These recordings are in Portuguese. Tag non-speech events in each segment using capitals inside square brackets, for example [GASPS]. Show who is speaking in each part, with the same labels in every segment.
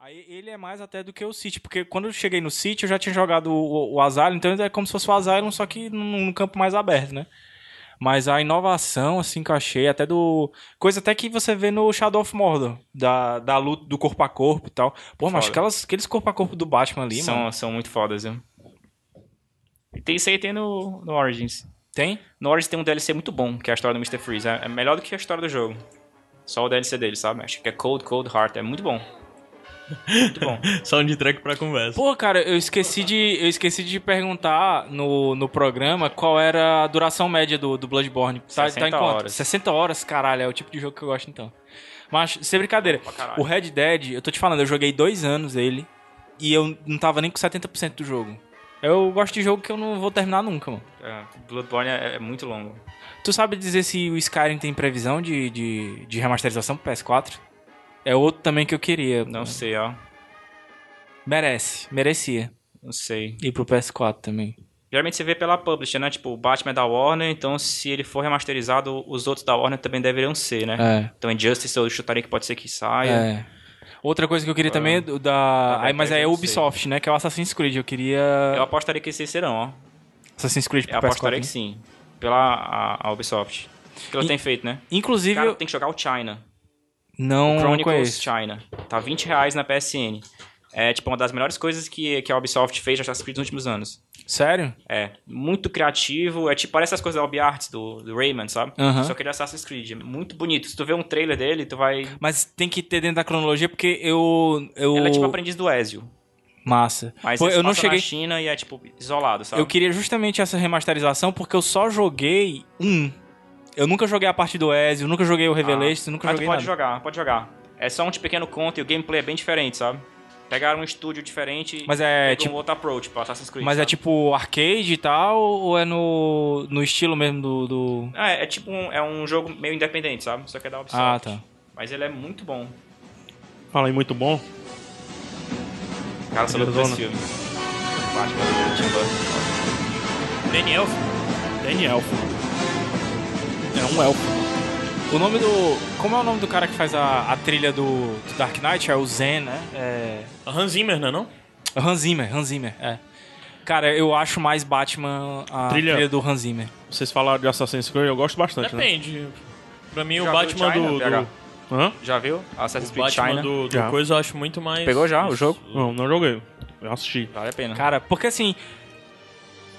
Speaker 1: Aí ele é mais até do que o City, porque quando eu cheguei no City eu já tinha jogado o, o Asylum, então é como se fosse o Asylum, só que num, num campo mais aberto, né? Mas a inovação, assim, que eu achei, até do. Coisa até que você vê no Shadow of Mordor, da, da luta do corpo a corpo e tal. Pô, mas
Speaker 2: Foda.
Speaker 1: aquelas, aqueles corpo a corpo do Batman ali, mano.
Speaker 2: são, são muito fodas, viu? E tem isso aí tem no, no Origins.
Speaker 1: Tem?
Speaker 2: No Origins tem um DLC muito bom, que é a história do Mr. Freeze. É é melhor do que a história do jogo. Só o DLC dele, sabe? Acho que é Cold, Cold Heart. É muito bom. Muito bom.
Speaker 3: Soundtrack pra conversa.
Speaker 1: Pô, cara, eu esqueci de, eu esqueci de perguntar no, no programa qual era a duração média do, do Bloodborne. Tá,
Speaker 2: 60
Speaker 1: tá em quanto?
Speaker 2: horas.
Speaker 1: 60 horas, caralho, é o tipo de jogo que eu gosto então. Mas, sem brincadeira,
Speaker 2: Pra caralho.
Speaker 1: o Red Dead, eu tô te falando, eu joguei dois anos ele e eu não tava nem com 70% do jogo. Eu gosto de jogo que eu não vou terminar nunca, mano.
Speaker 2: É, Bloodborne é, é muito longo.
Speaker 1: Tu sabe dizer se o Skyrim tem previsão de, de, de remasterização pro PS4? É outro também que eu queria.
Speaker 2: Não sei, ó.
Speaker 1: Merece, merecia.
Speaker 2: Não sei.
Speaker 1: E pro PS4 também.
Speaker 2: Geralmente você vê pela publisher, né? Tipo, o Batman é da Warner, então se ele for remasterizado, os outros da Warner também deveriam ser, né?
Speaker 1: É.
Speaker 2: Então Injustice eu chutaria que pode ser que saia.
Speaker 1: É. Outra coisa que eu queria também é do- da.
Speaker 2: Agora
Speaker 1: Aí, mas
Speaker 2: eu
Speaker 1: aí é
Speaker 2: não
Speaker 1: Ubisoft, né? Que é o Assassin's Creed. Eu queria.
Speaker 2: Eu apostaria que esses serão, ó.
Speaker 1: Assassin's Creed
Speaker 2: Eu
Speaker 1: pro PS4.
Speaker 2: apostaria que
Speaker 1: né?
Speaker 2: sim. Pela a, a Ubisoft. Que ela
Speaker 1: E-
Speaker 2: tem feito, né?
Speaker 1: Inclusive,
Speaker 2: Cara,
Speaker 1: eu-
Speaker 2: tem que jogar o China.
Speaker 1: não, não
Speaker 2: Chronicles
Speaker 1: conheço.
Speaker 2: China. Tá 20 reais na PSN. É, tipo, uma das melhores coisas que, que a Ubisoft fez, já está escrito nos últimos anos.
Speaker 1: Sério?
Speaker 2: É, muito criativo. É tipo, parece as coisas da Ubi Arts, do, do Rayman, sabe?
Speaker 1: Aham.
Speaker 2: Só que ele é Assassin's Creed. é Muito bonito. Se tu vê um trailer dele, tu vai...
Speaker 1: Mas tem que ter dentro da cronologia, porque eu. eu...
Speaker 2: Ele é tipo aprendiz do Ezio.
Speaker 1: Massa.
Speaker 2: Mas
Speaker 1: Pô,
Speaker 2: ele se
Speaker 1: eu não
Speaker 2: passa
Speaker 1: cheguei.
Speaker 2: na China e é, tipo, isolado, sabe?
Speaker 1: Eu queria justamente essa remasterização, porque eu só joguei um. Eu nunca joguei a parte do Ezio, nunca joguei o Revelations, nunca
Speaker 2: Ah. Mas tu
Speaker 1: joguei
Speaker 2: pode
Speaker 1: nada.
Speaker 2: jogar, pode jogar. É só um de pequeno conto e o gameplay é bem diferente, sabe? Pegaram um estúdio diferente e
Speaker 1: Mas é
Speaker 2: pegou
Speaker 1: tipo-
Speaker 2: um outro approach pra Assassin's Creed.
Speaker 1: Mas é
Speaker 2: sabe?
Speaker 1: tipo arcade e tal, ou é no, no estilo mesmo do. do...
Speaker 2: É, é tipo um, é um jogo meio independente, sabe? Só que é da Ubisoft.
Speaker 1: Ah, tá.
Speaker 2: Mas ele é muito bom.
Speaker 3: Fala aí, muito bom.
Speaker 2: Cara, sou louco por esse filme. Batman, Tim Burton.
Speaker 3: Daniel. Daniel. É um elfo.
Speaker 1: O nome do. Como é o nome do cara que faz a, a trilha do, do Dark Knight? É o Zen, né? É.
Speaker 3: Hans Zimmer, não é não?
Speaker 1: Hans Zimmer, Hans Zimmer, é. Cara, eu acho mais Batman a trilha,
Speaker 3: Trilha.
Speaker 1: do Hans Zimmer.
Speaker 4: Vocês falaram de Assassin's Creed, eu gosto bastante, né?
Speaker 3: Depende. Pra mim,
Speaker 2: Já
Speaker 3: o Batman
Speaker 2: viu China,
Speaker 3: do...
Speaker 2: PH?
Speaker 3: do... Hã?
Speaker 2: Já viu? Assassin's
Speaker 3: O
Speaker 2: Creed
Speaker 3: Batman
Speaker 2: China.
Speaker 3: do, do
Speaker 4: Já.
Speaker 3: coisa eu acho muito mais...
Speaker 2: Pegou já o
Speaker 3: mais-
Speaker 2: jogo?
Speaker 4: Não, não joguei. Eu assisti.
Speaker 2: Vale a pena.
Speaker 1: Cara, porque assim,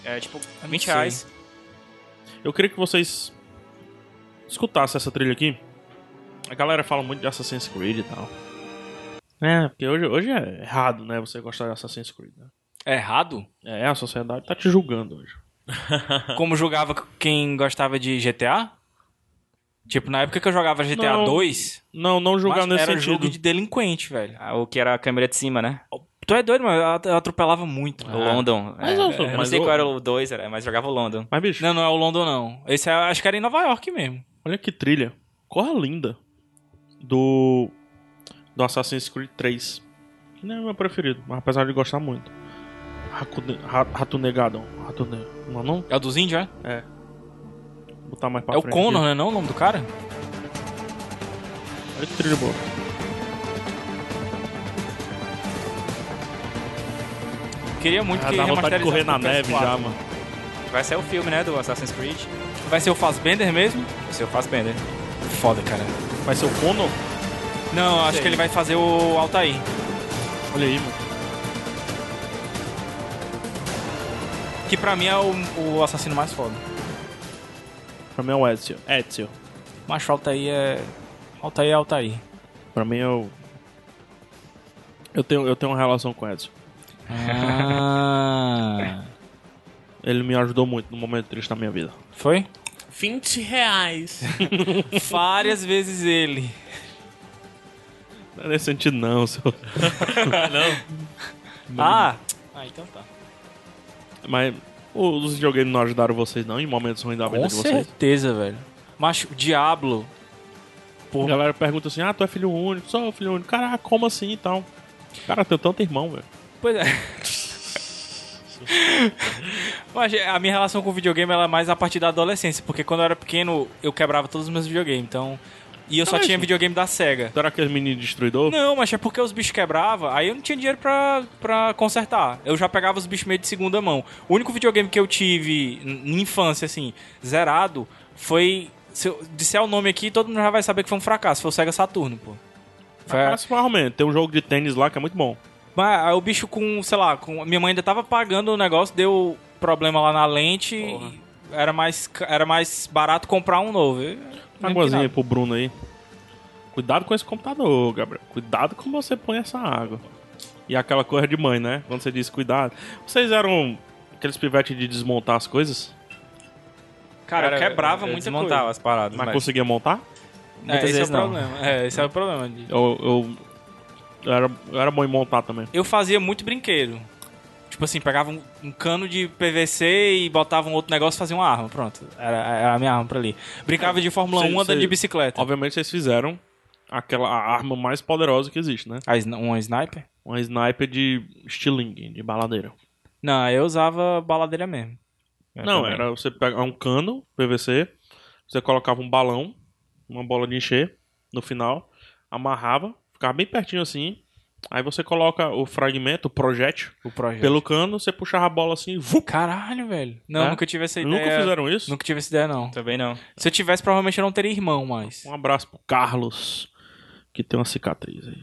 Speaker 2: É tipo
Speaker 1: não
Speaker 2: 20
Speaker 1: sei.
Speaker 2: reais.
Speaker 4: Eu queria que vocês escutassem essa trilha aqui. A galera fala muito de Assassin's Creed e tal. É, porque hoje, hoje é errado, né? Você gostar de Assassin's Creed. Né?
Speaker 1: é [LAUGHS] errado?
Speaker 4: É, a sociedade tá te julgando hoje.
Speaker 1: Como julgava quem gostava de GTA? Tipo, na época que eu jogava GTA
Speaker 4: Não,
Speaker 1: 2,
Speaker 4: Não, não julgar
Speaker 1: mas
Speaker 4: nesse
Speaker 1: era um
Speaker 4: sentido.
Speaker 1: jogo de delinquente, velho.
Speaker 2: Ah, O que era a câmera de cima, né?
Speaker 1: Tu é doido, mano? Eu at- Eu atropelava muito.
Speaker 2: O
Speaker 1: mano.
Speaker 2: London.
Speaker 3: Mas
Speaker 2: é.
Speaker 3: eu-
Speaker 2: eu não
Speaker 3: mas
Speaker 2: sei
Speaker 3: eu-
Speaker 2: qual era o 2, era, mas jogava o London.
Speaker 4: Mas, bicho,
Speaker 1: Não, não é o London, não. Esse é, acho que era em Nova York mesmo.
Speaker 4: olha que trilha. Corra linda. Do. Do Assassin's Creed 3. Que não é o meu preferido, mas apesar de gostar muito. Hakune- Ra- Rato Negadão. Rato ne... Não, não.
Speaker 1: É o dos índios, é?
Speaker 4: Vou botar mais pra
Speaker 1: É o
Speaker 4: frente
Speaker 1: Connor,
Speaker 4: aqui.
Speaker 1: né? Não, o nome do cara?
Speaker 4: Olha que trilha boa.
Speaker 1: Queria muito
Speaker 4: Ah,
Speaker 1: que
Speaker 4: dá vontade
Speaker 1: remasterizasse
Speaker 4: de correr na
Speaker 1: pro
Speaker 4: neve
Speaker 1: PS4.
Speaker 4: já, mano.
Speaker 2: Vai sair o filme, né, do Assassin's Creed.
Speaker 1: Vai ser o Fassbender mesmo?
Speaker 2: Se eu faço pena.
Speaker 1: Foda, cara.
Speaker 4: Vai ser o Conor?
Speaker 1: Não, acho que ele vai fazer o Altair.
Speaker 4: Olha aí, mano.
Speaker 1: Que pra mim é o, o assassino mais foda.
Speaker 4: Pra mim é o Ezio. Ezio.
Speaker 1: Macho Altair é. Altair é Altair.
Speaker 4: Pra mim é o... Eu tenho, eu tenho uma relação com o Ezio.
Speaker 1: Ah.
Speaker 4: Ele me ajudou muito no momento triste da minha vida.
Speaker 1: [LAUGHS] Foi?
Speaker 3: 20 reais.
Speaker 1: Várias vezes ele.
Speaker 4: Não é nesse sentido não, seu...
Speaker 1: Ah! Ah, então tá.
Speaker 4: Mas o- os videogames não ajudaram vocês não em momentos ruins da vida
Speaker 1: Com
Speaker 4: de vocês?
Speaker 1: certeza, velho. Macho, Diablo.
Speaker 4: A galera pergunta assim, ah, tu é filho único, sou filho único. Caraca, como assim e tal? Cara, eu tenho tanto irmão, velho.
Speaker 1: Pois é. [LAUGHS] Mas a minha relação com o videogame ela é mais a partir da adolescência, porque quando eu era pequeno eu quebrava todos os meus videogames. Então, E eu só
Speaker 4: mas-
Speaker 1: tinha videogame da SEGA.
Speaker 4: Será que é menino destruidor?
Speaker 1: Não, mas é porque os bichos quebravam, aí eu não tinha dinheiro pra, pra consertar. Eu já pegava os bichos meio de segunda mão. O único videogame que eu tive na infância, assim, zerado, foi. Se eu disser o nome aqui, todo mundo já vai saber que foi um fracasso. Foi o Sega Saturno, pô. Foi,
Speaker 4: Mas, provavelmente, tem um jogo de tênis lá que é muito bom.
Speaker 1: mas aí o bicho com, sei lá, com. Minha mãe ainda tava pagando o negócio, deu problema lá na lente. e Era mais, ca- era mais barato comprar um novo. Eu-
Speaker 4: Uma
Speaker 1: lembro que
Speaker 4: águazinha
Speaker 1: nada.
Speaker 4: aí pro Bruno aí. Cuidado com esse computador, Gabriel. Cuidado como você põe essa água. E aquela coisa de mãe, né? Quando você diz cuidado. Vocês eram aqueles pivetes de desmontar as coisas?
Speaker 1: Cara, eu
Speaker 2: Cara,
Speaker 1: quebrava
Speaker 2: eu
Speaker 1: muita
Speaker 2: desmontava
Speaker 1: coisa.
Speaker 2: as paradas,
Speaker 4: Mas,
Speaker 2: mas
Speaker 4: conseguia montar?
Speaker 2: muitas
Speaker 1: é, esse
Speaker 2: vezes
Speaker 1: é o
Speaker 2: não.
Speaker 1: problema. É, esse é o problema. de-
Speaker 4: Eu, eu, eu era, eu era bom em montar também.
Speaker 1: eu fazia muito brinquedo. Tipo assim, pegava um, um cano de PVC e botava um outro negócio e fazia uma arma. Pronto. Era, era a minha arma pra ali. Brincava de Fórmula
Speaker 4: Cê-
Speaker 1: 1 andando
Speaker 4: cê-
Speaker 1: de bicicleta.
Speaker 4: Obviamente vocês fizeram aquela a arma mais poderosa que existe, né?
Speaker 1: Ah, sna- uma sniper?
Speaker 4: Uma sniper de estilingue, de baladeira.
Speaker 1: Não, eu usava baladeira mesmo. É,
Speaker 2: Eu
Speaker 4: Não,
Speaker 2: também.
Speaker 4: era você pegar um cano PVC, você colocava um balão, uma bola de encher no final, amarrava, ficava bem pertinho assim. Aí você coloca o fragmento, o projétil,
Speaker 1: O projeto.
Speaker 4: pelo cano, você puxava a bola assim, vu.
Speaker 1: Caralho, velho. Não,
Speaker 4: É?
Speaker 1: nunca tive essa ideia.
Speaker 4: Nunca fizeram isso?
Speaker 1: Nunca tive essa ideia, não.
Speaker 2: Também não.
Speaker 1: Se eu tivesse, provavelmente eu não teria irmão mais.
Speaker 4: Um abraço pro Carlos, que tem uma cicatriz aí.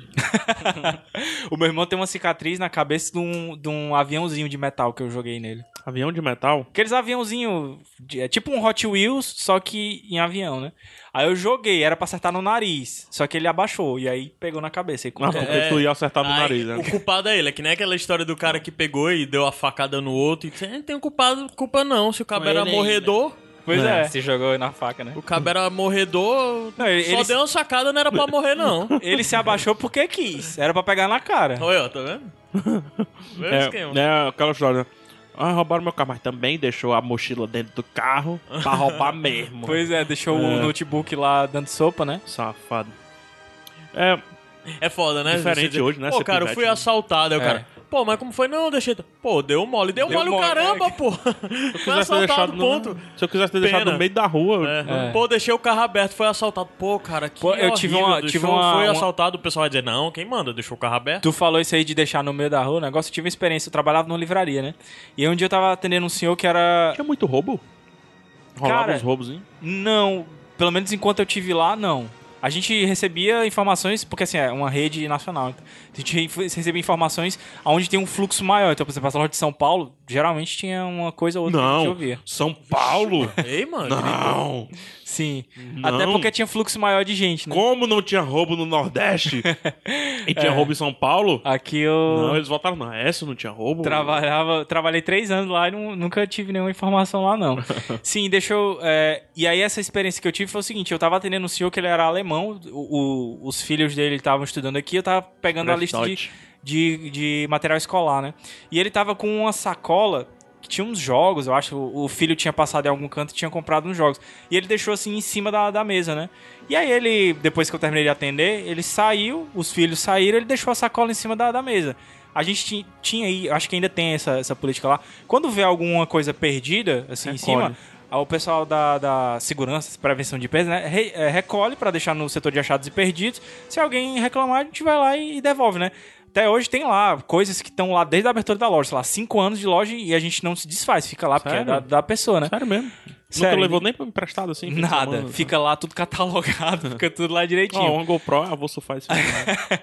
Speaker 1: O meu irmão tem uma cicatriz na cabeça de um, de um aviãozinho de metal que eu joguei nele.
Speaker 4: Avião de metal?
Speaker 1: Aqueles aviãozinho, de- é tipo um Hot Wheels, só que em avião, né? Aí eu joguei, era pra acertar no nariz, só que ele abaixou e aí pegou na cabeça. E
Speaker 4: Ah, porque
Speaker 1: É.
Speaker 4: tu ia acertar no
Speaker 3: Aí,
Speaker 4: nariz, né?
Speaker 3: O culpado é ele, é que nem aquela história do cara que pegou e deu a facada no outro e disse, "Eh, tem um culpado, culpa não, se o cabo
Speaker 2: Foi
Speaker 3: era
Speaker 2: ele
Speaker 3: morredor,
Speaker 1: Pois é.
Speaker 2: Se jogou na faca, né?
Speaker 3: o cabo era morredor,
Speaker 1: Não, ele-
Speaker 3: só
Speaker 1: ele-
Speaker 3: deu uma sacada, não era pra morrer não.
Speaker 1: Ele se abaixou porque quis, era pra pegar na cara.
Speaker 3: Olha, ó, tá vendo? Vê o esquema.
Speaker 4: É, é aquela história. né? Ah, roubaram meu carro, mas também deixou a mochila dentro do carro pra roubar mesmo.
Speaker 1: Pois é, deixou o notebook lá dando sopa, né?
Speaker 4: Safado. É,
Speaker 3: É foda, né?
Speaker 4: Diferente
Speaker 3: Você-
Speaker 4: hoje, né,
Speaker 3: Pô,
Speaker 4: ser
Speaker 3: cara, eu
Speaker 4: pivete,
Speaker 3: fui
Speaker 4: né?
Speaker 3: assaltado, aí o cara. Pô, mas como foi? Não, deixei. Pô, deu mole. Deu,
Speaker 1: É. Deu
Speaker 3: mole o
Speaker 1: mole,
Speaker 3: caramba,
Speaker 1: é.
Speaker 3: pô.
Speaker 1: [LAUGHS]
Speaker 4: se eu quisesse
Speaker 3: Foi
Speaker 4: ter
Speaker 3: assaltado,
Speaker 4: deixado
Speaker 3: ponto.
Speaker 4: No, se eu quisesse ter deixado
Speaker 3: Pena.
Speaker 4: no meio da rua.
Speaker 3: É.
Speaker 1: É.
Speaker 3: Pô, deixei o carro aberto, foi assaltado. Pô, cara, que
Speaker 1: Pô, eu tive
Speaker 3: horrível,
Speaker 1: uma-
Speaker 3: deixou-
Speaker 1: tive uma-
Speaker 3: Foi
Speaker 1: uma-
Speaker 3: assaltado, o pessoal vai dizer, não, quem manda? Deixou o carro aberto.
Speaker 1: Tu falou isso aí de deixar no meio da rua, o negócio, eu tive uma experiência, eu trabalhava numa livraria, né? E aí um dia eu tava atendendo um senhor que era...
Speaker 4: Tinha é muito roubo. Rolava
Speaker 1: Cara,
Speaker 4: uns roubos, hein?
Speaker 1: Não, pelo menos enquanto eu tive lá, não. A gente recebia informações, porque assim, é uma rede nacional. então, A gente inf- recebia informações onde tem um fluxo maior. Então, por exemplo, as lojas de São Paulo, geralmente tinha uma coisa ou outra que a gente
Speaker 4: Não.
Speaker 1: ouvia.
Speaker 4: São Paulo?
Speaker 3: Ei, mano.
Speaker 4: [LAUGHS] não.
Speaker 1: Sim.
Speaker 4: Não.
Speaker 1: Até porque tinha fluxo maior de gente, né?
Speaker 4: [LAUGHS] Como não tinha roubo
Speaker 1: [LAUGHS]
Speaker 4: no Nordeste? e tinha roubo em São Paulo?
Speaker 1: Aqui eu
Speaker 4: Não, eles voltaram na S, não tinha roubo.
Speaker 1: trabalhava, trabalhei três anos lá e nu- nunca tive nenhuma informação lá,
Speaker 4: [LAUGHS]
Speaker 1: não. Sim, deixa eu. é, e aí, essa experiência que eu tive foi o seguinte: eu tava atendendo um senhor que ele era alemão, o- o- os filhos dele estavam estudando aqui, eu tava pegando a lista de,
Speaker 4: Prestante.
Speaker 1: de, de material escolar, né? E ele tava com uma sacola que tinha uns jogos, eu acho. O o filho tinha passado em algum canto e tinha comprado uns jogos. E ele deixou assim em cima da, da mesa, né? E aí ele, depois que eu terminei de atender, ele saiu, os filhos saíram, ele deixou a sacola em cima da, da mesa. A gente ti- tinha aí, acho que ainda tem essa, essa política lá. Quando vê alguma coisa perdida, assim, em
Speaker 4: Recolhe.
Speaker 1: cima, ah, o pessoal da, da segurança, prevenção de perdas, né, re- eh, recolhe pra deixar no setor de achados e perdidos. Se alguém reclamar, a gente vai lá e, e devolve, né? Até hoje tem lá coisas que estão lá desde a abertura da loja, sei lá, cinco anos de loja e a gente não se desfaz, fica lá porque é
Speaker 4: Sério?
Speaker 1: da, da pessoa, né?
Speaker 4: Sério mesmo?
Speaker 1: Sério.
Speaker 4: Nunca levou nem pra emprestado assim? fim de
Speaker 1: Nada,
Speaker 4: semana?
Speaker 1: fica lá tudo catalogado, [LAUGHS] fica tudo lá direitinho.
Speaker 4: Ó, uma GoPro, ah, a avô
Speaker 1: [LAUGHS]
Speaker 4: faz isso.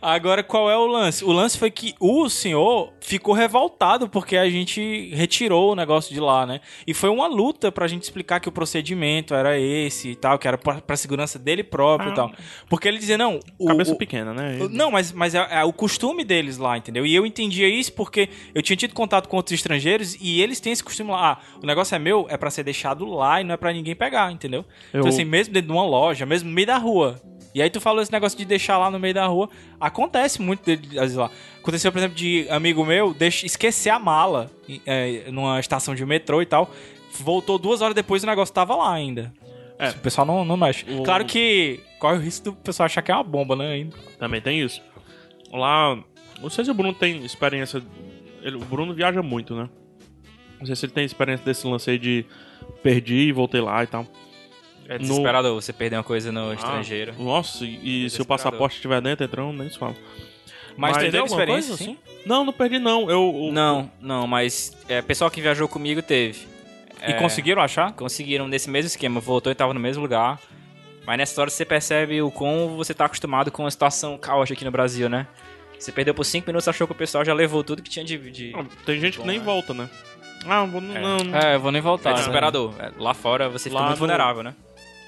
Speaker 1: Agora, qual é o lance? O lance foi que o senhor ficou revoltado porque a gente retirou o negócio de lá, né? E foi uma luta pra gente explicar que o procedimento era esse e tal, que era pra, pra segurança dele próprio e
Speaker 4: Ah.
Speaker 1: tal. Porque ele dizia, não, o,
Speaker 4: Cabeça
Speaker 1: o-
Speaker 4: pequena, né?
Speaker 1: o- Não, mas, mas é, é o costume deles lá, entendeu? E eu entendia isso porque eu tinha tido contato com outros estrangeiros e eles têm esse costume lá. Ah, o negócio é meu, é pra ser deixado lá e não é pra ninguém pegar, entendeu?
Speaker 4: Eu-
Speaker 1: Então, assim, mesmo dentro de uma loja, mesmo no meio da rua. E aí tu falou esse negócio de deixar lá no meio da rua. Acontece muito, de- às vezes lá. Aconteceu, por exemplo, de amigo meu deixa, esquecer a mala em- é, numa estação de metrô e tal. Voltou duas horas depois e o negócio tava lá ainda.
Speaker 4: É.
Speaker 1: O pessoal não, não mexe.
Speaker 4: O-
Speaker 1: Claro que corre o risco do pessoal achar que é uma bomba, né? ainda.
Speaker 4: Também tem isso. Lá, não sei se o Bruno tem experiência. ele- o Bruno viaja muito, né? Não sei se ele tem experiência desse lance aí de perdi e voltei lá e tal.
Speaker 2: É desesperador você perder uma coisa no estrangeiro.
Speaker 4: Nossa, e, e se o
Speaker 2: Desesperador.
Speaker 4: passaporte estiver dentro, então nem se fala.
Speaker 1: Ah. Mas,
Speaker 4: Mas
Speaker 1: teve
Speaker 4: deu alguma
Speaker 1: experiência,
Speaker 4: coisa, assim?
Speaker 1: sim?
Speaker 4: Não, não perdi não. Eu, eu-
Speaker 2: Não, não, mas é, pessoal que viajou comigo teve.
Speaker 1: E
Speaker 2: É,
Speaker 1: conseguiram achar?
Speaker 2: Conseguiram nesse mesmo esquema, voltou e tava no mesmo lugar. Mas nessa hora você percebe o quão você tá acostumado com a situação caótica aqui no Brasil, né? Você perdeu por 5 minutos, achou que o pessoal já levou tudo que tinha de. de...
Speaker 4: Tem gente que nem volta, né? Ah, vou, não, não.
Speaker 1: É, eu vou nem voltar.
Speaker 2: É
Speaker 1: né?
Speaker 2: desesperador. É, Lá fora você fica
Speaker 4: Lá
Speaker 2: muito
Speaker 4: no-
Speaker 2: vulnerável, né?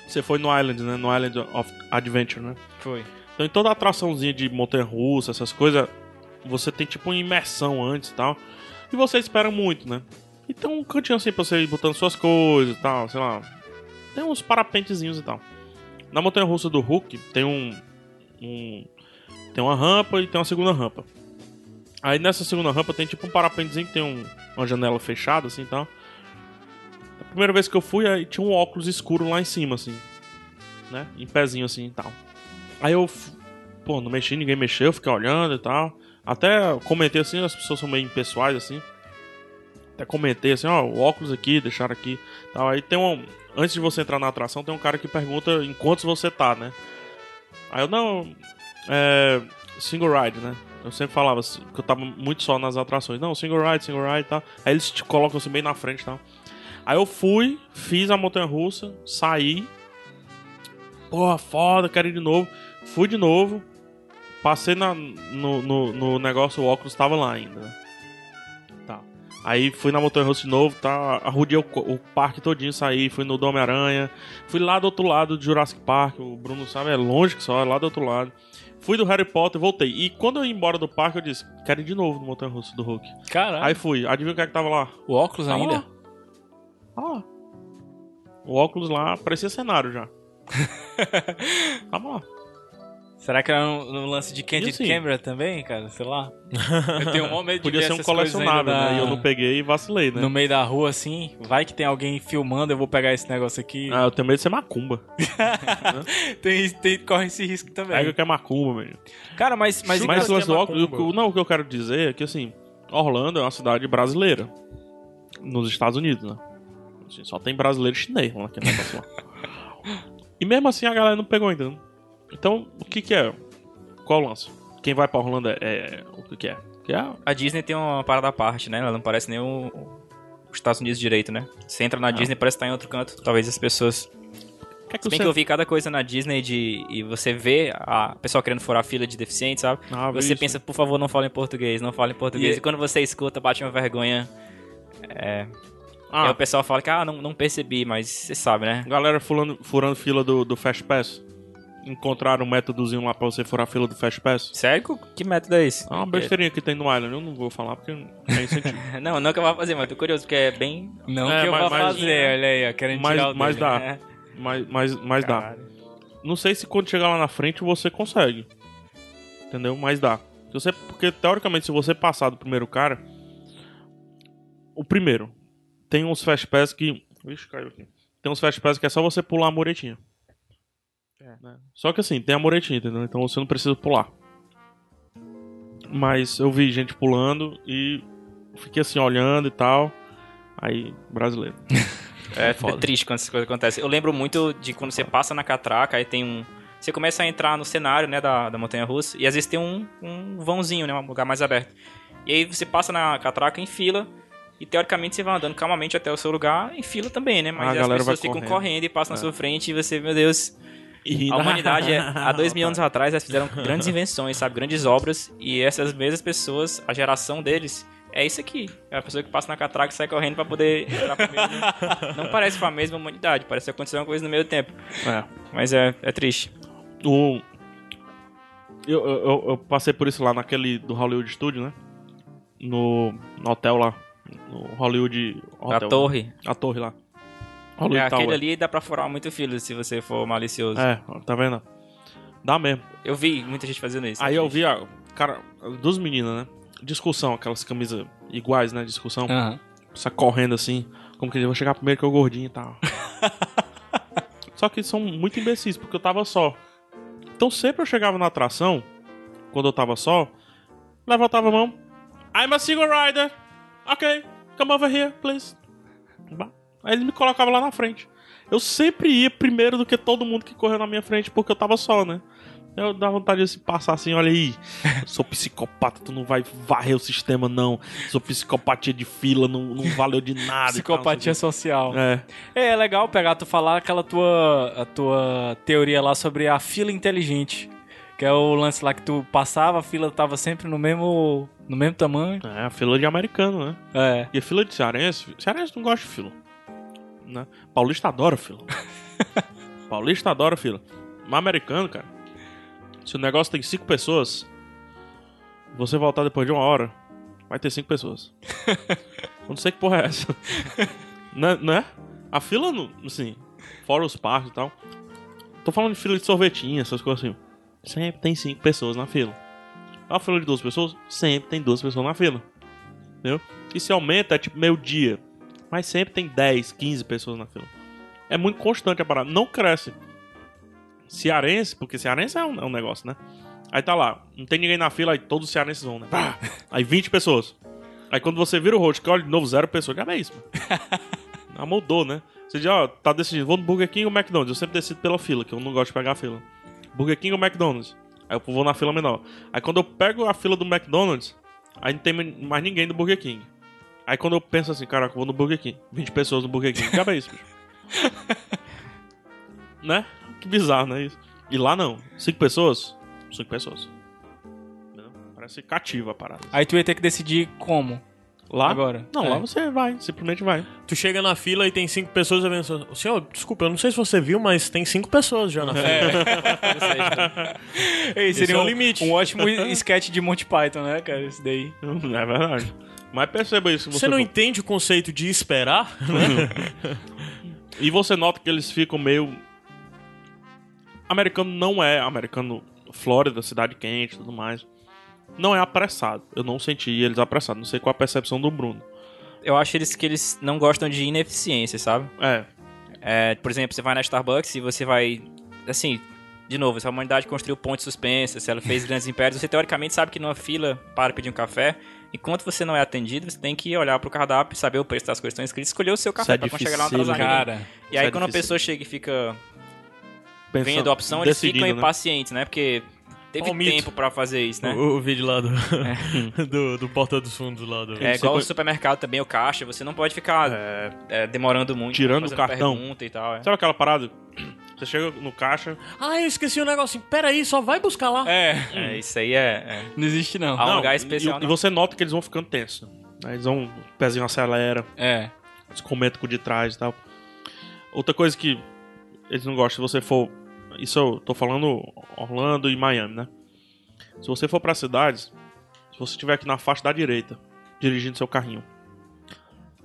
Speaker 4: Você foi no Island, né? No Island of Adventure, né?
Speaker 2: Foi.
Speaker 4: Então em toda atraçãozinha de montanha-russa, essas coisas, você tem tipo uma imersão antes e tal. E você espera muito, né? Então um cantinho assim pra você ir botando suas coisas e tal, sei lá. Tem uns parapentezinhos e tal. Na montanha-russa do Hulk tem um, um- Tem uma rampa e tem uma segunda rampa. Aí nessa segunda rampa tem tipo um parapentezinho que tem um- uma janela fechada assim e tal. A primeira vez que eu fui, aí tinha um óculos escuro lá em cima, assim. Né? Em pezinho assim e tal. Aí eu, f- pô, não mexi, ninguém mexeu, eu fiquei olhando e tal. Até comentei assim, as pessoas são meio impessoais assim. Até comentei assim, ó, o óculos aqui, deixaram aqui e tal. Aí tem um. Antes de você entrar na atração, tem um cara que pergunta em quantos você tá, né? Aí eu, não. É. Single ride, né? Eu sempre falava assim, que eu tava muito só nas atrações. Não, single ride, single ride e tal. Aí eles te colocam assim bem na frente e tal. Aí eu fui, fiz a montanha russa, saí, porra, foda, quero ir de novo. Fui de novo, passei na- no, no, no negócio, o óculos tava lá ainda. né? Tá. Aí fui na Montanha Russa de novo, tá? Arrudei o, co- o parque todinho, saí, fui no do Homem-Aranha, fui lá do outro lado do Jurassic Park, o Bruno sabe, é longe que só, é lá do outro lado. Fui do Harry Potter, voltei. E quando eu ia embora do parque, eu disse, quero ir de novo no Montanha Russa do Hulk.
Speaker 1: Caralho. Tá
Speaker 4: Aí fui, adivinha o que é que tava lá?
Speaker 1: O óculos ainda?
Speaker 4: Ó. Ó. O óculos lá parecia cenário já. Tava lá.
Speaker 1: Será que era um, um lance de candid
Speaker 4: Isso sim.
Speaker 1: camera também, cara? Sei [LAUGHS] lá. Eu tenho um maior medo de
Speaker 4: Podia
Speaker 1: ver
Speaker 4: ser um
Speaker 1: essas coisas ainda
Speaker 4: colecionável,
Speaker 1: na-
Speaker 4: né? E eu não peguei e vacilei, né?
Speaker 1: No meio da rua, assim. Vai que tem alguém filmando, eu vou pegar esse negócio aqui.
Speaker 4: Ah, eu tenho medo de ser macumba.
Speaker 1: [LAUGHS] Tem, tem- corre esse risco também.
Speaker 4: Pega que é macumba, velho.
Speaker 1: Cara, mas... mas
Speaker 4: Mas,
Speaker 1: então-
Speaker 4: esse lance do
Speaker 3: é
Speaker 4: óculos,
Speaker 3: macumba.
Speaker 4: o que- não, o que eu quero dizer é que, assim, Orlando é uma cidade brasileira. Nos Estados Unidos, né? Assim, só tem brasileiro e chinês lá naquele negócio lá.
Speaker 2: [LAUGHS]
Speaker 4: E mesmo assim a galera não pegou ainda. né? Então, o que que é? Qual o lance? Quem vai pra Orlando é... é- o que que é? Que é
Speaker 2: A Disney tem uma parada à parte, né? Ela não parece nem o, os Estados Unidos direito, né? Você entra na Disney, parece que tá em outro canto. Talvez as pessoas.
Speaker 4: que é que
Speaker 2: Se bem que eu vi cada coisa na Disney de, e você vê a pessoa querendo furar a fila de deficiente, sabe?
Speaker 4: Ah, vi
Speaker 2: você
Speaker 4: isso.
Speaker 2: pensa, por favor, não fale em português, não fale em português.
Speaker 1: E-
Speaker 2: né? E, quando você escuta, bate uma vergonha.
Speaker 4: Ah,
Speaker 2: Aí o pessoal fala que, ah, não, não percebi, mas você sabe, né?
Speaker 4: Galera fulano- furando fila do, do Fast Pass. Encontraram um métodozinho lá pra você furar a fila do Fast Pass.
Speaker 2: Sério? Que método é esse?
Speaker 4: É uma besteirinha que tem no Island, eu não vou falar porque é incentivo.
Speaker 2: [LAUGHS] Não, não que eu vá fazer, mas tô curioso, porque é bem.
Speaker 1: Não
Speaker 4: É,
Speaker 1: que eu
Speaker 4: mas-
Speaker 1: vá
Speaker 4: mas-
Speaker 1: fazer, olha aí, ó. Querendo
Speaker 4: mas-
Speaker 1: tirar o
Speaker 4: mas
Speaker 1: dele.
Speaker 2: Tá,
Speaker 4: dá.
Speaker 2: né?
Speaker 4: mas mas, mas dá.
Speaker 1: Caralho.
Speaker 4: Não sei se quando chegar lá na frente você consegue. Entendeu? Mas dá. Se você, porque teoricamente, se você passar do primeiro cara. O primeiro. Tem uns Fast Pass que. Vixe, caiu aqui. Tem uns Fast Pass que é só você pular a muretinha. Né? Só que assim, tem a muretinha, entendeu? Então você não precisa pular. Mas eu vi gente pulando e fiquei assim olhando e tal. Aí, brasileiro. [LAUGHS]
Speaker 2: É, é triste quando essas coisas acontecem. Eu lembro muito de quando você passa na catraca, aí tem um. Você começa a entrar no cenário, né, da, da Montanha Russa, e às vezes tem um, um vãozinho, né? Um lugar mais aberto. E aí você passa na catraca em fila, e teoricamente você vai andando calmamente até o seu lugar, em fila também, né?
Speaker 4: Ah, a
Speaker 2: Mas as
Speaker 4: galera vai
Speaker 2: pessoas ficam
Speaker 4: correndo. É.
Speaker 2: correndo e passam na sua frente, e você, meu Deus,
Speaker 4: E
Speaker 2: A [LAUGHS] humanidade, é- há dois
Speaker 4: [LAUGHS]
Speaker 2: mil anos atrás, elas fizeram grandes invenções, sabe? Grandes obras. E essas mesmas pessoas, a geração deles, é isso aqui. É a pessoa que passa na catraca e sai correndo pra poder entrar primeiro. Não parece com a mesma humanidade, parece que aconteceu uma coisa no meio do tempo.
Speaker 4: É.
Speaker 2: Mas é, é triste.
Speaker 4: O... Eu, eu- eu- eu passei por isso lá naquele do Hollywood Studio, né? No, no hotel lá. No Hollywood Hotel.
Speaker 2: a torre.
Speaker 4: A torre lá.
Speaker 2: É,
Speaker 4: Hollywood
Speaker 2: aquele
Speaker 4: Tower.
Speaker 2: ali dá pra furar muito filho se você for malicioso.
Speaker 4: É, tá vendo? Dá mesmo.
Speaker 2: Eu vi muita gente fazendo isso.
Speaker 4: Aí eu vi a. Cara, duas meninas, né? Discussão, aquelas camisas iguais, né? Discussão.
Speaker 2: É.
Speaker 1: Aham.
Speaker 4: Só correndo assim. Como que eu vou chegar primeiro que eu gordinho e tal. só que são muito imbecis, porque eu tava só. Então sempre eu chegava na atração, quando eu tava só, levantava a mão. I'm a single rider. Ok, come over here, please. Bah. Aí ele me colocava lá na frente. Eu sempre ia primeiro do que todo mundo que correu na minha frente, porque eu tava só, né? Eu dava vontade de se passar assim, olha aí, eu sou psicopata, tu não vai varrer o sistema, não. Sou psicopatia de fila, não, não valeu de nada. e tal, não sei o
Speaker 1: Psicopatia social.
Speaker 4: quê. É.
Speaker 1: É, é legal pegar tu falar aquela tua a tua teoria lá sobre a fila inteligente, que é o lance lá que tu passava, a fila tava sempre no mesmo no mesmo tamanho.
Speaker 4: É, a fila de americano, né?
Speaker 1: É.
Speaker 4: E a fila de cearense, cearense não gosta de fila. Né? Paulista adora fila. Paulista adora fila. Mas americano, cara, se o negócio tem cinco pessoas, você voltar depois de uma hora, vai ter cinco pessoas. Eu não sei que porra é essa. né, né? A fila, no- assim, fora os parques e tal. Tô falando de fila de sorvetinha, essas coisas assim. Sempre tem cinco pessoas na fila. A fila de duas pessoas, sempre tem duas pessoas na fila. Entendeu? E se aumenta, é tipo meio-dia. Mas sempre tem 10, 15 pessoas na fila. É muito constante a parada. Não cresce. Cearense, porque cearense é um, é um negócio, né? Aí tá lá, não tem ninguém na fila, aí todos os cearenses vão, né? Pá! Aí 20 pessoas. Aí quando você vira o rosto, que olha de novo, zero pessoas. Já é isso, mano. Ah, mudou, né? Você diz, ó, tá decidindo, vou no Burger King ou McDonald's? Eu sempre decido pela fila, que eu não gosto de pegar a fila. Burger King ou McDonald's? Aí eu vou na fila menor. Aí quando eu pego a fila do McDonald's, aí não tem mais ninguém do Burger King. Aí quando eu penso assim, caraca, eu vou no Burger King. 20 pessoas no Burger King. Acaba isso, bicho. né? Que bizarro, né? Isso. E lá não. Cinco pessoas? Cinco pessoas. Entendeu? Parece cativa a parada.
Speaker 1: Aí tu ia ter que decidir como.
Speaker 4: Lá?
Speaker 1: Agora.
Speaker 4: Não,
Speaker 1: É.
Speaker 4: lá você vai. Simplesmente vai.
Speaker 3: Tu chega na fila e tem cinco pessoas e vem assim, "Ô, senhor, desculpa, eu não sei se você viu, mas tem cinco pessoas já na fila.
Speaker 1: É, Ei, seria
Speaker 3: é o
Speaker 1: um,
Speaker 3: limite.
Speaker 1: um ótimo [LAUGHS] sketch de Monty Python, né, cara? Isso daí.
Speaker 4: [LAUGHS] É verdade. Mas perceba isso. se
Speaker 3: Você não
Speaker 4: for.
Speaker 3: entende o conceito de esperar?
Speaker 4: [LAUGHS] E você nota que eles ficam meio. Americano não é. Americano, Flórida, cidade quente e tudo mais. Não é apressado. Eu não senti eles apressados. Não sei qual a percepção do Bruno.
Speaker 2: Eu acho eles que eles não gostam de ineficiência, sabe?
Speaker 4: É.
Speaker 2: É, por exemplo, você vai na Starbucks e você vai. Assim, de novo, se a humanidade construiu pontes suspensas, se ela
Speaker 4: [LAUGHS]
Speaker 2: fez grandes impérios, você teoricamente sabe que numa fila para pedir um café, enquanto você não é atendido, você tem que olhar pro cardápio, saber o preço das coisas que estão escritas, escolher o seu café
Speaker 4: é
Speaker 2: pra quando chegar lá não
Speaker 4: difícil,
Speaker 2: atrasar ninguém.
Speaker 1: Cara,
Speaker 2: E
Speaker 4: Isso
Speaker 2: aí,
Speaker 4: é
Speaker 2: quando a
Speaker 4: difícil.
Speaker 2: pessoa chega e fica
Speaker 4: Pensando-
Speaker 2: vendo a opção, eles
Speaker 4: decidindo,
Speaker 2: ficam
Speaker 4: né?
Speaker 2: impacientes, né? Porque teve
Speaker 3: Palmito.
Speaker 2: tempo pra fazer
Speaker 1: É.
Speaker 2: isso, né?
Speaker 3: O, o vídeo lá do, [LAUGHS] do, do Porta dos Fundos lá do...
Speaker 2: É
Speaker 4: Você
Speaker 2: igual
Speaker 4: co-
Speaker 2: o supermercado também, o caixa, você não pode ficar é, demorando muito.
Speaker 4: Tirando o
Speaker 2: fazendo
Speaker 4: cartão.
Speaker 2: pergunta e tal, é.
Speaker 4: Sabe aquela parada? Você chega no caixa.
Speaker 3: Ah, eu esqueci um negocinho. Peraí, só vai buscar lá.
Speaker 1: é,
Speaker 2: É, isso aí é.
Speaker 1: não existe não.
Speaker 2: Ah, um
Speaker 4: não,
Speaker 2: lugar
Speaker 4: e-
Speaker 2: especial,
Speaker 4: E,
Speaker 2: não.
Speaker 4: você nota que eles vão ficando tensos. Aí Eles vão. O pezinho acelera,
Speaker 1: É.
Speaker 4: eles comentam com o de trás e tal. Outra coisa que eles não gostam, se você for. Isso eu tô falando Orlando e Miami, né? Se você for pra cidades, se você estiver aqui na faixa da direita, dirigindo seu carrinho,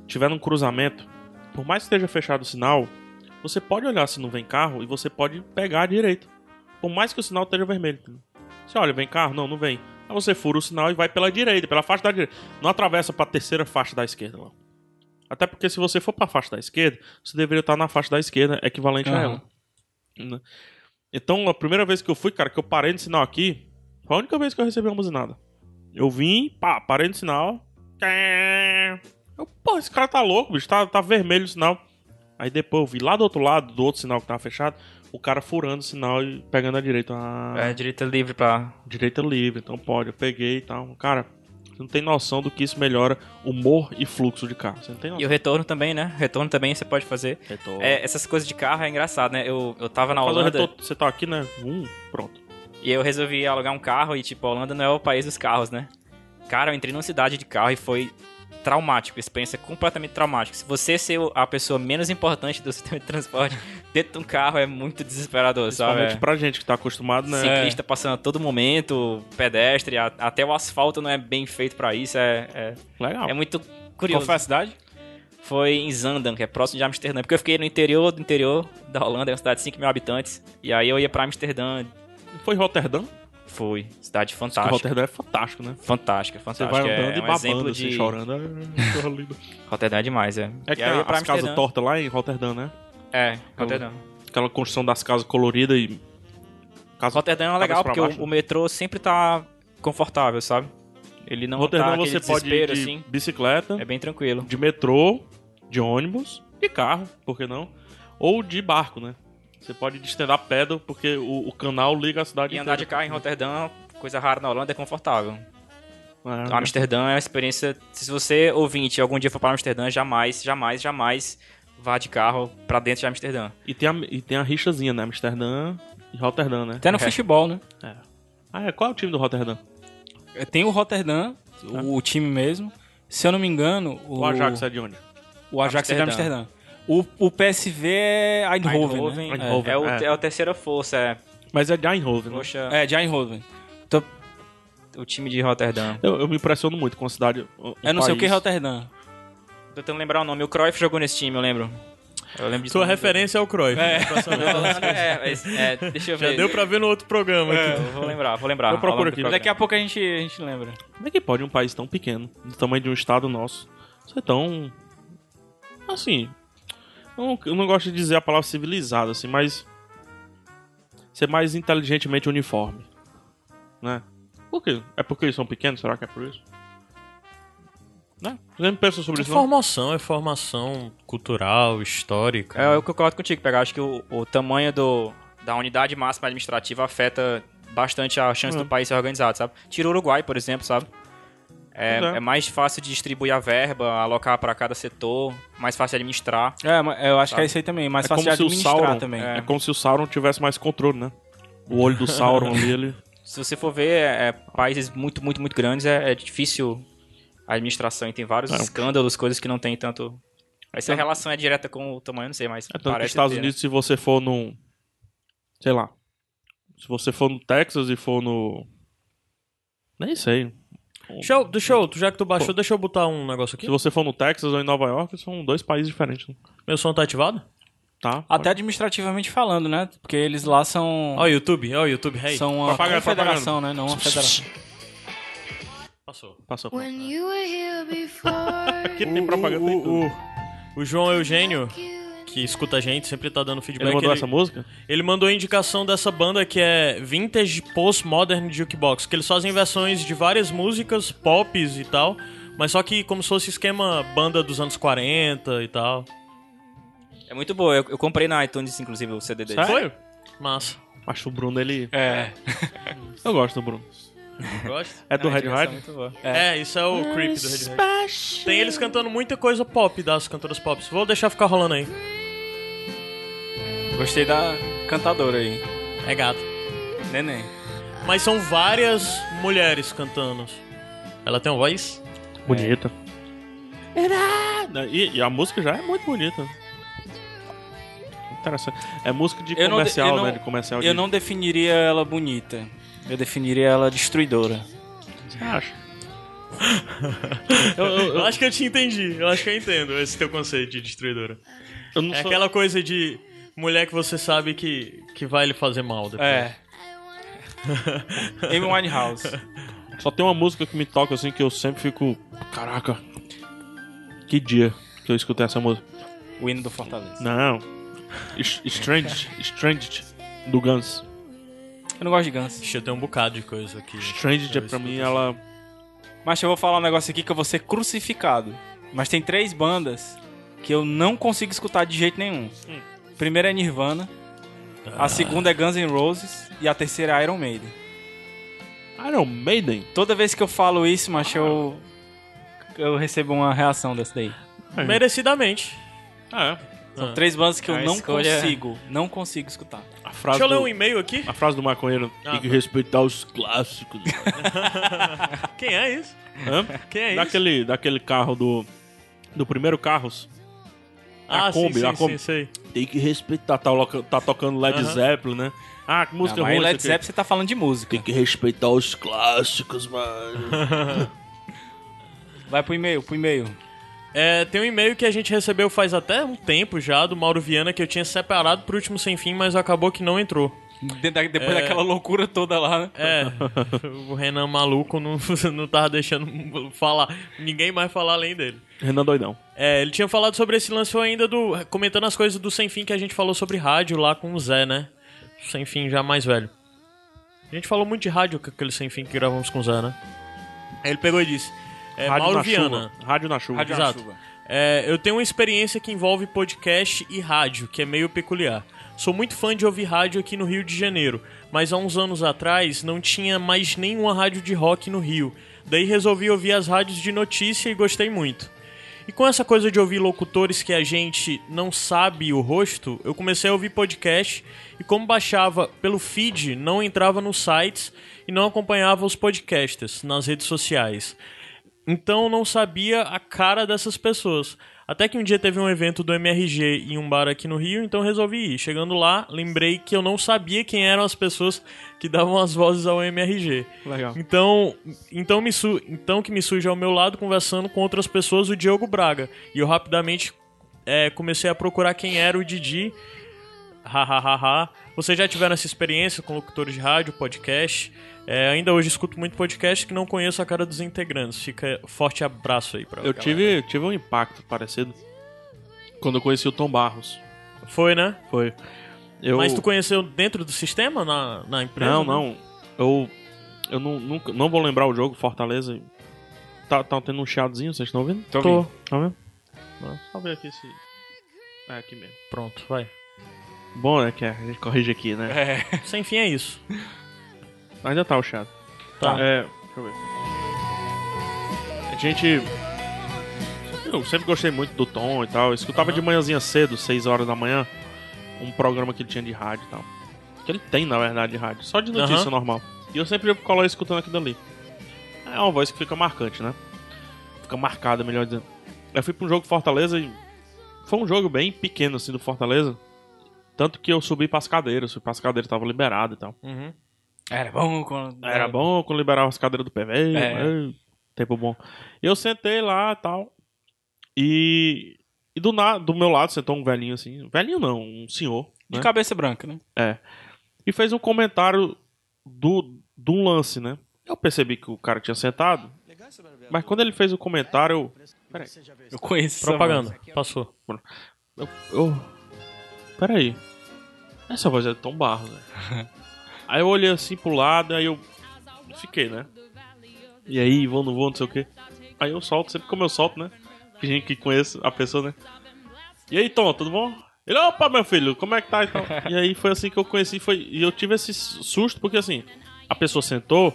Speaker 4: tiver num cruzamento, por mais que esteja fechado o sinal, você pode olhar se não vem carro e você pode pegar a direita. Por mais que o sinal esteja vermelho. entendeu? Você olha, vem carro? Não, não vem. Aí você fura o sinal e vai pela direita, pela faixa da direita. Não atravessa pra terceira faixa da esquerda, não. Até porque se você for pra faixa da esquerda, você deveria estar na faixa da esquerda equivalente a
Speaker 1: Aham.
Speaker 4: ela. Né? Então, a primeira vez que eu fui, cara, que eu parei no sinal aqui, foi a única vez que eu recebi uma buzinada. Eu vim, pá, parei no sinal. Eu, pô, esse cara tá louco, bicho, tá, tá vermelho o sinal. Aí depois eu vi lá do outro lado, do outro sinal que tava fechado, o cara furando o sinal e pegando a direita. Ah,
Speaker 2: É, direito livre pra.
Speaker 4: direita livre, então pode. Eu peguei e tal. Cara, você não tem noção do que isso melhora humor e fluxo de carro. Você não tem
Speaker 2: E
Speaker 4: noção.
Speaker 2: o retorno também, né? Retorno também você pode fazer.
Speaker 4: Retorno.
Speaker 2: É, essas coisas de carro é engraçado, né? Eu, eu tava na
Speaker 4: Fazer o
Speaker 2: Holanda
Speaker 4: retorno- Você tá aqui, né? Um, pronto.
Speaker 2: e eu resolvi alugar um carro e, tipo, a Holanda não é o país dos carros, né? Cara, eu entrei numa cidade de carro e foi traumático, experiência completamente traumática. Se você ser o- a pessoa menos importante do [LAUGHS] sistema de transporte dentro de um carro é muito desesperador, sabe? é.
Speaker 4: Principalmente pra gente que tá acostumado, né?
Speaker 2: Ciclista passando a todo momento, pedestre, a- até o asfalto não é bem feito pra isso, é, é,
Speaker 4: Legal.
Speaker 2: é muito
Speaker 1: Qual
Speaker 2: curioso.
Speaker 1: foi a cidade?
Speaker 2: foi em Zandam, que é próximo de Amsterdã. Porque eu fiquei no interior do interior da Holanda, é uma cidade de 5 mil habitantes. E aí eu ia pra Amsterdã.
Speaker 4: Foi Roterdã?
Speaker 2: Foi. Cidade
Speaker 4: Porque
Speaker 2: fantástica.
Speaker 4: Roterdã é fantástico, né?
Speaker 2: Fantástica,
Speaker 4: Você
Speaker 2: fantástica.
Speaker 4: vai andando
Speaker 2: é,
Speaker 4: e
Speaker 2: um
Speaker 4: babando,
Speaker 2: exemplo
Speaker 4: assim,
Speaker 2: de...
Speaker 4: chorando. É, [LAUGHS] coisa linda.
Speaker 2: Roterdã é demais, é.
Speaker 4: É que
Speaker 2: E aí eu
Speaker 4: tem
Speaker 2: ia pra
Speaker 4: as casas
Speaker 2: Amsterdã.
Speaker 4: tortas lá em Roterdã, né?
Speaker 2: É, Roterdã.
Speaker 4: Aquela construção das casas coloridas e. Casa...
Speaker 2: Roterdã é
Speaker 4: Cabeça
Speaker 2: legal
Speaker 4: pra
Speaker 2: porque o,
Speaker 4: baixo.
Speaker 2: o metrô sempre tá confortável, sabe? Ele não tá
Speaker 4: Roterdã
Speaker 2: aquele
Speaker 4: você pode ir
Speaker 2: desespero,
Speaker 4: de
Speaker 2: assim.
Speaker 4: bicicleta,
Speaker 2: É bem tranquilo.
Speaker 4: de metrô, de ônibus, de carro, por que não? Ou de barco, né? Você pode de stand-up pedal, porque o, o canal liga a cidade
Speaker 2: E
Speaker 4: inteira.
Speaker 2: andar de carro em Roterdã, coisa rara na Holanda, é confortável.
Speaker 4: É,
Speaker 2: Então, Amsterdã é uma experiência. Se você, ouvinte, algum dia for para Amsterdã, jamais, jamais, jamais vá de carro pra dentro de Amsterdã.
Speaker 4: E tem, a, e tem a rixazinha, né? Amsterdã e Rotterdam, né?
Speaker 1: Até no
Speaker 2: É.
Speaker 1: futebol, né? É,
Speaker 4: É. Ah, é. Qual é o time do Rotterdam?
Speaker 1: Tem o Rotterdam, o, o time mesmo. Se eu não me engano, o,
Speaker 4: O, Ajax é de onde?
Speaker 1: o Ajax é de
Speaker 2: Amsterdã.
Speaker 1: Amsterdã. O, o PSV é Eindhoven,
Speaker 2: Eindhoven,
Speaker 1: né?
Speaker 2: é, é, o,
Speaker 4: é.
Speaker 2: é o terceira força, é.
Speaker 4: Mas é de Eindhoven, né?
Speaker 2: Poxa,
Speaker 1: É, de Eindhoven.
Speaker 2: o time de Rotterdam.
Speaker 4: Eu, eu me impressiono muito com a cidade. Um
Speaker 1: É não sei o que
Speaker 4: país.
Speaker 1: Rotterdam.
Speaker 2: Tô tentando lembrar o nome. O Cruyff jogou nesse time, eu lembro. Eu lembro disso.
Speaker 3: Sua referência é o
Speaker 2: [LAUGHS]
Speaker 3: Cruyff.
Speaker 2: é, é, é, deixa eu ver.
Speaker 3: [LAUGHS]
Speaker 2: É,
Speaker 3: Já deu pra ver no outro programa aqui.
Speaker 2: Eu vou lembrar, vou lembrar.
Speaker 4: Eu procuro
Speaker 2: Ao longo do
Speaker 4: aqui.
Speaker 2: programa.
Speaker 1: Daqui a pouco a gente, a gente lembra.
Speaker 4: Como é que pode um país tão pequeno, do tamanho de um estado nosso, ser tão. Assim. Eu não, eu não gosto de dizer a palavra civilizado, assim, mas. Ser mais inteligentemente uniforme. Né? Por quê? É porque eles são pequenos? Será que é por isso? Né? Você não pensa sobre
Speaker 3: É
Speaker 4: isso, não?
Speaker 3: formação, é formação cultural, histórica.
Speaker 2: É, eu concordo contigo, pegar. Acho que o, o tamanho do, da unidade máxima administrativa afeta bastante a chance
Speaker 4: Uhum.
Speaker 2: do país ser organizado, sabe? Tira o Uruguai, por exemplo, sabe? É,
Speaker 4: Pois é.
Speaker 2: é mais fácil de distribuir a verba, alocar pra cada setor, mais fácil de administrar.
Speaker 1: É, mas eu acho
Speaker 2: Sabe?
Speaker 1: que é isso aí também. Mais
Speaker 4: É
Speaker 1: fácil de
Speaker 4: como se o
Speaker 1: administrar
Speaker 4: Sauron.
Speaker 1: também.
Speaker 4: É. como se o Sauron tivesse mais controle, né? O olho
Speaker 1: [LAUGHS]
Speaker 4: do Sauron ali, ele.
Speaker 2: Se você for ver, é, é, países muito, muito, muito grandes, é, é difícil a administração e tem vários
Speaker 4: É.
Speaker 2: escândalos, coisas que não tem tanto. Aí se a relação é direta com o tamanho, eu não sei, mas.
Speaker 4: É tanto que
Speaker 2: parece
Speaker 4: nos Estados
Speaker 2: ter, né?
Speaker 4: Unidos, se você for num. Sei lá. Se você for no Texas e for no. Nem sei.
Speaker 3: Deixa eu, deixa eu- já que tu baixou, deixa eu botar um negócio
Speaker 4: Se
Speaker 3: aqui.
Speaker 4: você for no Texas ou em Nova York, são dois países diferentes. né?
Speaker 3: Meu som tá ativado?
Speaker 4: Tá?
Speaker 1: Até administrativamente falando, né? Porque eles lá são.
Speaker 3: Ó o YouTube, ó o YouTube, hey.
Speaker 1: são uma
Speaker 4: propaganda,
Speaker 1: confederação, né? Não uma federação.
Speaker 3: Passou.
Speaker 4: Passou.
Speaker 5: When you were
Speaker 4: [LAUGHS]
Speaker 5: here before,
Speaker 4: Aqui tem propaganda em tudo.
Speaker 3: O João Eugênio,
Speaker 5: you
Speaker 3: que escuta a gente, sempre tá dando feedback.
Speaker 4: Ele mandou essa música?
Speaker 3: ele mandou a indicação dessa banda que é Vintage Postmodern Jukebox, que eles fazem versões de várias músicas, pops e tal, mas só que como se fosse esquema banda dos anos 40 e tal.
Speaker 2: É muito boa. Eu, eu comprei na iTunes, inclusive, o CD deles.
Speaker 4: Sério?
Speaker 3: Massa.
Speaker 4: Acho o Bruno, ele.
Speaker 1: É.
Speaker 4: Eu gosto do Bruno.
Speaker 3: Gosta?
Speaker 4: É do Red
Speaker 2: Essa é
Speaker 4: Hard?
Speaker 2: muito boa.
Speaker 3: É, isso é o creep do Red Hot. Tem eles cantando muita coisa pop das cantoras pop. Vou deixar ficar rolando aí.
Speaker 1: Gostei da cantadora aí.
Speaker 3: É gato.
Speaker 1: Neném.
Speaker 3: Mas são várias mulheres cantando. Ela tem uma voz?
Speaker 4: Bonita. Era! E, e a música já é muito bonita. Interessante. É música de
Speaker 1: Eu não de-
Speaker 4: comercial,
Speaker 1: eu não-
Speaker 4: né? De comercial
Speaker 1: Eu
Speaker 4: de...
Speaker 1: não definiria ela bonita. Eu definiria ela destruidora.
Speaker 4: Você acha?
Speaker 3: [LAUGHS] Eu, acho que eu te entendi. Eu acho que eu entendo esse teu conceito de destruidora.
Speaker 4: Eu não
Speaker 3: É
Speaker 4: sou-
Speaker 3: aquela coisa de mulher que você sabe que, que vai lhe fazer mal depois.
Speaker 1: É. [LAUGHS] Amy Winehouse.
Speaker 4: Só tem uma música que me toca assim que eu sempre fico. Caraca, que dia que eu escutei essa música.
Speaker 1: O hino do Fortaleza.
Speaker 4: Não. Es- Strange, Strange do Guns.
Speaker 1: Eu não gosto de Guns.
Speaker 3: Ixi, eu tenho um bocado de coisa aqui.
Speaker 4: É. Strange é pra mim ela.
Speaker 1: Mas eu vou falar um negócio aqui que eu vou ser crucificado. Mas tem três bandas que eu não consigo escutar de jeito nenhum.
Speaker 4: Hum.
Speaker 1: Primeira é Nirvana,
Speaker 4: Ah.
Speaker 1: a segunda é Guns N' Roses e a terceira é Iron Maiden.
Speaker 4: Iron Maiden?
Speaker 1: Toda vez que eu falo isso, mas eu eu recebo uma reação dessa daí.
Speaker 3: Merecidamente.
Speaker 4: Ah, é.
Speaker 3: Ah.
Speaker 1: Três bandas que eu
Speaker 2: A
Speaker 1: não
Speaker 2: escolha-
Speaker 1: consigo, não consigo escutar.
Speaker 4: A frase,
Speaker 3: Deixa eu ler
Speaker 4: do, Ah.
Speaker 3: um e-mail Ah, tá. aqui.
Speaker 4: a frase do maconheiro tem que respeitar os
Speaker 3: [LAUGHS]
Speaker 4: clássicos.
Speaker 3: Quem é isso?
Speaker 4: Hã?
Speaker 3: Quem é isso?
Speaker 4: daquele, daquele carro do. Do primeiro Carros. a Kombi,
Speaker 3: Ah, sim, sim,
Speaker 4: a Kombi.
Speaker 3: Sim, sei.
Speaker 4: Tem que respeitar. Tá, loca- tá tocando Led
Speaker 3: Aham.
Speaker 4: Zeppelin, né? Ah, que música
Speaker 1: Não, mas
Speaker 4: ruim.
Speaker 1: Led
Speaker 4: isso aqui.
Speaker 1: Zeppelin você tá falando de música.
Speaker 4: Tem que respeitar os clássicos, mano.
Speaker 3: [LAUGHS]
Speaker 1: Vai pro e-mail, pro e-mail.
Speaker 3: É, tem um e-mail que a gente recebeu faz até um tempo já, do Mauro Viana, que eu tinha separado pro último sem fim, mas acabou que não entrou.
Speaker 1: De- da- depois daquela loucura toda lá, né?
Speaker 3: É,
Speaker 4: [LAUGHS]
Speaker 3: o Renan maluco não, [LAUGHS] não tava deixando falar, ninguém mais falar além dele.
Speaker 4: Renan doidão.
Speaker 3: É, ele tinha falado sobre esse lance ainda do. comentando as coisas do Sem Fim que a gente falou sobre rádio lá com o Zé, né? Sem Fim já mais velho. A gente falou muito de rádio com aquele Sem Fim que gravamos com o Zé, né? Aí ele pegou e disse: é,
Speaker 4: Rádio
Speaker 3: Mauro
Speaker 4: na
Speaker 3: Viana.
Speaker 4: chuva. Rádio na chuva.
Speaker 1: Rádio na
Speaker 3: Exato.
Speaker 1: chuva.
Speaker 3: É, eu tenho uma experiência que envolve podcast e rádio, que é meio peculiar. Sou muito fã de ouvir rádio aqui no Rio de Janeiro, mas há uns anos atrás não tinha mais nenhuma rádio de rock no Rio. Daí resolvi ouvir as rádios de notícia e gostei muito. E com essa coisa de ouvir locutores que a gente não sabe o rosto, eu comecei a ouvir podcast e como baixava pelo feed, não entrava nos sites e não acompanhava os podcasters nas redes sociais. Então não sabia a cara dessas pessoas. Até que um dia teve um evento do MRG em um bar aqui no Rio, então resolvi ir. Chegando lá, lembrei que eu não sabia quem eram as pessoas que davam as vozes ao MRG.
Speaker 4: Legal.
Speaker 3: Então, então, me su- então que me surge ao meu lado conversando com outras pessoas o Diogo Braga. E eu rapidamente é, comecei a procurar quem era o Didi. Hahaha. Vocês já tiveram essa experiência com locutores de rádio, podcast? É, ainda hoje escuto muito podcast que não conheço a cara dos integrantes. Fica forte abraço aí pra
Speaker 4: Eu
Speaker 3: galera.
Speaker 4: tive, tive um impacto parecido quando eu conheci o Tom Barros.
Speaker 3: Foi, né?
Speaker 4: Foi. Eu...
Speaker 3: Mas tu conheceu dentro do sistema, na, na empresa?
Speaker 4: Não,
Speaker 3: né?
Speaker 4: não. Eu, eu não, nunca, não vou lembrar o jogo, Fortaleza. Tá, tá tendo um chiadozinho, vocês estão ouvindo?
Speaker 1: Tô
Speaker 4: Tá vendo? Mas, Só ver aqui se. É aqui mesmo.
Speaker 3: Pronto, vai.
Speaker 4: Bom, né? Que a gente corrige aqui, né?
Speaker 1: É.
Speaker 3: Sem fim é isso.
Speaker 4: Ainda tá o chiado.
Speaker 3: Tá.
Speaker 4: É, deixa eu ver. A gente. Eu sempre gostei muito do Tom e tal. Eu escutava de manhãzinha cedo, 6 horas da manhã, um programa que ele tinha de rádio e tal. Que ele tem, na verdade, de rádio. Só de notícia
Speaker 3: Aham.
Speaker 4: normal. E eu sempre ia pro colégio escutando aquilo ali. É uma voz que fica marcante, né? Fica marcada, melhor dizendo. Eu fui pra um jogo Fortaleza e. Foi um jogo bem pequeno, assim, do Fortaleza. Tanto que eu subi pras cadeiras. Subi pras cadeiras, tava liberado e tal.
Speaker 3: Uhum.
Speaker 1: Era bom quando.
Speaker 4: Era bom quando liberava as cadeiras do PV.
Speaker 1: É.
Speaker 4: mas, né? Tempo bom. Eu sentei lá e tal. E. E do, na, do meu lado sentou um velhinho assim. Velhinho não, um senhor.
Speaker 1: De
Speaker 4: né?
Speaker 1: cabeça branca, né?
Speaker 4: E fez um comentário do, do lance, né? Eu percebi que o cara tinha sentado. Mas quando ele fez o comentário, eu. Peraí.
Speaker 1: Eu conheço. essa
Speaker 3: Propaganda. Passou.
Speaker 4: Eu, eu... Peraí. Essa voz é do Tom Barros, né? aí eu olhei assim pro lado, aí eu fiquei, né? E aí, vou, não vou, não sei o quê. Aí eu solto, sempre como eu solto, né? Que gente que conhece a pessoa, né? E aí, Tom, tudo bom? Ele, opa, meu filho, como é que tá e tal? e aí foi assim que eu conheci, foi... E eu tive esse susto, porque assim, a pessoa sentou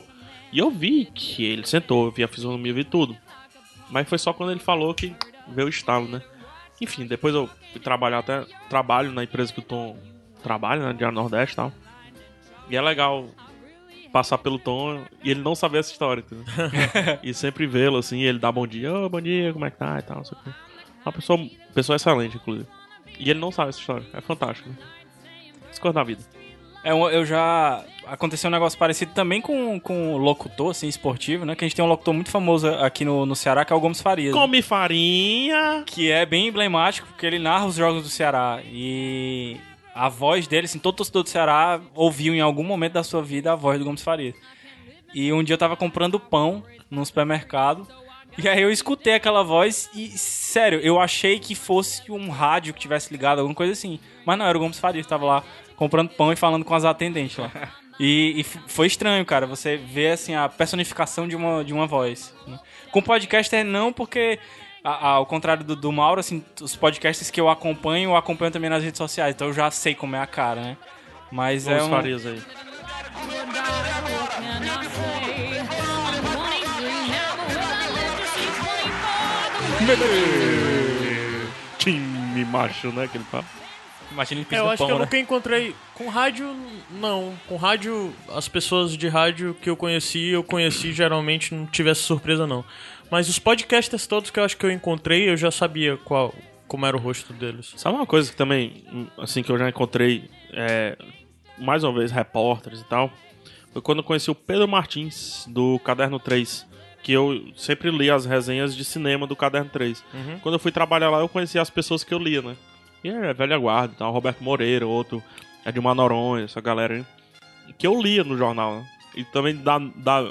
Speaker 4: e eu vi que ele sentou, eu vi a fisionomia, eu vi tudo. Mas foi só quando ele falou que veio o estalo, né? Enfim, depois eu fui trabalhar até. Trabalho na empresa que o Tom trabalha, né? De Nordeste e tal. E é legal passar pelo Tom e ele não saber essa história, entendeu? e sempre vê-lo assim, ele dá bom dia, ô bom dia, como é que tá e tal, não sei o quê. Uma pessoa, pessoa excelente, inclusive. E ele não sabe essa história, é fantástico. Né? Escorra da vida.
Speaker 1: É, eu eu já. Aconteceu um negócio parecido também com, com o locutor, assim, esportivo, né? Que a gente tem um locutor muito famoso aqui no, no Ceará, que é o Gomes Farias. né?
Speaker 4: Come farinha!
Speaker 1: Que é bem emblemático, porque ele narra os jogos do Ceará. E a voz dele, assim, todo torcedor do Ceará ouviu em algum momento da sua vida a voz do Gomes Farias. E um dia eu tava comprando pão num supermercado. E aí eu escutei aquela voz e, sério, eu achei que fosse um rádio que tivesse ligado, alguma coisa assim. Mas não, era o Gomes Farias, que tava lá comprando pão e falando com as atendentes
Speaker 2: [LAUGHS]
Speaker 1: lá. E, e f- foi estranho, cara, você vê assim a personificação de uma, de uma voz. né? Com podcaster não, porque a- a- ao contrário do, do Mauro, assim, os podcasts que eu acompanho, eu acompanho também nas redes sociais, então eu já sei como é a cara, né? Mas
Speaker 4: Come
Speaker 1: é um...
Speaker 4: farinhas aí. Time macho, né? Que ele fala.
Speaker 2: Imagina ele
Speaker 3: É, eu
Speaker 2: pedindo
Speaker 3: acho que eu
Speaker 2: pão, né?
Speaker 3: nunca encontrei. Com rádio, não. Com rádio, as pessoas de rádio que eu conheci, eu conheci geralmente, não tive essa surpresa, não. Mas os podcasters todos que eu acho que eu encontrei, eu já sabia qual, como era o rosto deles.
Speaker 4: Sabe uma coisa que também, hum, assim, que eu já encontrei, é, mais uma vez, repórteres e tal, foi quando eu conheci o Pedro Martins, do Caderno 3, que eu sempre li as resenhas de cinema do Caderno 3.
Speaker 1: Uhum.
Speaker 4: Quando eu fui trabalhar lá, eu conheci as pessoas que eu lia, né? E é velha guarda, e tal, Roberto Moreira, outro, Edmar Noronha, essa galera aí, que eu lia no jornal, né? E também dá, dá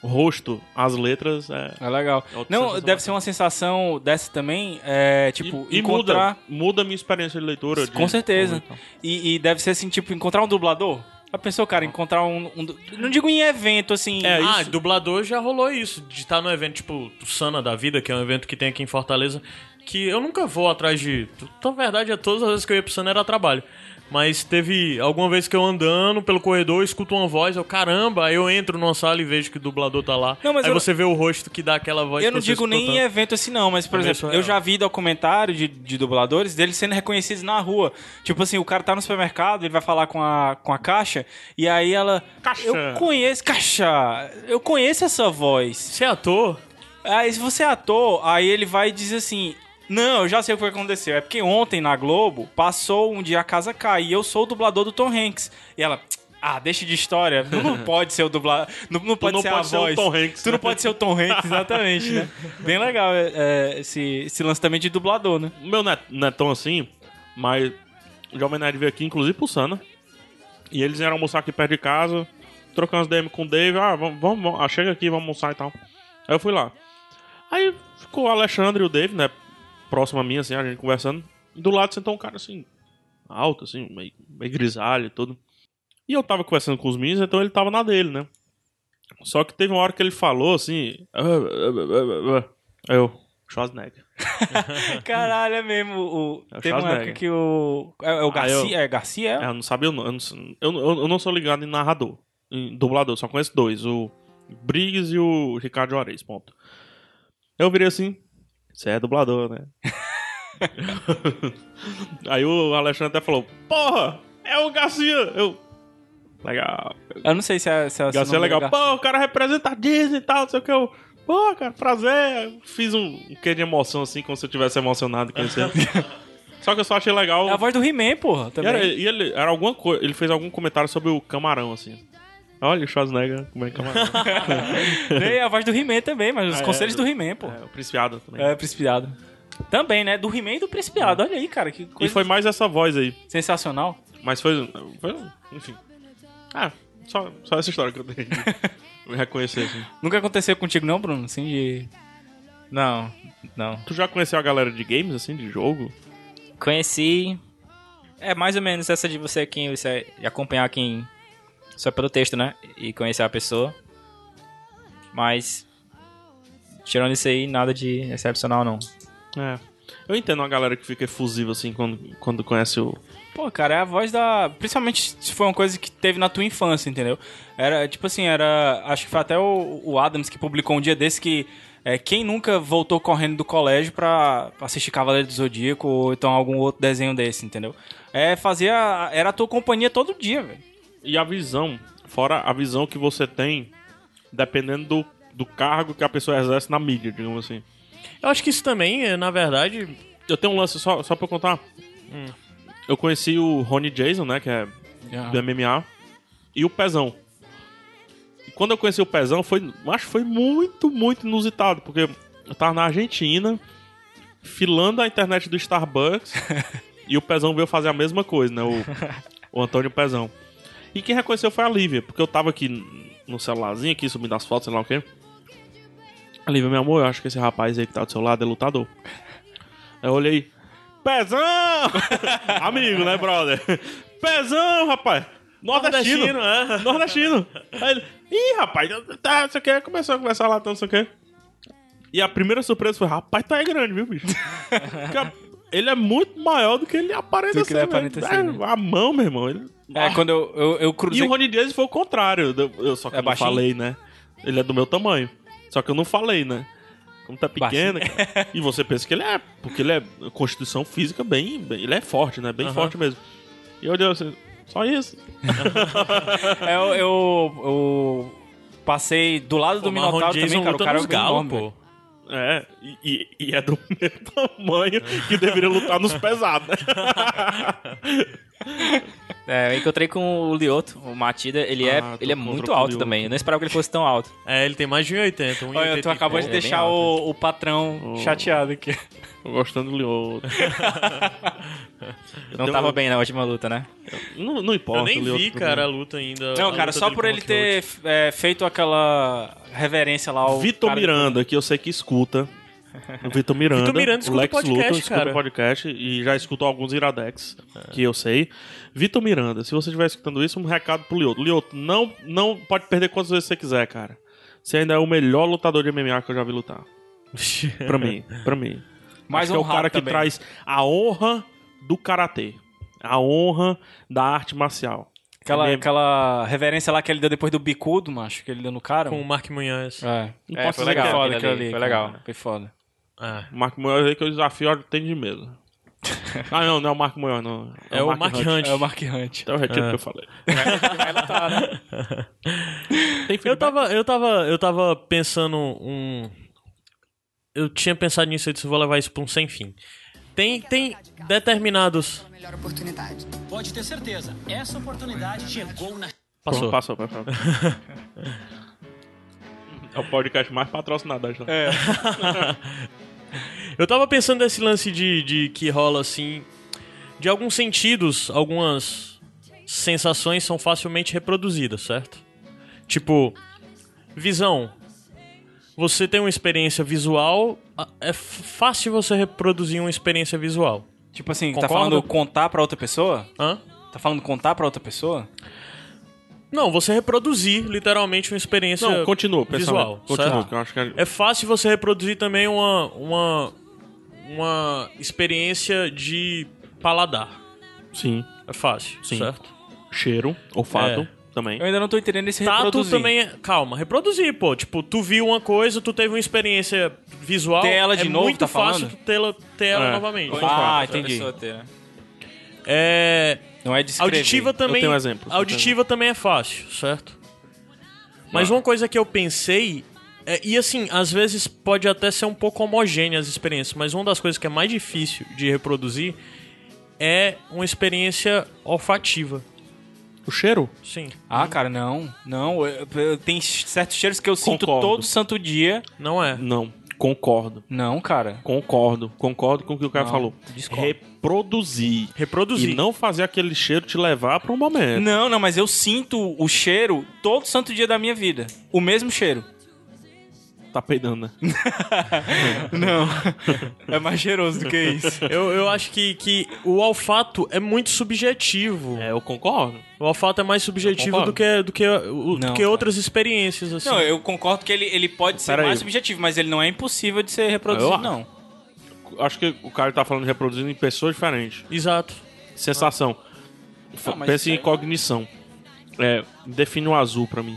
Speaker 4: rosto às letras, é...
Speaker 1: É legal.
Speaker 4: É outra
Speaker 1: Não,
Speaker 4: sensação
Speaker 1: deve ser uma sensação dessa também, é, tipo,
Speaker 4: e, e
Speaker 1: encontrar...
Speaker 4: muda, muda a minha experiência de leitura. de-
Speaker 1: Com certeza.
Speaker 4: Então.
Speaker 1: E, e deve ser assim, tipo, encontrar um dublador. Já pensou, cara, encontrar um. um du- não digo em evento, assim.
Speaker 4: Ah. É,
Speaker 3: ah,
Speaker 4: isso-
Speaker 3: dublador já rolou isso, de estar no evento tipo do Sana da Vida, que é um evento que tem aqui em Fortaleza. que eu nunca vou atrás de. Na verdade, é todas as vezes que eu ia pro Sana era trabalho. Mas teve alguma vez que eu andando pelo corredor, eu escuto uma voz, eu caramba, aí eu entro numa sala e vejo que o dublador tá lá.
Speaker 1: Não, mas
Speaker 3: aí
Speaker 1: eu-
Speaker 3: você vê o rosto que dá aquela voz
Speaker 1: Eu
Speaker 3: que
Speaker 1: não
Speaker 3: você
Speaker 1: digo nem em
Speaker 3: escutou tanto.
Speaker 1: evento assim, não, mas, por
Speaker 3: É
Speaker 1: exemplo,
Speaker 3: mesmo,
Speaker 1: eu
Speaker 3: é.
Speaker 1: já vi documentário de, de dubladores deles sendo reconhecidos na rua. Tipo assim, o cara tá no supermercado, ele vai falar com a, com a caixa, e aí ela.
Speaker 4: Caixa.
Speaker 1: Eu conheço, caixa! Eu conheço essa voz.
Speaker 3: Você é ator?
Speaker 1: Aí, se você é ator, aí ele vai dizer assim. Não, eu já sei o que aconteceu. É porque ontem na Globo passou um dia a casa cai e eu sou o dublador do Tom Hanks. E ela, ah, deixa de
Speaker 4: [LAUGHS]
Speaker 1: história. Tu não pode ser o dublador. Não, não pode
Speaker 4: não
Speaker 1: ser a
Speaker 4: pode ser o
Speaker 1: voz.
Speaker 4: Tom Hanks,
Speaker 1: Tu
Speaker 4: né?
Speaker 1: não
Speaker 4: [LAUGHS]
Speaker 1: pode ser o Tom Hanks, exatamente, né? Bem legal é, é, esse, esse lance também de dublador,
Speaker 4: [LAUGHS]
Speaker 1: né?
Speaker 4: O meu não é, não é tão assim, mas o Jovem Nerd veio aqui, inclusive pro Sana. E eles vieram almoçar aqui perto de casa, trocando as DM com o Dave. Ah, vamos, vamos, vamos. Ah, chega aqui, vamos almoçar e tal. Aí eu fui lá. Aí ficou o Alexandre e o Dave, né? Próximo a mim, assim, a gente conversando. E do lado sentou um cara assim, alto, assim, meio, meio grisalho e tudo. E eu tava conversando com os meninos, então ele tava na dele, né? Só que teve uma hora que ele falou assim. "Ah, ah, ah, ah, ah." Aí eu, Schwarzenegger.
Speaker 1: Caralho, é mesmo. O,
Speaker 4: É o
Speaker 1: tem uma época
Speaker 4: Schwarzenegger.
Speaker 1: que o. É, é o
Speaker 4: Ah, eu-
Speaker 1: Garcia? É Garcia?
Speaker 4: É, eu não sabia o nome. Eu não, sei- eu, eu- eu não sou ligado em narrador, em dublador, só conheço dois: o Briggs e o Ricardo Juarez. Ponto. Eu virei assim: você é dublador, né? [LAUGHS] Aí o Alexandre até falou: porra, é o Garcia! Eu. Legal.
Speaker 1: Eu não sei se é. Se é se o
Speaker 4: Garcia é
Speaker 1: nome
Speaker 4: legal.
Speaker 1: Gar-
Speaker 4: Pô, o cara representa a Disney e tal, não sei o que. Eu, pô, cara, prazer. Eu Fiz um, um quê de emoção assim, como se eu tivesse emocionado conhecendo. só que eu só achei legal.
Speaker 1: É a voz do He-Man, porra.
Speaker 4: E
Speaker 1: Também.
Speaker 4: era, e ele, era alguma coisa, ele fez algum comentário sobre o camarão, assim. Olha o Schwarzenegger comendo camarão.
Speaker 1: [LAUGHS] Tem a voz do He-Man também, mas os
Speaker 4: Ah, é,
Speaker 1: conselhos do He-Man, pô.
Speaker 4: é, o Principiado também.
Speaker 1: É, Principiado. Também, né? Do He-Man e do Principiado. Olha aí, cara, que
Speaker 4: e
Speaker 1: coisa
Speaker 4: foi mais essa voz aí.
Speaker 1: sensacional.
Speaker 4: Mas foi, foi enfim. Ah, só, só essa história que eu tenho.
Speaker 1: [LAUGHS]
Speaker 4: de reconhecer, assim.
Speaker 1: Nunca aconteceu contigo não, Bruno? Assim, de...
Speaker 2: Não, não.
Speaker 4: Tu já conheceu a galera de games, assim, de jogo?
Speaker 2: Conheci. É mais ou menos essa de você quem você acompanhar quem só pelo texto, né? E conhecer a pessoa. Mas tirando isso aí, nada de excepcional não.
Speaker 4: É. Eu entendo a galera que fica efusiva, assim, quando, quando conhece o...
Speaker 1: Pô, cara, é a voz da... Principalmente se foi uma coisa que teve na tua infância, entendeu? Era, tipo assim, era... Acho que foi até o, o Adams que publicou um dia desse que... É, quem nunca voltou correndo do colégio pra assistir Cavaleiro do Zodíaco ou então algum outro desenho desse, entendeu? É, fazia... Era a tua companhia todo dia, velho.
Speaker 4: E a visão, fora a visão que você tem, dependendo do, do cargo que a pessoa exerce na mídia, digamos assim.
Speaker 3: Eu acho que isso também, é, na verdade,
Speaker 4: Eu tenho um lance só, só pra eu contar. Eu conheci o Rony Jason, né? Que é
Speaker 1: Ah.
Speaker 4: do MMA. E o Pezão. E quando eu conheci o Pezão, foi, acho que foi muito, muito inusitado. Porque eu tava na Argentina, filando a internet do Starbucks. e o Pezão veio fazer a mesma coisa, né? O, o Antônio Pezão. E quem reconheceu foi a Lívia. Porque eu tava aqui no celularzinho, aqui subindo as fotos, sei lá o quê. A Lívia, meu amor, eu acho que esse rapaz aí que tá do seu lado é lutador. Aí eu olhei. Pezão! [LAUGHS] Amigo, né, brother? Pezão, rapaz! Nordestino!
Speaker 3: Nordestino, é.
Speaker 4: Nordestino. Aí ele, ih, rapaz, tá, não sei o que, começou a conversar lá, então, não sei o que. E a primeira surpresa foi, rapaz, tá aí grande, viu, bicho? [LAUGHS] Porque a- ele é muito maior do que ele aparenta
Speaker 1: Do que
Speaker 4: ser,
Speaker 1: ele
Speaker 4: velho.
Speaker 1: aparenta ser,
Speaker 4: É,
Speaker 1: né?
Speaker 4: A mão, meu irmão. ele-
Speaker 1: É, quando eu, eu, eu cruzei...
Speaker 4: E o Rony Dias foi o contrário, eu- eu só que
Speaker 1: É
Speaker 4: eu não
Speaker 1: baixinho?
Speaker 4: falei, né? Ele é do meu tamanho, só que eu não falei, né? Como tá pequeno, cara. e você pensa que ele é, porque ele é constituição física bem, bem- ele é forte, né? Bem
Speaker 3: Aham.
Speaker 4: forte mesmo. E eu olhei assim, só isso.
Speaker 1: É, eu, eu- eu passei do lado do
Speaker 3: o Marron
Speaker 1: Minotauro
Speaker 3: Jason
Speaker 1: também, cara. O
Speaker 3: luta
Speaker 1: cara é
Speaker 3: nos galo,
Speaker 1: enorme,
Speaker 3: pô.
Speaker 4: É, e- e, e é do [LAUGHS] mesmo tamanho que deveria lutar nos pesados, né?
Speaker 2: É, eu encontrei com o Lioto, o Matida, ele é,
Speaker 4: Ah, tô
Speaker 2: ele é
Speaker 4: contra
Speaker 2: muito
Speaker 4: o
Speaker 2: alto
Speaker 4: Lyoto.
Speaker 2: também. Eu não esperava que ele fosse tão alto.
Speaker 3: É, ele tem mais de 1,80. 1,80
Speaker 1: Olha, tu acabou de
Speaker 2: É, bem
Speaker 1: deixar
Speaker 2: alto.
Speaker 1: o, o patrão
Speaker 4: Oh.
Speaker 1: chateado aqui.
Speaker 4: Tô gostando do Lioto.
Speaker 2: Não
Speaker 4: dei
Speaker 2: tava
Speaker 4: uma-
Speaker 2: bem na última luta, né?
Speaker 4: Não, não importa.
Speaker 3: Eu nem
Speaker 4: o tá Lyoto
Speaker 3: vi,
Speaker 4: pra
Speaker 3: cara, a
Speaker 4: mim.
Speaker 3: luta ainda. a
Speaker 1: Não,
Speaker 3: luta
Speaker 1: cara, só
Speaker 3: dele
Speaker 1: por
Speaker 3: com
Speaker 1: ele
Speaker 3: o
Speaker 1: ter é, feito aquela reverência lá ao.
Speaker 4: Vitor
Speaker 1: cara-
Speaker 4: Miranda, que eu sei que escuta. O
Speaker 3: [LAUGHS]
Speaker 4: Vitor Miranda.
Speaker 3: Vitor Miranda escuta
Speaker 4: o Lex
Speaker 3: podcast,
Speaker 4: Luthor escuta
Speaker 3: cara. É.
Speaker 4: o podcast e já escutou alguns Iradex, que eu sei. Vitor Miranda, se você estiver escutando isso, um recado pro Lioto. Lioto, não, não pode perder quantas vezes você quiser, cara. Você ainda é o melhor lutador de MMA que eu já vi lutar. [LAUGHS]
Speaker 3: Lyoto.
Speaker 4: Pra mim, pra mim.
Speaker 1: Mais
Speaker 4: Acho que é o
Speaker 1: honrado
Speaker 4: cara que
Speaker 1: também.
Speaker 4: traz a honra do karatê, a honra da arte marcial.
Speaker 1: Aquela,
Speaker 4: Ele-
Speaker 1: aquela reverência lá que ele deu depois do bicudo, macho, que ele deu no cara.
Speaker 3: [LAUGHS] Com o
Speaker 1: mano.
Speaker 3: Mark Munhoz.
Speaker 1: É.
Speaker 4: Não
Speaker 2: É,
Speaker 4: posso
Speaker 2: foi
Speaker 4: dizer
Speaker 2: legal.
Speaker 1: Foi foda
Speaker 2: aquele
Speaker 1: aquilo
Speaker 2: ali,
Speaker 1: ali.
Speaker 2: foi
Speaker 1: cara.
Speaker 2: legal.
Speaker 1: Foi foda.
Speaker 3: Ah.
Speaker 4: que é- Marco Maior aí que eu desafio, olha, tem de
Speaker 3: [LAUGHS]
Speaker 4: medo. ah, não, não é o Marco Maior, não.
Speaker 3: É o Mark Hunt.
Speaker 1: É o Mark Hunt.
Speaker 4: Então eu retiro
Speaker 3: É,
Speaker 4: o que eu falei. Tem
Speaker 3: Eu
Speaker 4: feedback?
Speaker 3: tava, eu tava, eu tava pensando um. Eu tinha pensado nisso, eu disse, vou levar isso pra um sem fim. Tem, tem determinados.
Speaker 5: Pela melhor oportunidade.
Speaker 6: Pode ter certeza, essa oportunidade chegou na
Speaker 1: um
Speaker 3: Passou.
Speaker 4: Passou, passou. É o podcast mais patrocinado da história.
Speaker 3: Eu tava pensando nesse lance de, de que rola assim. De alguns sentidos, algumas sensações são facilmente reproduzidas, certo? Tipo, visão. Você tem uma experiência visual, a- é f- fácil você reproduzir uma experiência visual.
Speaker 1: Tipo assim, tá
Speaker 3: Concorda?
Speaker 1: falando contar pra outra pessoa?
Speaker 3: Hã?
Speaker 1: Tá falando contar pra outra pessoa?
Speaker 3: Não, você reproduzir literalmente uma experiência
Speaker 4: Não, continua,
Speaker 3: é visual.
Speaker 4: pessoal. Continua,
Speaker 3: certo?
Speaker 4: que eu acho que é-
Speaker 3: É fácil você reproduzir também uma, uma, uma experiência de paladar.
Speaker 4: Sim.
Speaker 3: É fácil,
Speaker 4: Sim.
Speaker 3: certo? É.
Speaker 4: Cheiro, olfato também.
Speaker 1: Eu ainda não tô entendendo esse
Speaker 3: Tato
Speaker 1: reproduzir.
Speaker 3: também é... Calma, reproduzir, pô. Tipo, tu viu uma coisa, tu teve uma experiência visual.
Speaker 1: Ter ela de
Speaker 3: é
Speaker 1: novo,
Speaker 3: muito
Speaker 1: tá
Speaker 3: fácil
Speaker 1: falando?
Speaker 3: tu tê-la- ter ela
Speaker 4: É.
Speaker 3: novamente.
Speaker 1: Ah,
Speaker 2: Outra
Speaker 1: entendi.
Speaker 2: pessoa ter, né?
Speaker 3: É...
Speaker 1: Não é descrever.
Speaker 3: Auditiva também.
Speaker 4: tenho um exemplos, eu
Speaker 3: Auditiva também é fácil, certo?
Speaker 4: Ah.
Speaker 3: Mas uma coisa que eu pensei. é- e assim, às vezes pode até ser um pouco homogênea as experiências, mas uma das coisas que é mais difícil de reproduzir é uma experiência olfativa.
Speaker 4: O cheiro?
Speaker 3: Sim.
Speaker 1: Ah, cara, não. Não, eu- eu- tem certos cheiros que eu sinto
Speaker 4: Concordo.
Speaker 1: todo santo dia.
Speaker 3: Não é.
Speaker 4: Não. Concordo.
Speaker 1: Não, cara.
Speaker 4: Concordo. Concordo com o que o cara
Speaker 1: Não,
Speaker 4: falou.
Speaker 1: discordo.
Speaker 4: Reproduzir.
Speaker 3: Reproduzir.
Speaker 4: E não fazer aquele cheiro te levar pra um momento.
Speaker 1: Não, não, mas eu sinto o cheiro todo santo dia da minha vida. O mesmo cheiro.
Speaker 4: Tá peidando, né?
Speaker 1: Não. é mais cheiroso do que
Speaker 3: [LAUGHS]
Speaker 1: isso.
Speaker 3: Eu, eu acho que, que o olfato é muito subjetivo.
Speaker 1: É.
Speaker 4: eu concordo.
Speaker 3: O olfato é mais subjetivo
Speaker 4: concordo.
Speaker 3: do que, do que, o-
Speaker 1: Não,
Speaker 3: do que
Speaker 1: cara.
Speaker 3: outras experiências, assim.
Speaker 1: Não, eu concordo que ele, ele pode ser
Speaker 4: Pera
Speaker 1: mais
Speaker 4: aí.
Speaker 1: subjetivo, mas ele não é impossível de ser reproduzido,
Speaker 4: Eu
Speaker 3: Ah.
Speaker 4: acho.
Speaker 1: não.
Speaker 4: Acho que o cara tá falando de reproduzindo em pessoas diferentes.
Speaker 3: Exato.
Speaker 4: Sensação. F-
Speaker 1: mas
Speaker 4: Pensa
Speaker 1: isso
Speaker 4: em
Speaker 1: aí-
Speaker 4: cognição. É, define o azul pra mim.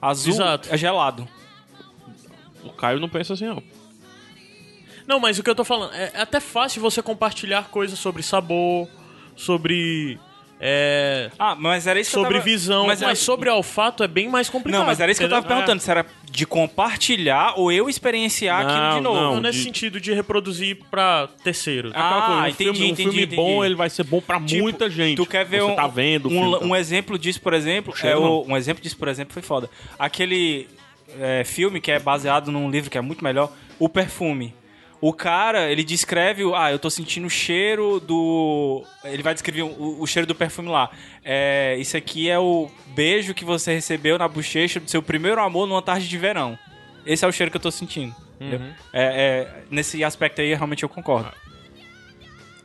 Speaker 1: Azul
Speaker 3: Exato.
Speaker 1: é gelado.
Speaker 4: O Caio não pensa assim, não.
Speaker 3: Não, mas o que eu tô falando, é é até fácil você compartilhar coisas sobre sabor, sobre. É,
Speaker 1: Ah, mas era isso que
Speaker 3: sobre
Speaker 1: eu tava...
Speaker 3: visão, mas,
Speaker 1: era-
Speaker 3: sobre olfato é bem mais complicado.
Speaker 1: Não, mas era isso que eu tava
Speaker 3: entendeu? É.
Speaker 1: perguntando. Se era de compartilhar ou eu experienciar aquilo de
Speaker 4: Não,
Speaker 1: novo.
Speaker 3: É. Não
Speaker 4: não,
Speaker 3: nesse
Speaker 4: de-
Speaker 3: sentido de reproduzir pra terceiro.
Speaker 1: Ah,
Speaker 4: Aquela coisa, um
Speaker 1: entendi,
Speaker 4: filme, um
Speaker 1: entendi,
Speaker 4: filme
Speaker 1: entendi.
Speaker 4: bom, ele vai ser bom pra
Speaker 1: Tipo,
Speaker 4: muita gente.
Speaker 1: Tu quer ver
Speaker 4: Você
Speaker 1: um,
Speaker 4: tá vendo o
Speaker 1: um,
Speaker 4: filme, tá-
Speaker 1: um exemplo disso, por exemplo?
Speaker 4: cheiro,
Speaker 1: é o-
Speaker 4: não.
Speaker 1: um exemplo disso, por exemplo, foi foda. Aquele é, filme que é baseado num livro que é muito melhor, O Perfume. O cara, ele descreve, o- ah, eu tô sentindo o cheiro do. Ele vai descrever o, o cheiro do perfume lá. É, isso aqui é o beijo que você recebeu na bochecha do seu primeiro amor numa tarde de verão. Esse é o cheiro que eu tô sentindo. entendeu? É, é, nesse aspecto aí, realmente eu concordo.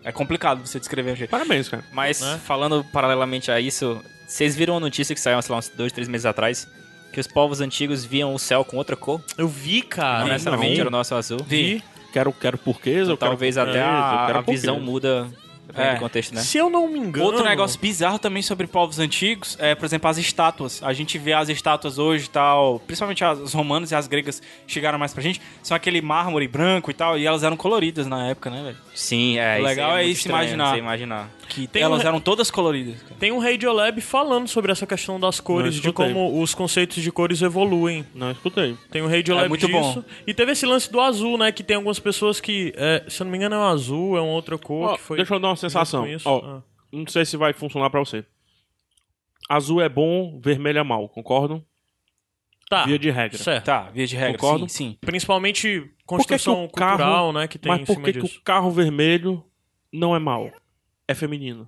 Speaker 1: É complicado você descrever o cheiro.
Speaker 4: Parabéns, cara.
Speaker 2: Mas falando paralelamente a isso, vocês viram a notícia que saiu, sei lá, uns dois, três meses atrás, que os povos antigos viam o céu com outra cor?
Speaker 3: Eu
Speaker 2: Ah,
Speaker 3: vi,
Speaker 2: Não é
Speaker 3: cara.
Speaker 1: é
Speaker 2: necessariamente era o nosso azul.
Speaker 1: Vi.
Speaker 4: Quero, quero porquesa, eu quero
Speaker 2: Talvez
Speaker 4: porquesa,
Speaker 2: até
Speaker 4: eu quero
Speaker 2: a, a
Speaker 4: porquesa.
Speaker 2: visão muda
Speaker 1: É.
Speaker 2: do contexto, né?
Speaker 3: Se eu não me engano.
Speaker 1: Outro negócio bizarro também sobre povos antigos é, por exemplo, as estátuas. A gente vê as estátuas hoje e tal, principalmente as romanas e as gregas chegaram mais pra gente, são aquele mármore branco e tal, e elas eram coloridas na época, né, velho?
Speaker 2: Sim, é.
Speaker 1: O
Speaker 2: isso
Speaker 1: legal
Speaker 2: aí
Speaker 1: é
Speaker 2: muito
Speaker 1: isso
Speaker 2: estranho,
Speaker 1: imaginar.
Speaker 2: Você imaginar.
Speaker 1: Que
Speaker 3: Tem
Speaker 1: elas
Speaker 3: um-
Speaker 1: eram todas coloridas, cara.
Speaker 3: Tem um Radiolab falando sobre essa questão das cores, de
Speaker 4: escutei.
Speaker 3: como os conceitos de cores evoluem.
Speaker 4: Não, escutei.
Speaker 3: Tem o Radiolab
Speaker 1: É muito
Speaker 3: disso. E teve esse lance do azul, né? Que tem algumas pessoas que, é, se eu não me engano, é o azul, é uma outra cor
Speaker 4: Ó,
Speaker 3: que foi.
Speaker 4: deixa eu dar uma
Speaker 3: junto
Speaker 4: sensação.
Speaker 3: com isso.
Speaker 4: Ó,
Speaker 3: Ah.
Speaker 4: Não sei se vai funcionar pra você. Azul é bom, vermelho é mal, concordam?
Speaker 3: Tá.
Speaker 4: Via de regra.
Speaker 3: Certo.
Speaker 1: Tá, via de regra,
Speaker 4: Concordo.
Speaker 1: sim, sim.
Speaker 3: Principalmente
Speaker 4: Por que que
Speaker 3: construção
Speaker 4: o carro-
Speaker 3: cultural, né? Que tem
Speaker 4: Mas
Speaker 3: em
Speaker 4: por
Speaker 3: cima
Speaker 4: que, que
Speaker 3: disso.
Speaker 4: o carro vermelho não é mal? É feminino.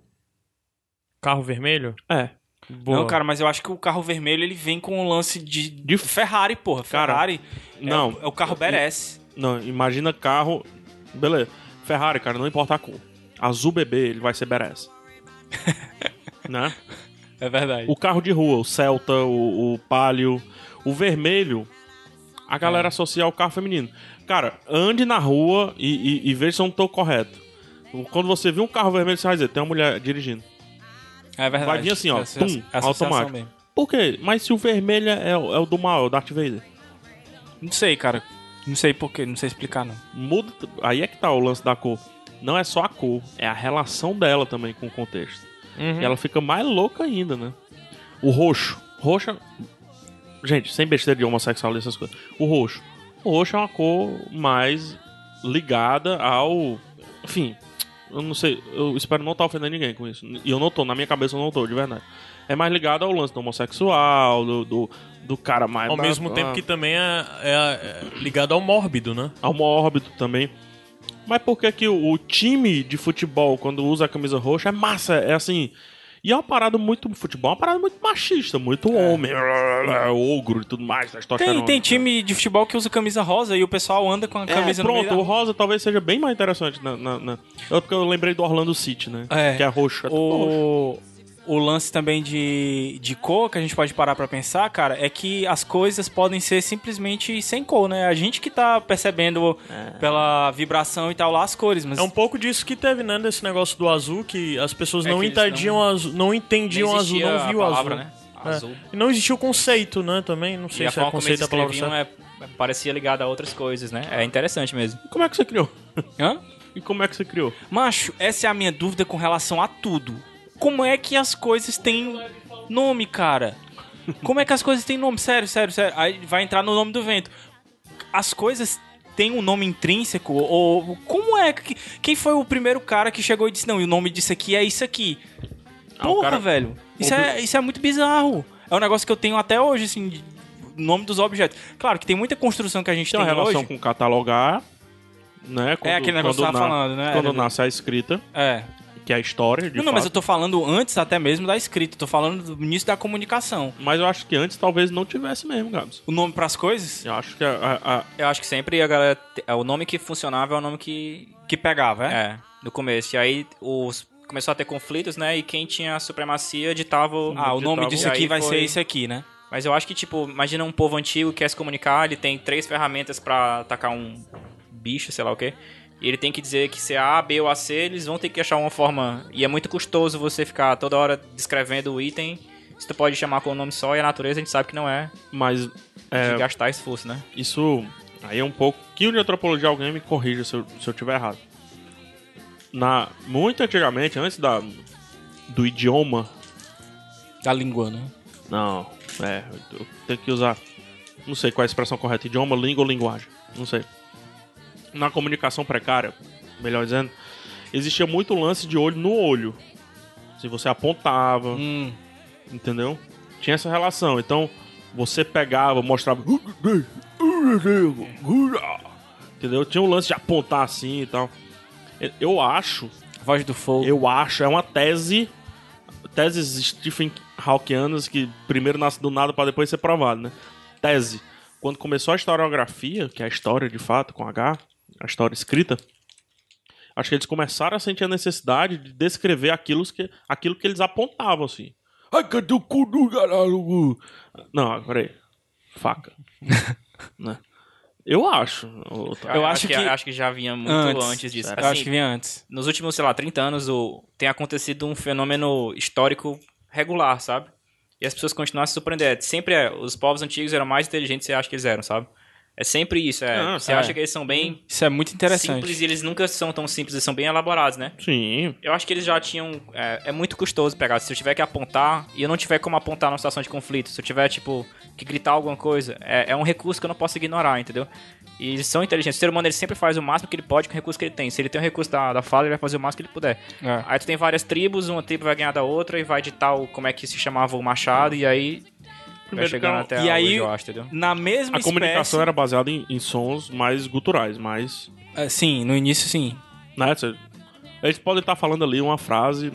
Speaker 3: Carro vermelho?
Speaker 4: É.
Speaker 3: Boa.
Speaker 1: Não, cara, mas eu acho que o carro vermelho ele vem com um lance de,
Speaker 4: De-
Speaker 1: Ferrari, porra.
Speaker 4: Cara,
Speaker 1: Ferrari é
Speaker 4: não.
Speaker 1: o- é, o carro BRS.
Speaker 4: Não, imagina carro. Beleza. Ferrari, cara, não importa a cor. Azul bebê, ele vai ser badass. né?
Speaker 1: É verdade.
Speaker 4: O carro de rua, o Celta, o, o Palio. O vermelho. a galera associa ao carro feminino. Cara, ande na rua e, e, e veja se eu não tô correto. Quando você vê um carro vermelho, você vai dizer, tem uma mulher dirigindo.
Speaker 1: É verdade.
Speaker 4: Vai vir assim, ó,
Speaker 1: Essa-
Speaker 4: tum,
Speaker 1: essa associação
Speaker 4: automático.
Speaker 1: mesmo.
Speaker 4: Por quê? Mas se o vermelho é, o- é o do mal, é o Darth Vader.
Speaker 1: Não sei, cara. Não sei porquê, não sei explicar, não.
Speaker 4: Muda. Aí é que tá o lance da cor. Não é só a cor, é a relação dela também com o contexto.
Speaker 3: Uhum.
Speaker 4: E ela fica mais louca ainda, né? O roxo. Roxa. Gente, sem besteira de homossexual e essas coisas. O roxo. O roxo é uma cor mais ligada ao. Enfim, eu não sei. Eu espero não estar ofendendo ninguém com isso. E eu não tô, na minha cabeça eu não tô, de verdade. É mais ligado ao lance do homossexual, do, do, do cara mais.
Speaker 3: Ao mesmo
Speaker 4: ah,
Speaker 3: tempo que também é, é- é ligado ao mórbido, né?
Speaker 4: ao mórbido um também. Mas por que que o o time de futebol, quando usa a camisa roxa, é massa, é assim... E é uma parada muito... Futebol é uma parada muito machista, muito homem, é, ogro e tudo mais. né,
Speaker 1: Tem,
Speaker 4: testosterona.
Speaker 1: tem time de futebol que usa camisa rosa e o pessoal anda com a
Speaker 4: É,
Speaker 1: camisa no meio
Speaker 4: pronto,
Speaker 1: da-
Speaker 4: o rosa talvez seja bem mais interessante. Na, na, na- É porque eu lembrei do Orlando City, né?
Speaker 1: É.
Speaker 4: Que é roxo. É tudo roxo.
Speaker 1: o, o lance também de, de cor que a gente pode parar pra pensar, cara, é que as coisas podem ser simplesmente sem cor, né? A gente que tá percebendo
Speaker 4: É.
Speaker 1: pela vibração e tal lá as cores, mas
Speaker 3: É um pouco disso que teve, né? Desse negócio do azul, que as pessoas
Speaker 2: É
Speaker 3: não
Speaker 2: que eles
Speaker 3: entendiam
Speaker 2: não-
Speaker 3: azul, não entendiam
Speaker 2: não
Speaker 3: um azul,
Speaker 2: existia
Speaker 3: não
Speaker 2: a
Speaker 3: viu
Speaker 2: palavra,
Speaker 3: azul.
Speaker 2: né?
Speaker 3: É.
Speaker 2: Azul.
Speaker 3: E não existia o conceito, né? Também, não
Speaker 2: E
Speaker 3: sei
Speaker 2: a
Speaker 3: se é
Speaker 2: forma como eles
Speaker 3: conceito a palavra
Speaker 2: escreviam
Speaker 3: certa.
Speaker 2: é, parecia ligada a outras coisas, né? É interessante mesmo.
Speaker 4: E como é que você criou?
Speaker 1: Hã?
Speaker 4: E como é que você criou?
Speaker 1: Macho, essa é a minha dúvida com relação a tudo. Como é que as coisas têm nome, cara? Como é que as coisas têm nome? Sério, sério, sério. Aí vai entrar no nome do vento. As coisas têm um nome intrínseco? Ou como é que. Quem foi o primeiro cara que chegou e disse, não, e o nome disso aqui é isso aqui?
Speaker 4: Ah, o
Speaker 1: Porra,
Speaker 4: cara-
Speaker 1: velho. Isso é, isso é muito bizarro. É um negócio que eu tenho até hoje, assim, de- nome dos objetos. Claro que tem muita construção que a gente
Speaker 4: Tem
Speaker 1: tem,
Speaker 4: uma relação
Speaker 1: hoje. É
Speaker 4: com catalogar, né? Quando-
Speaker 1: aquele negócio
Speaker 4: quando
Speaker 1: que eu tava falando, né?
Speaker 4: Quando
Speaker 1: Era-
Speaker 4: nasce a escrita,
Speaker 1: É.
Speaker 4: que é a história, de
Speaker 1: não, não, mas eu
Speaker 4: fato.
Speaker 1: tô falando antes até mesmo da escrita, tô falando do início da comunicação.
Speaker 4: Mas eu acho que antes talvez não tivesse mesmo, Gabs.
Speaker 1: O nome pras coisas
Speaker 4: Eu acho que a, a- a-
Speaker 2: Eu acho que sempre a galera. te- O nome que funcionava é o nome que.
Speaker 1: que pegava, é?
Speaker 2: É, no começo. E aí os, começou a ter conflitos, né? E quem tinha a supremacia ditava. o-
Speaker 1: Ah, o nome
Speaker 2: ditava-
Speaker 1: disso
Speaker 2: e
Speaker 1: aqui
Speaker 2: aí
Speaker 1: vai
Speaker 2: foi-
Speaker 1: ser isso aqui, né?
Speaker 2: Mas eu acho que, tipo, imagina um povo antigo que quer se comunicar, ele tem três ferramentas pra atacar um bicho, sei lá o quê. E ele tem que dizer que se é A, B ou AC, eles vão ter que achar uma forma. E é muito custoso você ficar toda hora descrevendo o item. Se tu pode chamar com o nome só e a natureza, a gente sabe que não é
Speaker 4: mas
Speaker 2: de
Speaker 4: é,
Speaker 2: gastar esforço, né?
Speaker 4: isso aí é um pouco. Que de antropologia alguém me corrija se eu, se eu tiver errado. Na, muito antigamente, antes da, do idioma.
Speaker 1: Da língua, né?
Speaker 4: Não, é, eu tenho que usar. Não sei qual é a expressão correta: idioma, língua ou linguagem. Não sei. Na comunicação precária, melhor dizendo, existia muito lance de olho no olho. Se você apontava.
Speaker 1: Hum,
Speaker 4: Entendeu? Tinha essa relação. Então, você pegava, mostrava. Entendeu? Tinha um lance de apontar assim e tal. Eu- Eu acho,
Speaker 1: voz do fogo.
Speaker 4: eu acho, é uma tese. Teses Stephen Hawkianas que primeiro nasce do nada pra depois ser provado, né? Tese. Quando começou a historiografia, que é a história de fato, com H, a história escrita, acho que eles começaram a sentir a necessidade de descrever aquilo que, aquilo que eles apontavam, assim. Ai, cadê o cu do caralho? Não, peraí. Faca.
Speaker 1: [LAUGHS]
Speaker 4: Né? Eu acho. ô, tá.
Speaker 1: Eu acho que-
Speaker 2: acho que já vinha muito
Speaker 1: Antes.
Speaker 2: antes, disso.
Speaker 1: Eu
Speaker 2: Assim,
Speaker 1: acho que vem antes.
Speaker 2: nos últimos, sei lá, 30 anos, o- tem acontecido um fenômeno histórico regular, sabe? E as pessoas continuam a se surpreender. Sempre é, os povos antigos eram mais inteligentes do que você acha que eles eram, sabe? É sempre isso, é.
Speaker 4: Ah,
Speaker 2: você
Speaker 1: é.
Speaker 2: acha que eles são bem
Speaker 1: Isso é muito interessante.
Speaker 2: simples e eles nunca são tão simples, eles são bem elaborados, né?
Speaker 4: Sim.
Speaker 2: Eu acho que eles já tinham. É, é muito custoso pegar. Se eu tiver que apontar e eu não tiver como apontar numa situação de conflito, se eu tiver, tipo, que gritar alguma coisa, é, é um recurso que eu não posso ignorar, entendeu? E eles são inteligentes. O ser humano ele sempre faz o máximo que ele pode com o recurso que ele tem. Se ele tem o recurso da, da fala, ele vai fazer o máximo que ele puder.
Speaker 1: É.
Speaker 2: Aí tu tem várias tribos, uma tribo vai ganhar da outra e vai ditar o, como é que se chamava o machado, e aí. vai
Speaker 4: Primeiro
Speaker 2: chegando
Speaker 4: que
Speaker 2: até
Speaker 1: é um- e
Speaker 2: a
Speaker 1: aí-
Speaker 2: hoje, eu acho, entendeu?
Speaker 1: Na mesma
Speaker 4: A comunicação
Speaker 1: espécie...
Speaker 4: era baseada em, em sons mais guturais, mais.
Speaker 1: É, Sim, no início sim.
Speaker 4: Né? cê- Eles podem estar tá falando ali uma frase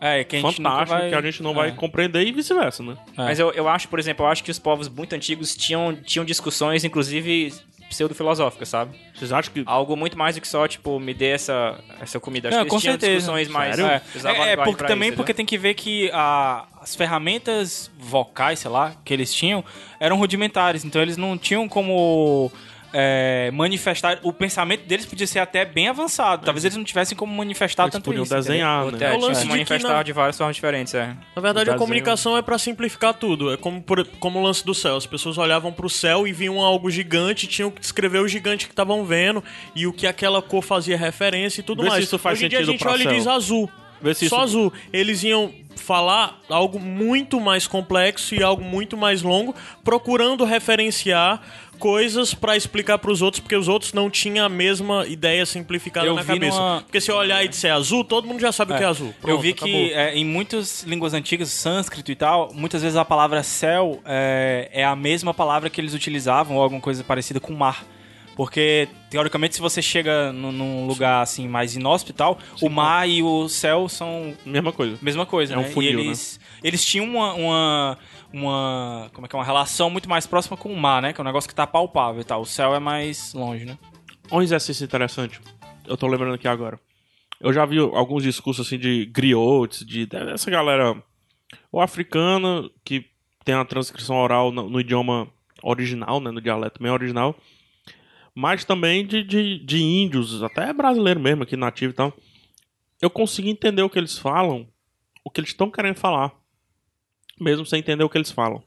Speaker 1: É, que a gente nunca
Speaker 4: fantástica
Speaker 1: vai...
Speaker 4: que a gente não vai
Speaker 1: É.
Speaker 4: compreender e vice-versa, né?
Speaker 1: É.
Speaker 2: Mas eu, eu acho, por exemplo, eu acho que os povos muito antigos tinham, tinham discussões, inclusive pseudo-filosófica, sabe?
Speaker 4: Vocês acham que.
Speaker 2: Algo muito mais do que só, tipo, me dê essa, essa comida. Acho
Speaker 1: Não,
Speaker 2: que eles
Speaker 1: com
Speaker 2: tinham
Speaker 1: certeza.
Speaker 2: discussões mais...
Speaker 1: É,
Speaker 2: usava
Speaker 1: é,
Speaker 2: linguagem
Speaker 1: porque,
Speaker 2: pra
Speaker 1: também
Speaker 2: isso,
Speaker 1: porque
Speaker 2: né?
Speaker 1: tem que ver que a- as ferramentas vocais, sei lá, que eles tinham, eram rudimentares. Então eles não tinham como é, manifestar... O pensamento deles podia ser até bem avançado. Talvez
Speaker 2: Uhum.
Speaker 1: eles não tivessem como manifestar
Speaker 4: Eles
Speaker 1: tanto
Speaker 4: podiam
Speaker 1: isso. entendeu?
Speaker 4: desenhar, né?
Speaker 2: É,
Speaker 3: o
Speaker 2: tinha que
Speaker 3: lance de que
Speaker 2: manifestar
Speaker 3: não-
Speaker 2: de várias formas diferentes, é.
Speaker 3: Na verdade, a
Speaker 4: Desenho.
Speaker 3: comunicação é pra simplificar tudo. É como, por- como o lance do céu. As pessoas olhavam pro céu e viam algo gigante, tinham que descrever o gigante que estavam vendo e o que aquela cor fazia referência e tudo
Speaker 4: Vê se
Speaker 3: mais.
Speaker 4: isso faz
Speaker 3: Hoje em dia a
Speaker 4: sentido
Speaker 3: gente
Speaker 4: pra
Speaker 3: olha
Speaker 4: céu.
Speaker 3: e diz azul.
Speaker 4: Vê se
Speaker 3: Só
Speaker 4: isso-
Speaker 3: azul. Eles iam falar algo muito mais complexo e algo muito mais longo, procurando referenciar coisas pra explicar pros outros, porque os outros não tinham a mesma ideia simplificada
Speaker 1: Eu
Speaker 3: na
Speaker 1: vi
Speaker 3: cabeça.
Speaker 1: numa-
Speaker 3: Porque se eu olhar e disser azul, todo mundo já sabe o que é azul.
Speaker 1: eu
Speaker 3: Pronto,
Speaker 1: vi que
Speaker 3: acabou.
Speaker 1: é, em muitas línguas antigas, sânscrito e tal, muitas vezes a palavra céu é, é a mesma palavra que eles utilizavam, ou alguma coisa parecida com mar. Porque, teoricamente, se você chega num, num lugar assim mais inóspito e tal, o mar e o céu são
Speaker 4: Mesma coisa.
Speaker 1: mesma coisa,
Speaker 4: É um
Speaker 1: né?
Speaker 4: funil,
Speaker 1: e eles, eles tinham uma, uma, uma- Como é que é? Uma relação muito mais próxima com o mar, né? Que é um negócio que tá palpável e tal. O céu é mais longe, né?
Speaker 4: Um exercício interessante, eu tô lembrando aqui agora. Eu já vi alguns discursos assim de griots, de dessa galera ou africana que tem a transcrição oral no, no idioma original, né, no dialeto meio original, mas também de, de, de índios, até brasileiro mesmo aqui nativo e tal. Eu consigo entender o que eles falam, o que eles estão querendo falar, mesmo sem entender o que eles falam.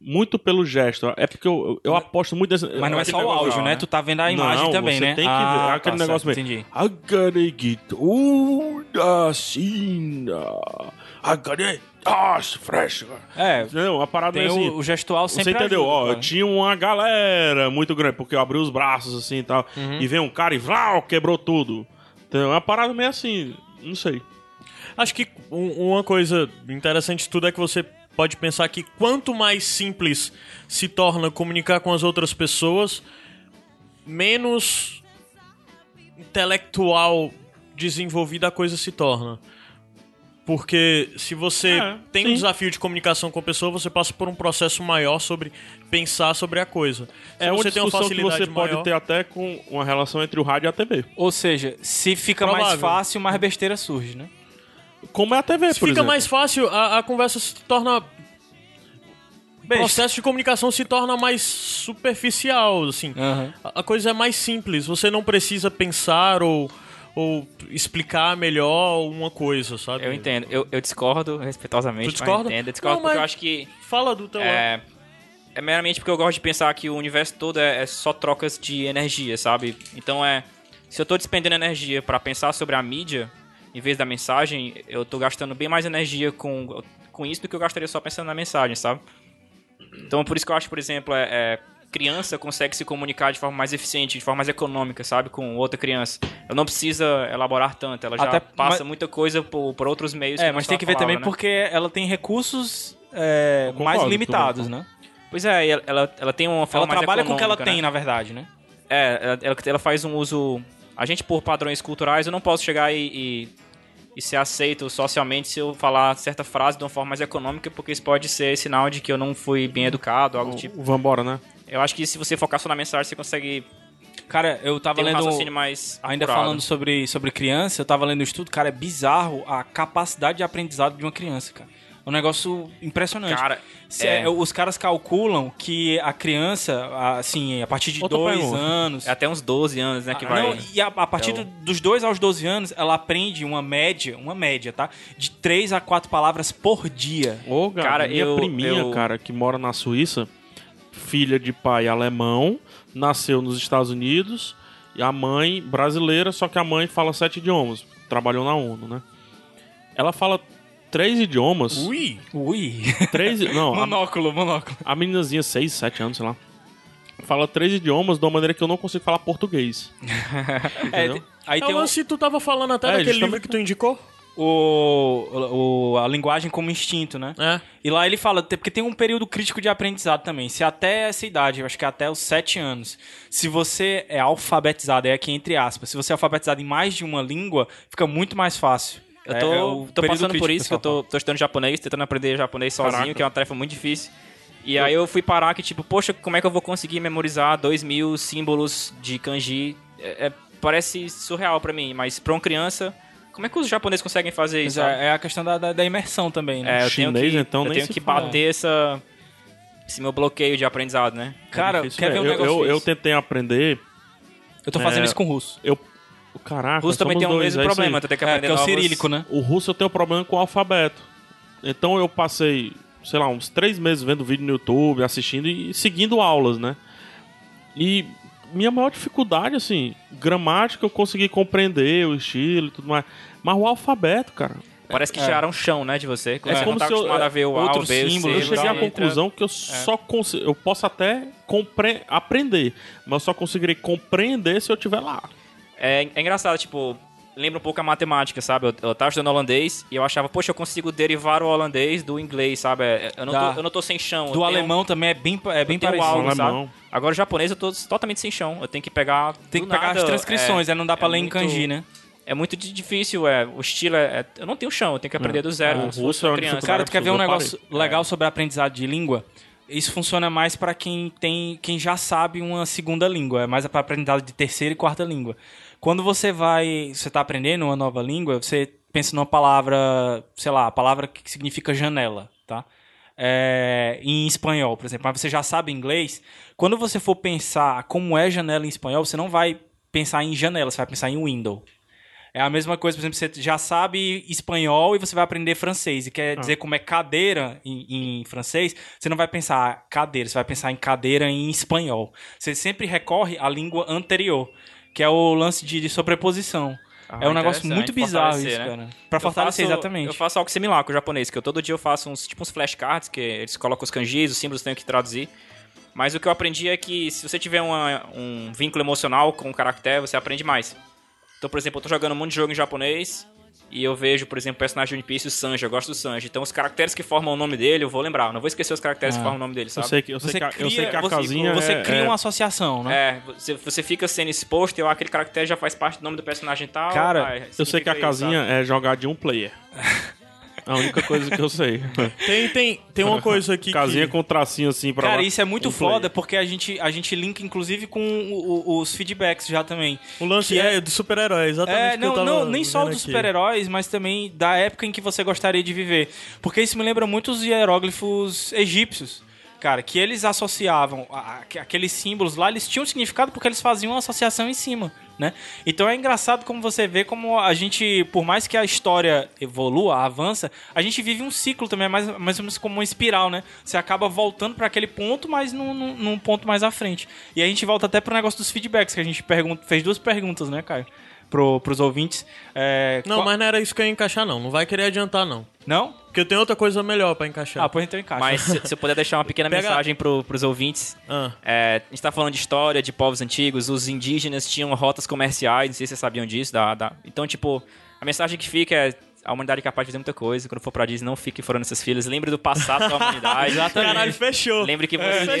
Speaker 4: Muito pelo gesto. É porque eu, eu aposto muito nesse.
Speaker 1: Mas não é só o áudio, né? Tu tá vendo a imagem
Speaker 4: Não,
Speaker 1: também,
Speaker 4: você
Speaker 1: né?
Speaker 4: tem que
Speaker 1: Ah,
Speaker 4: ver. É
Speaker 1: tá
Speaker 4: aquele
Speaker 1: certo,
Speaker 4: negócio mesmo.
Speaker 1: Entendi.
Speaker 4: I gotta get old assim. uh, I gotta ash Ah, fresh.
Speaker 1: É,
Speaker 4: Não, a parada
Speaker 1: Tem
Speaker 4: é assim.
Speaker 1: o, o gestual
Speaker 4: Você
Speaker 1: sempre
Speaker 4: entendeu?
Speaker 1: ajuda,
Speaker 4: Ó,
Speaker 1: cara.
Speaker 4: eu tinha uma galera muito grande, porque eu abri os braços assim e tal. E veio um cara e vlau, quebrou tudo. Então é uma parada meio assim, não sei.
Speaker 3: Acho que um- uma coisa interessante de tudo é que você pode pensar que quanto mais simples se torna comunicar com as outras pessoas, menos intelectual desenvolvida a coisa se torna. Porque se você
Speaker 4: É,
Speaker 3: tem
Speaker 4: sim.
Speaker 3: um desafio de comunicação com a pessoa, você passa por um processo maior sobre pensar sobre a coisa. Se
Speaker 4: é uma
Speaker 3: você tem uma
Speaker 4: discussão que
Speaker 3: facilidade
Speaker 4: você pode
Speaker 3: maior-
Speaker 4: ter até com uma relação entre o rádio e a TV.
Speaker 1: Ou seja, se fica mais
Speaker 3: Provável.
Speaker 1: fácil, mais besteira surge, né?
Speaker 4: Como é a TV,
Speaker 3: Se
Speaker 4: por
Speaker 3: fica
Speaker 4: exemplo.
Speaker 3: mais fácil, a, a conversa se torna. O processo de comunicação se torna mais superficial, assim.
Speaker 1: Aham.
Speaker 3: A a coisa é mais simples, você não precisa pensar ou, ou explicar melhor uma coisa, sabe?
Speaker 2: Eu entendo. Eu, eu discordo respeitosamente.
Speaker 3: Tu
Speaker 2: Mas
Speaker 3: discorda?
Speaker 2: eu entendo. Eu discordo
Speaker 3: Não,
Speaker 2: porque
Speaker 3: mas-
Speaker 2: eu acho que...
Speaker 3: Fala do teu lado.
Speaker 2: É, é meramente porque eu gosto de pensar que o universo todo é, é só trocas de energia, sabe? Então é. Se eu tô despendendo energia pra pensar sobre a mídia, em vez da mensagem, eu tô gastando bem mais energia com, com isso do que eu gastaria só pensando na mensagem, sabe? Então por isso que eu acho, por exemplo, é, é, criança consegue se comunicar de forma mais eficiente, de forma mais econômica, sabe? Com outra criança. Ela não precisa elaborar tanto, ela já
Speaker 1: Até-
Speaker 2: passa
Speaker 1: mas-
Speaker 2: muita coisa por, por outros meios.
Speaker 1: É,
Speaker 2: não
Speaker 1: mas
Speaker 2: só
Speaker 1: tem
Speaker 2: a
Speaker 1: que ver
Speaker 2: palavra,
Speaker 1: também
Speaker 2: né?
Speaker 1: porque ela tem recursos é,
Speaker 4: concordo,
Speaker 1: mais
Speaker 4: tô
Speaker 1: limitados, né?
Speaker 2: Pois é, e ela, ela, ela tem uma forma
Speaker 1: Ela
Speaker 2: mais
Speaker 1: trabalha com o que ela
Speaker 2: econômica, né?
Speaker 1: tem, na verdade, né?
Speaker 2: É, ela- ela, ela faz um uso. A gente, por padrões culturais, eu não posso chegar e, e, e ser aceito socialmente se eu falar certa frase de uma forma mais econômica, porque isso pode ser sinal de que eu não fui bem educado, algo do tipo.
Speaker 4: O- o Vambora, né?
Speaker 2: Eu acho que se você focar só na mensagem, você consegue
Speaker 1: Cara, eu tava
Speaker 2: ter um
Speaker 1: lendo.
Speaker 2: raciocínio mais.
Speaker 1: Ainda
Speaker 2: apurado.
Speaker 1: falando sobre, sobre criança, eu tava lendo um estudo, cara, é bizarro a capacidade de aprendizado de uma criança, cara. É um negócio impressionante.
Speaker 2: Cara,
Speaker 1: Se-
Speaker 2: é.
Speaker 1: é, os caras calculam que a criança, assim, a partir de
Speaker 4: Outra
Speaker 1: dois
Speaker 4: pergunta.
Speaker 1: anos.
Speaker 2: É até uns 12 anos, né? Que
Speaker 1: Ah,
Speaker 2: vai.
Speaker 1: não, e a, a partir
Speaker 2: é o-
Speaker 1: do- dos 2 aos 12 anos, ela aprende uma média, uma média, tá? De 3 a 4 palavras por dia.
Speaker 4: Ô, cara,
Speaker 2: Cara,
Speaker 4: minha
Speaker 2: eu-
Speaker 4: priminha,
Speaker 2: eu-
Speaker 4: cara, que mora na Suíça, filha de pai alemão, nasceu nos Estados Unidos e a mãe brasileira, só que a mãe fala sete idiomas. Trabalhou na ONU, né? Ela fala três idiomas.
Speaker 3: Ui!
Speaker 1: Ui.
Speaker 4: Três.
Speaker 2: [LAUGHS]
Speaker 4: Não, a,
Speaker 1: [LAUGHS] monóculo, monóculo.
Speaker 4: a meninazinha, seis, sete anos, sei lá. Fala três idiomas de uma maneira que eu não consigo
Speaker 2: [LAUGHS]
Speaker 4: falar português.
Speaker 1: É,
Speaker 4: Entendeu?
Speaker 1: aí
Speaker 3: É
Speaker 1: tem
Speaker 3: o
Speaker 1: o-
Speaker 3: lance que tu tava falando até
Speaker 4: É,
Speaker 3: daquele
Speaker 4: justamente-
Speaker 3: livro que tu indicou.
Speaker 1: o, o- a linguagem como instinto, né?
Speaker 3: É.
Speaker 1: E lá ele fala, te- porque tem um período crítico de aprendizado também. Se até essa idade, eu acho que é até os 7 anos, se você é alfabetizado, é aqui entre aspas, se você é alfabetizado em mais de uma língua, fica muito mais fácil.
Speaker 2: Eu
Speaker 1: É,
Speaker 2: tô,
Speaker 1: é o
Speaker 2: tô
Speaker 1: período
Speaker 2: passando
Speaker 1: crítico
Speaker 2: por isso que eu
Speaker 1: pessoal
Speaker 2: tô, tô estudando japonês, tentando aprender japonês sozinho,
Speaker 4: Caraca.
Speaker 2: que é uma tarefa muito difícil. E aí eu fui parar que, tipo, poxa, como é que eu vou conseguir memorizar dois mil símbolos de kanji? É- é- parece surreal pra mim, mas pra uma criança, como é que os japoneses conseguem fazer
Speaker 1: Mas
Speaker 2: isso? sabe?
Speaker 1: é é a questão da, da, da imersão também, né?
Speaker 2: É, eu tenho
Speaker 4: Chinês,
Speaker 2: que,
Speaker 4: então,
Speaker 2: eu
Speaker 4: nem
Speaker 2: tenho
Speaker 4: se
Speaker 2: que
Speaker 4: fala.
Speaker 2: bater essa, esse meu bloqueio de aprendizado, né?
Speaker 1: Cara,
Speaker 4: Difícil,
Speaker 1: quer ver
Speaker 4: né?
Speaker 1: um
Speaker 3: é
Speaker 4: eu,
Speaker 1: negócio?
Speaker 4: eu, eu
Speaker 1: desse?
Speaker 4: tentei aprender.
Speaker 1: Eu tô fazendo
Speaker 4: é,
Speaker 1: isso com o russo.
Speaker 4: Eu. Caraca,
Speaker 2: O russo também
Speaker 4: somos
Speaker 2: tem o
Speaker 1: um
Speaker 4: dois,
Speaker 2: mesmo
Speaker 4: é isso
Speaker 2: problema, tá tu
Speaker 4: aí.
Speaker 2: tem que
Speaker 1: É,
Speaker 2: aprender
Speaker 1: porque é o
Speaker 2: novas-
Speaker 1: cirílico, né?
Speaker 4: O russo eu tenho problema com o alfabeto. Então eu passei, sei lá, uns três meses vendo vídeo no YouTube, assistindo e seguindo aulas, né? E minha maior dificuldade, assim, gramática eu consegui compreender o estilo e tudo mais. Mas o alfabeto, cara.
Speaker 1: É.
Speaker 2: Parece que tiraram o chão, né, de você. Quando
Speaker 4: É
Speaker 2: você
Speaker 4: como
Speaker 2: não tá
Speaker 4: se eu- é
Speaker 2: acostumado a ver o A, o
Speaker 1: outros
Speaker 2: B, o C,
Speaker 1: símbolos,
Speaker 4: Eu
Speaker 1: Sim,
Speaker 4: cheguei à
Speaker 1: letra.
Speaker 4: conclusão que eu
Speaker 2: É.
Speaker 4: só consigo. Eu posso até compre- aprender, mas eu só conseguirei compreender se eu estiver lá.
Speaker 2: É, é engraçado, tipo, lembra um pouco a matemática, sabe? Eu, eu tava estudando holandês e eu achava, poxa, eu consigo derivar o holandês do inglês, sabe? É, Eu não,
Speaker 1: Dá.
Speaker 2: tô, eu não tô sem chão. eu
Speaker 1: Do
Speaker 2: tenho-
Speaker 1: alemão também é bem, pa- é bem
Speaker 2: eu tenho
Speaker 1: parecido.
Speaker 2: algo,
Speaker 4: Alemão.
Speaker 2: sabe? Agora o japonês eu tô totalmente sem chão. Eu tenho que pegar.
Speaker 1: Tem que
Speaker 2: do
Speaker 1: pegar
Speaker 2: nada,
Speaker 1: as transcrições,
Speaker 2: é,
Speaker 1: aí não dá pra
Speaker 2: é
Speaker 1: ler em
Speaker 2: muito-
Speaker 1: kanji, né?
Speaker 2: É muito di- difícil, é. O estilo é. é- eu não tenho chão, eu tenho que aprender do zero.
Speaker 4: O
Speaker 2: como se
Speaker 4: russo
Speaker 2: fosse
Speaker 4: é
Speaker 2: uma
Speaker 4: uma
Speaker 2: criança.
Speaker 1: Hum.
Speaker 4: dificuldade.
Speaker 1: Cara, tu quer ver um
Speaker 4: Eu parei.
Speaker 1: negócio legal sobre aprendizado de língua? Isso funciona mais pra quem tem, quem já sabe uma segunda língua, é mais para aprendizado de terceira e quarta língua. Quando você vai, você tá aprendendo uma nova língua, você pensa numa palavra, sei lá, a palavra que significa janela, tá? É, em espanhol, por exemplo, mas você já sabe inglês, quando você for pensar como é janela em espanhol, você não vai pensar em janela, você vai pensar em window. É a mesma coisa, por exemplo, você já sabe espanhol e você vai aprender francês. E quer dizer como é cadeira em, em francês, você não vai pensar cadeira, você vai pensar em cadeira em espanhol. Você sempre recorre à língua anterior, que é o lance de, de sobreposição.
Speaker 2: Ah,
Speaker 1: é um negócio
Speaker 2: interessante,
Speaker 1: muito bizarro
Speaker 2: fortalecer,
Speaker 1: isso,
Speaker 2: né?
Speaker 1: cara. Pra
Speaker 2: Eu
Speaker 1: fortalecer,
Speaker 2: faço-
Speaker 1: exatamente.
Speaker 2: Eu faço algo similar com o japonês, que eu todo dia eu faço uns, tipo uns flashcards, que eles colocam os kanjis, os símbolos eu tenho que traduzir. Mas o que eu aprendi é que se você tiver uma- um vínculo emocional com o caractere, você aprende mais. Então, por exemplo, eu tô jogando um monte de jogo em japonês e eu vejo, por exemplo, o personagem de One Piece, o Sanji, eu gosto do Sanji. Então, os caracteres que formam o nome dele, eu vou lembrar. eu Não vou esquecer os caracteres que formam o nome dele,
Speaker 4: Ah, Eu
Speaker 2: sabe?
Speaker 4: sei que, eu sei que, a- eu sei que a
Speaker 1: você-
Speaker 4: casinha.
Speaker 1: Você
Speaker 4: é-
Speaker 1: cria
Speaker 4: é-
Speaker 1: uma associação, né?
Speaker 2: É, você, você fica sendo exposto e ó, aquele caractere já faz parte do nome do personagem e tal. ah,
Speaker 4: Cara, eu sei que
Speaker 2: significa
Speaker 4: a
Speaker 2: isso,
Speaker 4: casinha
Speaker 2: sabe?
Speaker 4: é jogar de um player. A única coisa que eu
Speaker 3: [LAUGHS]
Speaker 4: sei.
Speaker 3: Tem, tem, tem uma coisa aqui
Speaker 4: casinha
Speaker 3: que...
Speaker 4: com tracinho assim pra
Speaker 1: Cara,
Speaker 4: lá.
Speaker 1: isso é muito
Speaker 4: Um
Speaker 1: foda
Speaker 4: player.
Speaker 1: porque a gente, a gente linka inclusive com o- o- os feedbacks já também.
Speaker 3: O lance
Speaker 1: que
Speaker 3: é, do super-herói, exatamente
Speaker 1: É,
Speaker 3: o que
Speaker 1: não,
Speaker 3: eu tava
Speaker 1: não, nem só
Speaker 3: vendo
Speaker 1: dos
Speaker 3: aqui.
Speaker 1: super-heróis, mas também da época em que você gostaria de viver. Porque isso me lembra muito os hieróglifos egípcios. Cara, que eles associavam a- a- aqueles símbolos lá, eles tinham significado porque eles faziam uma associação em cima, né? Então é engraçado como você vê como a gente, por mais que a história evolua, avança, a gente vive um ciclo também, é mais, mais ou menos como uma espiral, né? Você acaba voltando para aquele ponto, mas num, num- num ponto mais à frente. E a gente volta até pro negócio dos feedbacks, que a gente pergunta, fez duas perguntas, né, Caio? pro, pros ouvintes. É,
Speaker 3: Não,
Speaker 1: qual-
Speaker 3: mas não era isso que eu ia encaixar, não. Não vai querer adiantar, não.
Speaker 1: Não?
Speaker 3: Porque eu tenho outra coisa melhor pra encaixar.
Speaker 1: Ah, pois então encaixa.
Speaker 2: Mas se, se eu puder deixar uma pequena
Speaker 3: Pega-
Speaker 2: mensagem pro, pros ouvintes.
Speaker 3: Ah.
Speaker 2: É, a gente tá falando de história, de povos antigos, os indígenas tinham rotas comerciais, não sei se vocês sabiam disso. da- da- Então, tipo, a mensagem que fica é. A humanidade é capaz de fazer muita coisa. Quando for pra Disney, não fique furando essas filhas. Lembre do passado [LAUGHS] da humanidade.
Speaker 3: Caralho, fechou.
Speaker 2: Lembre que
Speaker 3: É,
Speaker 2: você é,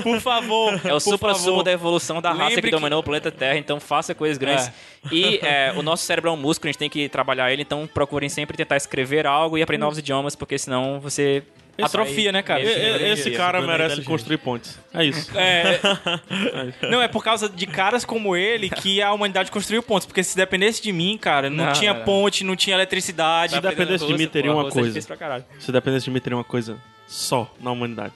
Speaker 1: [LAUGHS] Por [LAUGHS] favor.
Speaker 2: é o
Speaker 1: por
Speaker 2: supra sumo
Speaker 1: favor.
Speaker 2: da evolução da raça
Speaker 1: Lembre
Speaker 2: que
Speaker 1: que-
Speaker 2: dominou o planeta Terra. Então, faça coisas grandes.
Speaker 1: É.
Speaker 2: E é, o nosso cérebro é um músculo, a gente tem que trabalhar ele. Então, procurem sempre tentar escrever algo e aprender novos idiomas, porque senão você...
Speaker 1: Atrofia, né, cara?
Speaker 2: Esse-
Speaker 4: E- e- Esse
Speaker 2: Esse
Speaker 4: cara
Speaker 3: Bruno é
Speaker 4: merece
Speaker 3: inteligente.
Speaker 4: construir pontes. É isso.
Speaker 1: É, [LAUGHS] é- não, é por causa de caras como ele que a humanidade construiu pontes. Porque se dependesse de mim, cara, não, é.
Speaker 2: Não,
Speaker 1: tinha
Speaker 2: não, não.
Speaker 1: ponte, não tinha eletricidade.
Speaker 2: Tá aprendendo
Speaker 4: dependesse de
Speaker 2: russo,
Speaker 4: mim, teria
Speaker 2: pô,
Speaker 4: uma
Speaker 2: russo é
Speaker 4: coisa.
Speaker 2: difícil pra caralho.
Speaker 4: Se dependesse de mim, teria uma coisa só na humanidade.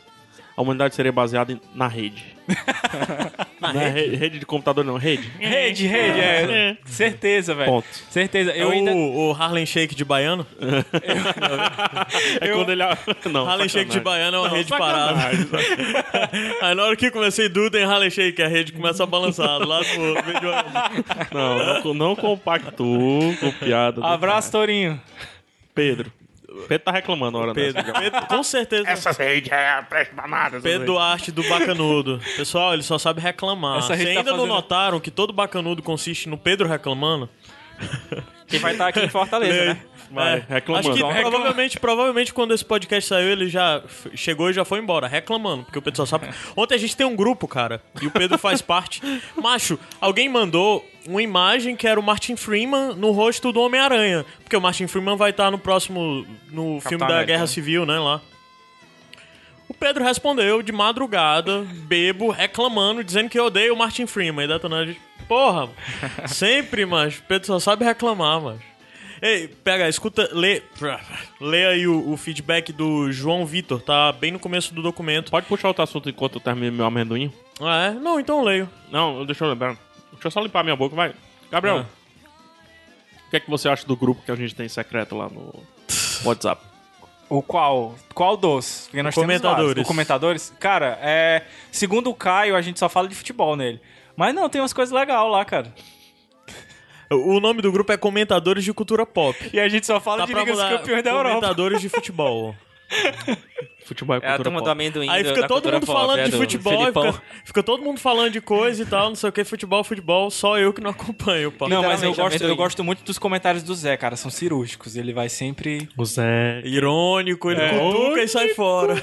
Speaker 4: A humanidade seria baseada em- na
Speaker 1: [LAUGHS]
Speaker 4: rede. na rede? rede de computador, não, rede.
Speaker 1: Rede, rede, é. Certeza, velho.
Speaker 4: Ponto.
Speaker 1: Certeza. Eu
Speaker 3: o,
Speaker 1: ainda.
Speaker 3: o Harlem Shake de baiano?
Speaker 4: É quando ele. [LAUGHS] Não, sacanagem.
Speaker 3: Harlem Shake de baiano é uma rede parada.
Speaker 4: Sacanagem, sacanagem.
Speaker 3: [LAUGHS] Aí na hora que eu comecei Duden Harlem Shake, a rede começa a balançar lá pro outro, meio de uma-
Speaker 4: Não, não, co- não compactuou com piada. do
Speaker 1: Abraço, Torinho.
Speaker 4: cara. Pedro. Pedro tá reclamando a hora
Speaker 3: Pedro.
Speaker 4: dessa.
Speaker 3: Pedro, com certeza.
Speaker 4: Essas redes é presta pra nada. essas
Speaker 3: Pedro Duarte do Bacanudo. Pessoal, ele só sabe reclamar.
Speaker 1: Essa
Speaker 3: Vocês
Speaker 1: rede
Speaker 3: ainda
Speaker 1: tá
Speaker 3: não
Speaker 1: fazendo-
Speaker 3: notaram que todo Bacanudo consiste no Pedro reclamando?
Speaker 2: Que vai estar aqui em Fortaleza, né?
Speaker 4: Vai, reclamando.
Speaker 3: É.
Speaker 4: Então,
Speaker 3: Acho que
Speaker 4: Reclama.
Speaker 3: provavelmente, provavelmente quando esse podcast saiu, ele já f- chegou e já foi embora, reclamando, porque o Pedro só sabe. Ontem a gente tem um grupo, cara, e o Pedro
Speaker 4: [LAUGHS]
Speaker 3: faz parte. Macho, alguém mandou uma imagem que era o Martin Freeman no rosto do Homem-Aranha. Porque
Speaker 4: né?
Speaker 3: o Martin Freeman vai estar no próximo. no filme da
Speaker 2: América,
Speaker 3: Guerra
Speaker 2: né?
Speaker 3: Civil, né? Lá. O Pedro respondeu de madrugada, bebo, reclamando, dizendo que odeia o Martin Freeman. E detonando, a gente, porra, mano. sempre, macho. O Pedro só sabe reclamar, macho. Ei, pega, escuta, lê, lê aí o, o feedback do João Vitor, tá bem no começo do documento.
Speaker 4: Pode puxar outro assunto enquanto eu termino meu amendoim?
Speaker 3: Ah, é? Não, então eu leio.
Speaker 4: Não, deixa eu lembrar. Deixa eu só limpar minha boca, vai. Gabriel, o que é que você acha do grupo que a gente tem secreto lá no WhatsApp?
Speaker 1: O qual? Qual dos? Porque nós
Speaker 3: Comentadores.
Speaker 1: Temos vários. o comentadores? Cara, é. Segundo o Caio, a gente só fala de futebol nele. Mas não, tem umas coisas legais lá, cara.
Speaker 3: O nome do grupo é Comentadores de Cultura Pop.
Speaker 1: E a gente só fala
Speaker 3: Tá
Speaker 1: de
Speaker 3: pra
Speaker 1: Liga dos
Speaker 3: mudar
Speaker 1: Campeões da Europa.
Speaker 3: Comentadores de
Speaker 2: [LAUGHS]
Speaker 3: Futebol.
Speaker 4: Futebol e
Speaker 2: É a
Speaker 4: cultura
Speaker 2: turma
Speaker 4: pop.
Speaker 2: do amendoim.
Speaker 3: Aí
Speaker 2: do-
Speaker 3: fica
Speaker 2: da
Speaker 3: todo
Speaker 2: cultura
Speaker 3: mundo
Speaker 2: pop,
Speaker 3: falando
Speaker 2: é,
Speaker 3: de
Speaker 2: do
Speaker 3: futebol,
Speaker 2: Filipão.
Speaker 3: fica, fica todo mundo falando de coisa e tal, não sei o que, futebol, futebol, só eu que não acompanho, pá.
Speaker 1: Não, mas eu
Speaker 2: Literalmente,
Speaker 1: gosto, eu
Speaker 2: amendoim.
Speaker 1: gosto muito dos comentários do Zé, cara. São cirúrgicos. Ele vai sempre.
Speaker 4: O Zé.
Speaker 3: Irônico,
Speaker 2: É.
Speaker 3: ele cutuca e sai fora.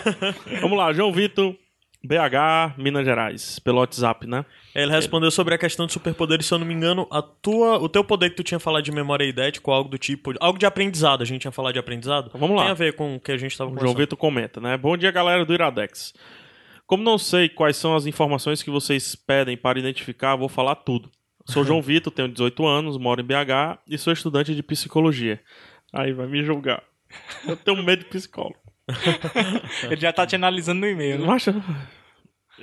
Speaker 4: Vamos lá, João Vitor, BH, Minas Gerais, pelo WhatsApp, né?
Speaker 3: Ele respondeu sobre a questão de superpoderes, se eu não me engano, a tua, o teu poder que tu tinha falado de memória idética ou algo do tipo, algo de aprendizado, a gente tinha falado de aprendizado?
Speaker 4: Então, Vamos lá.
Speaker 3: Tem a ver com o que a gente tava
Speaker 4: O João
Speaker 3: conversando.
Speaker 4: Vitor comenta, né? Bom dia, galera do Iradex. Como não sei quais são as informações que vocês pedem para identificar, vou falar tudo. Sou João Vitor, tenho 18 anos, moro em BH e sou estudante de psicologia. Aí vai me julgar. Eu tenho medo de psicólogo. É.
Speaker 1: Ele já tá te analisando no e-mail. né?
Speaker 4: Não acha?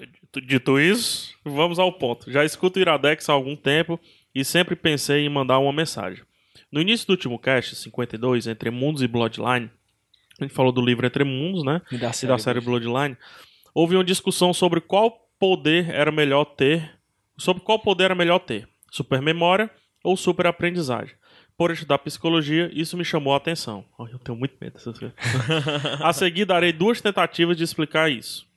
Speaker 4: Dito- Dito isso, vamos ao ponto. Já escuto o Iradex há algum tempo e sempre pensei em mandar uma mensagem. No início do último cast, 52, Entre Mundos e Bloodline, a gente falou do livro Entre Mundos, né?
Speaker 1: Me dá
Speaker 4: e da série Bloodline, houve uma discussão sobre qual poder era melhor ter, sobre qual poder era melhor ter, supermemória ou superaprendizagem. Por estudar psicologia, isso me chamou a atenção. Ai, eu tenho muito medo dessas coisas. a seguir, darei duas tentativas de explicar isso.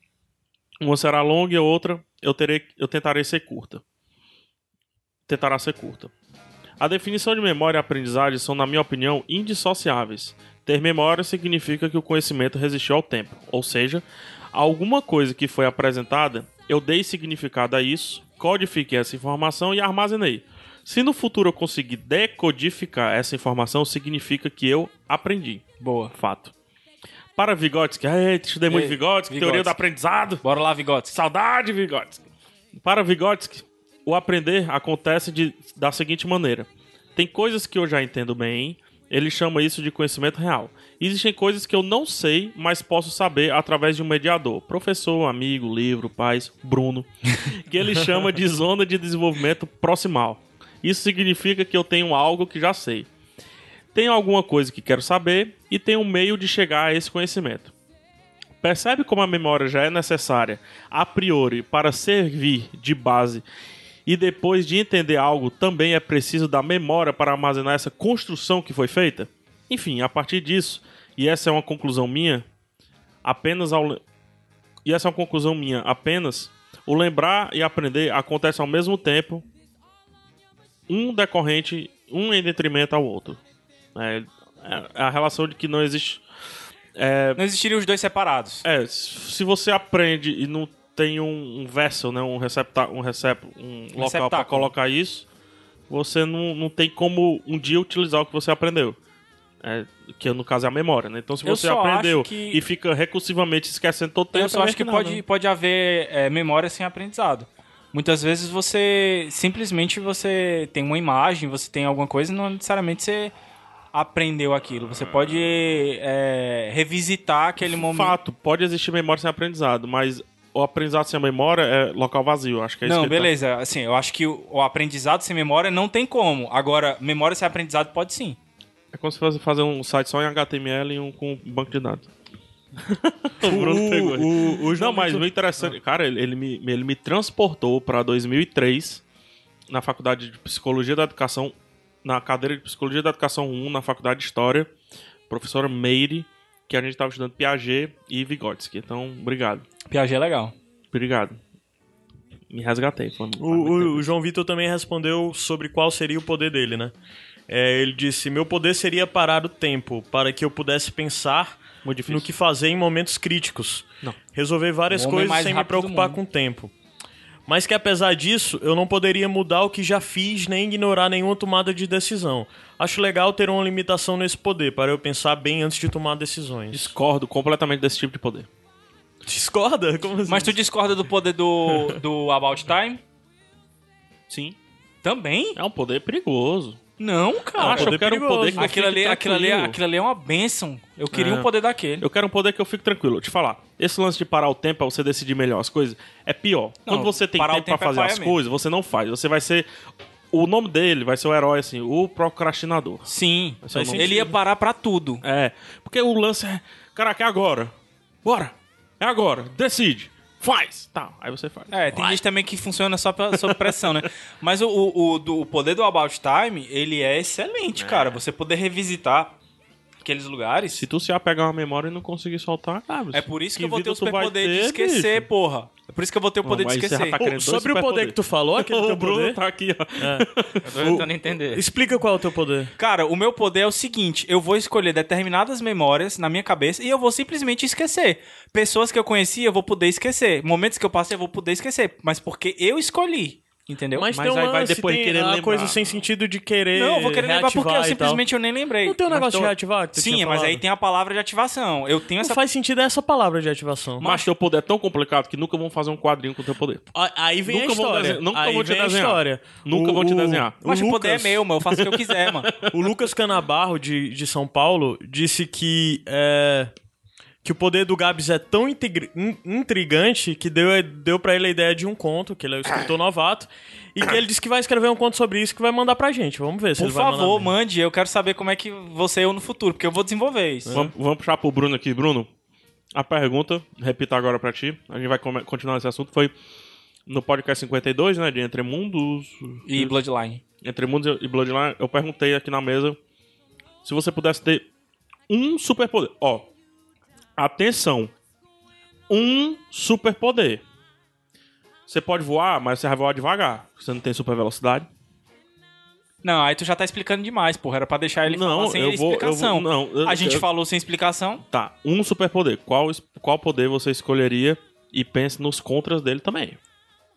Speaker 4: Uma será longa e a outra eu, terei, eu tentarei ser curta. Tentará ser curta. A definição de memória e aprendizagem são, na minha opinião, indissociáveis. Ter memória significa que o conhecimento resistiu ao tempo, ou seja, alguma coisa que foi apresentada, eu dei significado a isso, codifiquei essa informação e armazenei. Se no futuro eu conseguir decodificar essa informação, significa que eu aprendi.
Speaker 1: Boa.
Speaker 4: Fato. Para Vygotsky, ei, estudei muito
Speaker 1: Ei,
Speaker 4: Vygotsky, teoria
Speaker 1: Vygotsky.
Speaker 4: do aprendizado.
Speaker 1: Bora lá, Vigotes.
Speaker 4: Saudade, Vygotsky. Para Vygotsky, o aprender acontece de- da seguinte maneira. Tem coisas que eu já entendo bem, ele chama isso de conhecimento real. Existem coisas que eu não sei, mas posso saber através de um mediador. Professor, amigo, livro, pais, Bruno. Que ele chama de zona de desenvolvimento proximal. Isso significa que eu tenho algo que já sei. Tenho alguma coisa que quero saber e tenho um meio de chegar a esse conhecimento. Percebe como a memória já é necessária a priori para servir de base e depois de entender algo também é preciso da memória para armazenar essa construção que foi feita? Enfim, a partir disso, e essa é uma conclusão minha, apenas ao le- e essa é uma conclusão minha apenas, o lembrar e aprender acontece ao mesmo tempo, um decorrente, um em detrimento ao outro. É, é a relação de que não existe
Speaker 1: Não existiriam os dois separados.
Speaker 4: é, s- se você aprende e não tem um, um vessel, né, um recepta, um recep, um local para
Speaker 1: receptáculo.
Speaker 4: colocar isso, você não, não tem como um dia utilizar o que você aprendeu. É, que no caso é a memória, né? Então se
Speaker 1: Eu
Speaker 4: você
Speaker 1: só acho
Speaker 4: aprendeu
Speaker 1: que-
Speaker 4: e fica recursivamente esquecendo todo o tempo,
Speaker 1: Então, Eu só
Speaker 4: é
Speaker 1: acho que
Speaker 4: não,
Speaker 1: pode,
Speaker 4: né?
Speaker 1: pode haver é, memória sem aprendizado. Muitas vezes você simplesmente você tem uma imagem, você tem alguma coisa e não necessariamente você aprendeu aquilo. Você pode é, revisitar aquele momento.
Speaker 4: é Fato, pode existir memória sem aprendizado, mas o aprendizado sem a memória é local vazio, acho que é isso.
Speaker 1: não,
Speaker 4: que ele tá-
Speaker 1: beleza. Assim, eu acho que o, o aprendizado sem memória não tem como. Agora, memória sem aprendizado pode sim.
Speaker 4: É como se fosse fazer um site só em HTML e um com banco de dados. o
Speaker 3: O-
Speaker 4: aí.
Speaker 3: o- o João
Speaker 4: Não, mas
Speaker 3: Vitor- Ah.
Speaker 4: muito interessante. Cara, ele, ele me, ele me transportou pra 2003 na faculdade de Psicologia da Educação, na cadeira de Psicologia da Educação 1, na faculdade de História, professora Meire, que a gente tava estudando Piaget e Vygotsky. Então, obrigado.
Speaker 1: Piaget é legal.
Speaker 4: Obrigado. Me resgatei. Foi,
Speaker 3: O, o- o João Vitor também respondeu sobre qual seria o poder dele, né? É, ele disse: Meu poder seria parar o tempo para que eu pudesse pensar
Speaker 4: Muito difícil.
Speaker 3: no que fazer em momentos críticos.
Speaker 4: Não.
Speaker 3: Resolver várias
Speaker 1: O homem
Speaker 3: coisas
Speaker 1: mais
Speaker 3: sem me
Speaker 1: rápido do
Speaker 3: preocupar
Speaker 1: mundo.
Speaker 3: com o tempo. Mas que apesar disso, eu não poderia mudar o que já fiz nem ignorar nenhuma tomada de decisão. Acho legal ter uma limitação nesse poder para eu pensar bem antes de tomar decisões.
Speaker 4: Discordo completamente desse tipo de poder.
Speaker 3: Discorda? Como assim?
Speaker 1: Mas tu discorda do poder do, do About Time?
Speaker 4: Sim.
Speaker 1: Também?
Speaker 4: É um poder perigoso.
Speaker 1: Não,
Speaker 4: Eu
Speaker 1: cara.
Speaker 4: acho que eu quero um poder que eu
Speaker 1: Aquilo
Speaker 4: fique
Speaker 1: ali, aquilo, ali,
Speaker 4: tranquilo.
Speaker 1: aquilo ali é uma bênção. Eu queria
Speaker 4: É.
Speaker 1: um poder daquele.
Speaker 4: Eu quero um poder que eu fique tranquilo. Te falar, esse lance de parar o tempo pra você decidir melhor as coisas é pior.
Speaker 1: Não,
Speaker 4: Quando você tem
Speaker 1: parar o
Speaker 4: tempo pra
Speaker 1: tempo é
Speaker 4: fazer
Speaker 1: paia
Speaker 4: as
Speaker 1: mesmo.
Speaker 4: coisas, você não faz. Você vai ser. O nome dele vai ser o herói, assim, o procrastinador.
Speaker 1: Sim.
Speaker 4: Esse é o nome.
Speaker 1: Ele ia parar pra tudo.
Speaker 4: É. Porque o lance é. Caraca, é agora. Bora! É agora. Decide. Faz! Tá, aí você faz.
Speaker 1: É, tem gente também que funciona só pra- sob pressão, né? Mas o, o, o do- o poder do About Time, ele é excelente, cara. Você poder revisitar aqueles lugares.
Speaker 4: Se tu se apegar a uma memória e não conseguir soltar, ah, bicho,
Speaker 1: É por isso que, eu vou
Speaker 4: vida
Speaker 1: ter o
Speaker 4: tu vai
Speaker 1: superpoder de
Speaker 4: ter,
Speaker 1: esquecer,
Speaker 4: bicho?
Speaker 1: porra. É por isso que eu vou ter o
Speaker 4: Não,
Speaker 1: poder de
Speaker 4: mas você
Speaker 1: esquecer.
Speaker 4: já tá querendo-
Speaker 3: Sobre o
Speaker 4: Dois
Speaker 3: poder
Speaker 4: superpoder.
Speaker 3: que tu
Speaker 4: [LAUGHS]
Speaker 3: falou, aquele
Speaker 4: o
Speaker 3: teu
Speaker 4: Bruno
Speaker 3: poder.
Speaker 4: tá aqui, ó.
Speaker 1: É.
Speaker 2: Eu tô tentando entender.
Speaker 3: Explica qual é o teu poder.
Speaker 1: Cara, o meu poder é o seguinte: eu vou escolher determinadas memórias na minha cabeça e eu vou simplesmente esquecer. Pessoas que eu conheci, eu vou poder esquecer. Momentos que eu passei, eu vou poder esquecer. Mas porque eu escolhi. Entendeu?
Speaker 3: Mas,
Speaker 4: Mas
Speaker 3: tem um
Speaker 4: aí
Speaker 3: lance,
Speaker 4: vai depois
Speaker 3: tem
Speaker 4: querer
Speaker 3: a
Speaker 4: lembrar.
Speaker 3: coisa sem sentido de querer
Speaker 1: não, eu vou querer lembrar porque eu
Speaker 3: reativar e tal.
Speaker 1: simplesmente eu nem lembrei.
Speaker 3: Não tem um
Speaker 1: Mas
Speaker 3: negócio
Speaker 1: tô-
Speaker 3: de reativar que tu
Speaker 1: Sim,
Speaker 3: tinha
Speaker 1: mas
Speaker 3: falado?
Speaker 1: aí tem a palavra de ativação. Eu tenho
Speaker 3: Não
Speaker 1: essa.
Speaker 3: faz sentido é essa palavra de
Speaker 4: [LAUGHS]
Speaker 3: ativação.
Speaker 4: Mas teu poder é tão complicado que nunca vão fazer um quadrinho com teu poder.
Speaker 3: A- Aí vem
Speaker 4: Nunca
Speaker 3: a
Speaker 4: vão
Speaker 3: história.
Speaker 4: desenhar- nunca
Speaker 3: aí
Speaker 4: vão te
Speaker 3: vem a
Speaker 4: desenhar.
Speaker 3: história.
Speaker 4: Nunca vão te desenhar. tipo,
Speaker 3: O,
Speaker 1: Mas o
Speaker 3: Lucas,
Speaker 1: poder é meu, mano. Eu faço o que
Speaker 3: [LAUGHS]
Speaker 1: eu quiser, mano.
Speaker 3: O Lucas Canabarro, de, de São Paulo, disse que, é, que o poder do Gabs é tão integri- in- intrigante que deu, deu para ele a ideia de um conto, que ele é um escritor novato, e que ele disse que vai escrever um conto sobre isso que vai mandar pra gente. Vamos ver se
Speaker 1: Por
Speaker 3: ele vai mandar
Speaker 1: favor,
Speaker 3: mesmo.
Speaker 1: mande. Eu quero saber como é que você eu no futuro, porque eu vou desenvolver isso.
Speaker 4: É.
Speaker 3: É.
Speaker 4: Vamos, vamos puxar pro Bruno aqui. Bruno, a pergunta, repito agora pra ti, a gente vai come- continuar esse assunto, foi no podcast 52, né, de Entre Mundos,
Speaker 1: E Bloodline.
Speaker 4: Entre Mundos e Bloodline, eu perguntei aqui na mesa se você pudesse ter um superpoder. Ó, atenção, um superpoder. Você pode voar, mas você vai voar devagar, você não tem super velocidade.
Speaker 1: Não, aí tu já tá explicando demais, porra. Era pra deixar ele
Speaker 4: Não,
Speaker 1: falar sem
Speaker 4: eu vou- eu
Speaker 1: explicação.
Speaker 4: vou- não, eu-
Speaker 1: a gente
Speaker 4: eu-
Speaker 1: falou sem explicação.
Speaker 4: Tá, um superpoder. Qual, es- qual poder você escolheria? E pense nos contras dele também.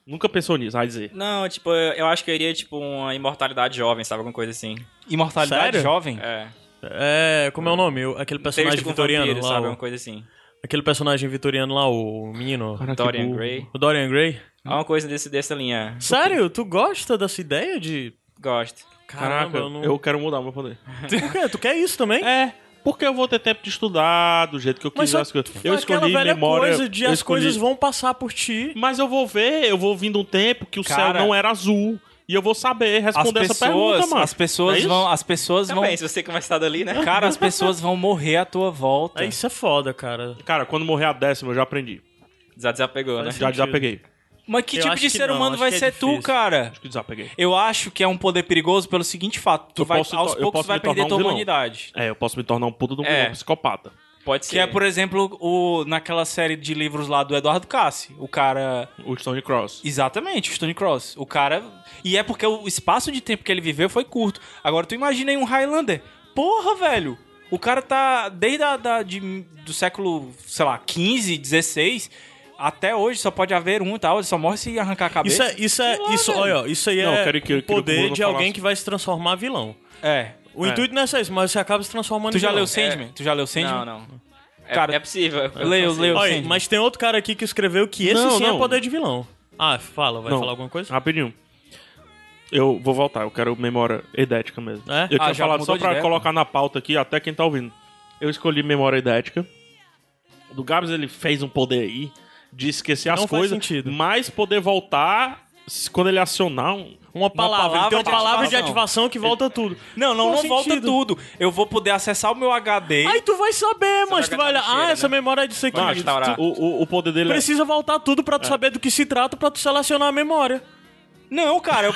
Speaker 4: Nunca pensou nisso, vai dizer.
Speaker 2: Não, tipo, eu eu acho que eu iria, tipo, uma imortalidade jovem, sabe? Alguma coisa assim.
Speaker 1: Imortalidade
Speaker 3: Sério?
Speaker 1: jovem.
Speaker 2: É.
Speaker 3: É, como é o nome? O- Aquele personagem
Speaker 2: Entrevista com
Speaker 3: vitoriano
Speaker 2: vampiro,
Speaker 3: lá.
Speaker 2: sabe?
Speaker 3: o-
Speaker 2: Uma coisa assim.
Speaker 3: Aquele personagem vitoriano lá, o menino.
Speaker 2: Dorian Gray.
Speaker 3: O Dorian Gray.
Speaker 2: Alguma coisa desse, dessa linha.
Speaker 3: Sério? Tu gosta dessa ideia de.
Speaker 2: Gosto.
Speaker 4: Caraca, eu, quero mudar meu poder.
Speaker 3: Por quê? Tu quer isso também?
Speaker 4: É, porque eu vou ter tempo de estudar do jeito que eu
Speaker 3: Mas
Speaker 4: quiser.
Speaker 3: só
Speaker 4: as coisas.
Speaker 3: foi
Speaker 4: Eu
Speaker 3: aquela
Speaker 4: escolhi
Speaker 3: velha
Speaker 4: memória.
Speaker 3: coisa de
Speaker 4: eu
Speaker 3: as
Speaker 4: escolhi-
Speaker 3: coisas vão passar por ti.
Speaker 4: Mas eu vou ver, eu vou vindo um tempo que o
Speaker 1: Cara,
Speaker 4: céu não era azul. E eu vou saber
Speaker 1: As
Speaker 4: responder essa pergunta,
Speaker 1: pessoas,
Speaker 4: mano.
Speaker 1: as pessoas
Speaker 4: É
Speaker 1: vão, as pessoas vão,
Speaker 4: [LAUGHS]
Speaker 2: Também, Tá se você começar dali, né?
Speaker 1: cara, as pessoas vão morrer à tua volta.
Speaker 4: Tá.
Speaker 3: Ah, isso é foda, cara.
Speaker 4: isso? Cara, quando morrer a décima, eu já aprendi.
Speaker 2: Já desapegou, né?
Speaker 4: Já desapeguei.
Speaker 1: Mas que
Speaker 3: Eu
Speaker 1: tipo
Speaker 3: acho
Speaker 1: de
Speaker 3: que
Speaker 1: ser
Speaker 3: não,
Speaker 1: humano
Speaker 3: acho
Speaker 1: vai
Speaker 3: que é
Speaker 1: ser tu,
Speaker 3: difícil.
Speaker 1: cara?
Speaker 4: Acho que desapeguei.
Speaker 1: Eu acho que é um poder perigoso pelo seguinte fato: tu
Speaker 4: Eu
Speaker 1: vai
Speaker 4: posso
Speaker 1: aos
Speaker 4: to- eu
Speaker 1: poucos
Speaker 4: posso
Speaker 1: vai
Speaker 4: me tornar
Speaker 1: perder
Speaker 4: um
Speaker 1: tua
Speaker 4: vilão.
Speaker 1: humanidade.
Speaker 4: É, eu posso me tornar um puto de um
Speaker 2: É.
Speaker 4: psicopata.
Speaker 2: Pode ser.
Speaker 1: Que é, por exemplo, o naquela série de livros lá do Eduardo Cassi, o cara
Speaker 4: O Stone Cross.
Speaker 1: Exatamente, o Stone Cross. O cara. E é porque o espaço de tempo que ele viveu foi curto. Agora tu imagina aí um Highlander. Porra, velho! O cara tá desde a, da, de, do século, sei lá, 15, 16 até hoje, só pode haver um e tal. Ele só morre se arrancar a
Speaker 3: Isso
Speaker 1: cabeça.
Speaker 3: é, isso é, isso, olha, ó, isso aí
Speaker 4: Não,
Speaker 3: é
Speaker 4: eu quero que- eu quero
Speaker 3: o
Speaker 4: que o
Speaker 3: poder
Speaker 4: Bruno
Speaker 3: de alguém
Speaker 4: falasse.
Speaker 3: que vai se transformar vilão.
Speaker 1: É.
Speaker 3: O intuito não é só isso, mas você acaba se transformando
Speaker 1: Tu
Speaker 3: em
Speaker 1: já
Speaker 3: vilão.
Speaker 1: leu Sandman? Tu já leu Sandman?
Speaker 2: Não, não. É,
Speaker 1: Cara-
Speaker 2: é possível. eu
Speaker 1: Leu,
Speaker 2: consigo.
Speaker 1: leu.
Speaker 3: Olha,
Speaker 1: Sandman.
Speaker 3: mas tem outro cara aqui que escreveu que esse
Speaker 4: Não,
Speaker 3: sim é
Speaker 4: não.
Speaker 3: poder de vilão. Ah, fala, vai
Speaker 4: Não. Ah,
Speaker 3: falar alguma coisa?
Speaker 4: Rapidinho. Eu vou voltar, eu quero memória idética mesmo.
Speaker 3: É?
Speaker 4: Eu
Speaker 1: Ah,
Speaker 4: tinha
Speaker 1: já
Speaker 4: falado
Speaker 1: mudou
Speaker 4: só
Speaker 1: de
Speaker 4: pra
Speaker 1: ideia?
Speaker 4: colocar na pauta aqui, até quem tá ouvindo. Eu escolhi memória idética. O do Gabs ele fez um poder aí de esquecer
Speaker 3: Não
Speaker 4: as
Speaker 3: faz
Speaker 4: coisas,
Speaker 3: sentido.
Speaker 4: mas poder voltar se- quando ele acionar um.
Speaker 3: Uma palavra, ele
Speaker 1: palavra
Speaker 3: tem uma
Speaker 1: de
Speaker 3: palavra de
Speaker 1: ativação.
Speaker 3: ativação que volta tudo.
Speaker 1: Não, não,
Speaker 3: Faz
Speaker 1: não volta
Speaker 3: sentido.
Speaker 1: tudo. Eu vou poder acessar o meu HD.
Speaker 3: Aí tu vai saber,
Speaker 2: vai
Speaker 3: mas tu vai olhar,
Speaker 2: catar no
Speaker 3: ah,
Speaker 2: cheiro,
Speaker 3: essa
Speaker 2: né?
Speaker 3: memória é disso aqui.
Speaker 2: Vai restaurar.
Speaker 4: O, o, o poder dele é.
Speaker 3: Precisa voltar tudo pra tu saber do que se trata, pra tu selecionar a memória.
Speaker 1: Não, cara,
Speaker 3: [LAUGHS]
Speaker 1: eu.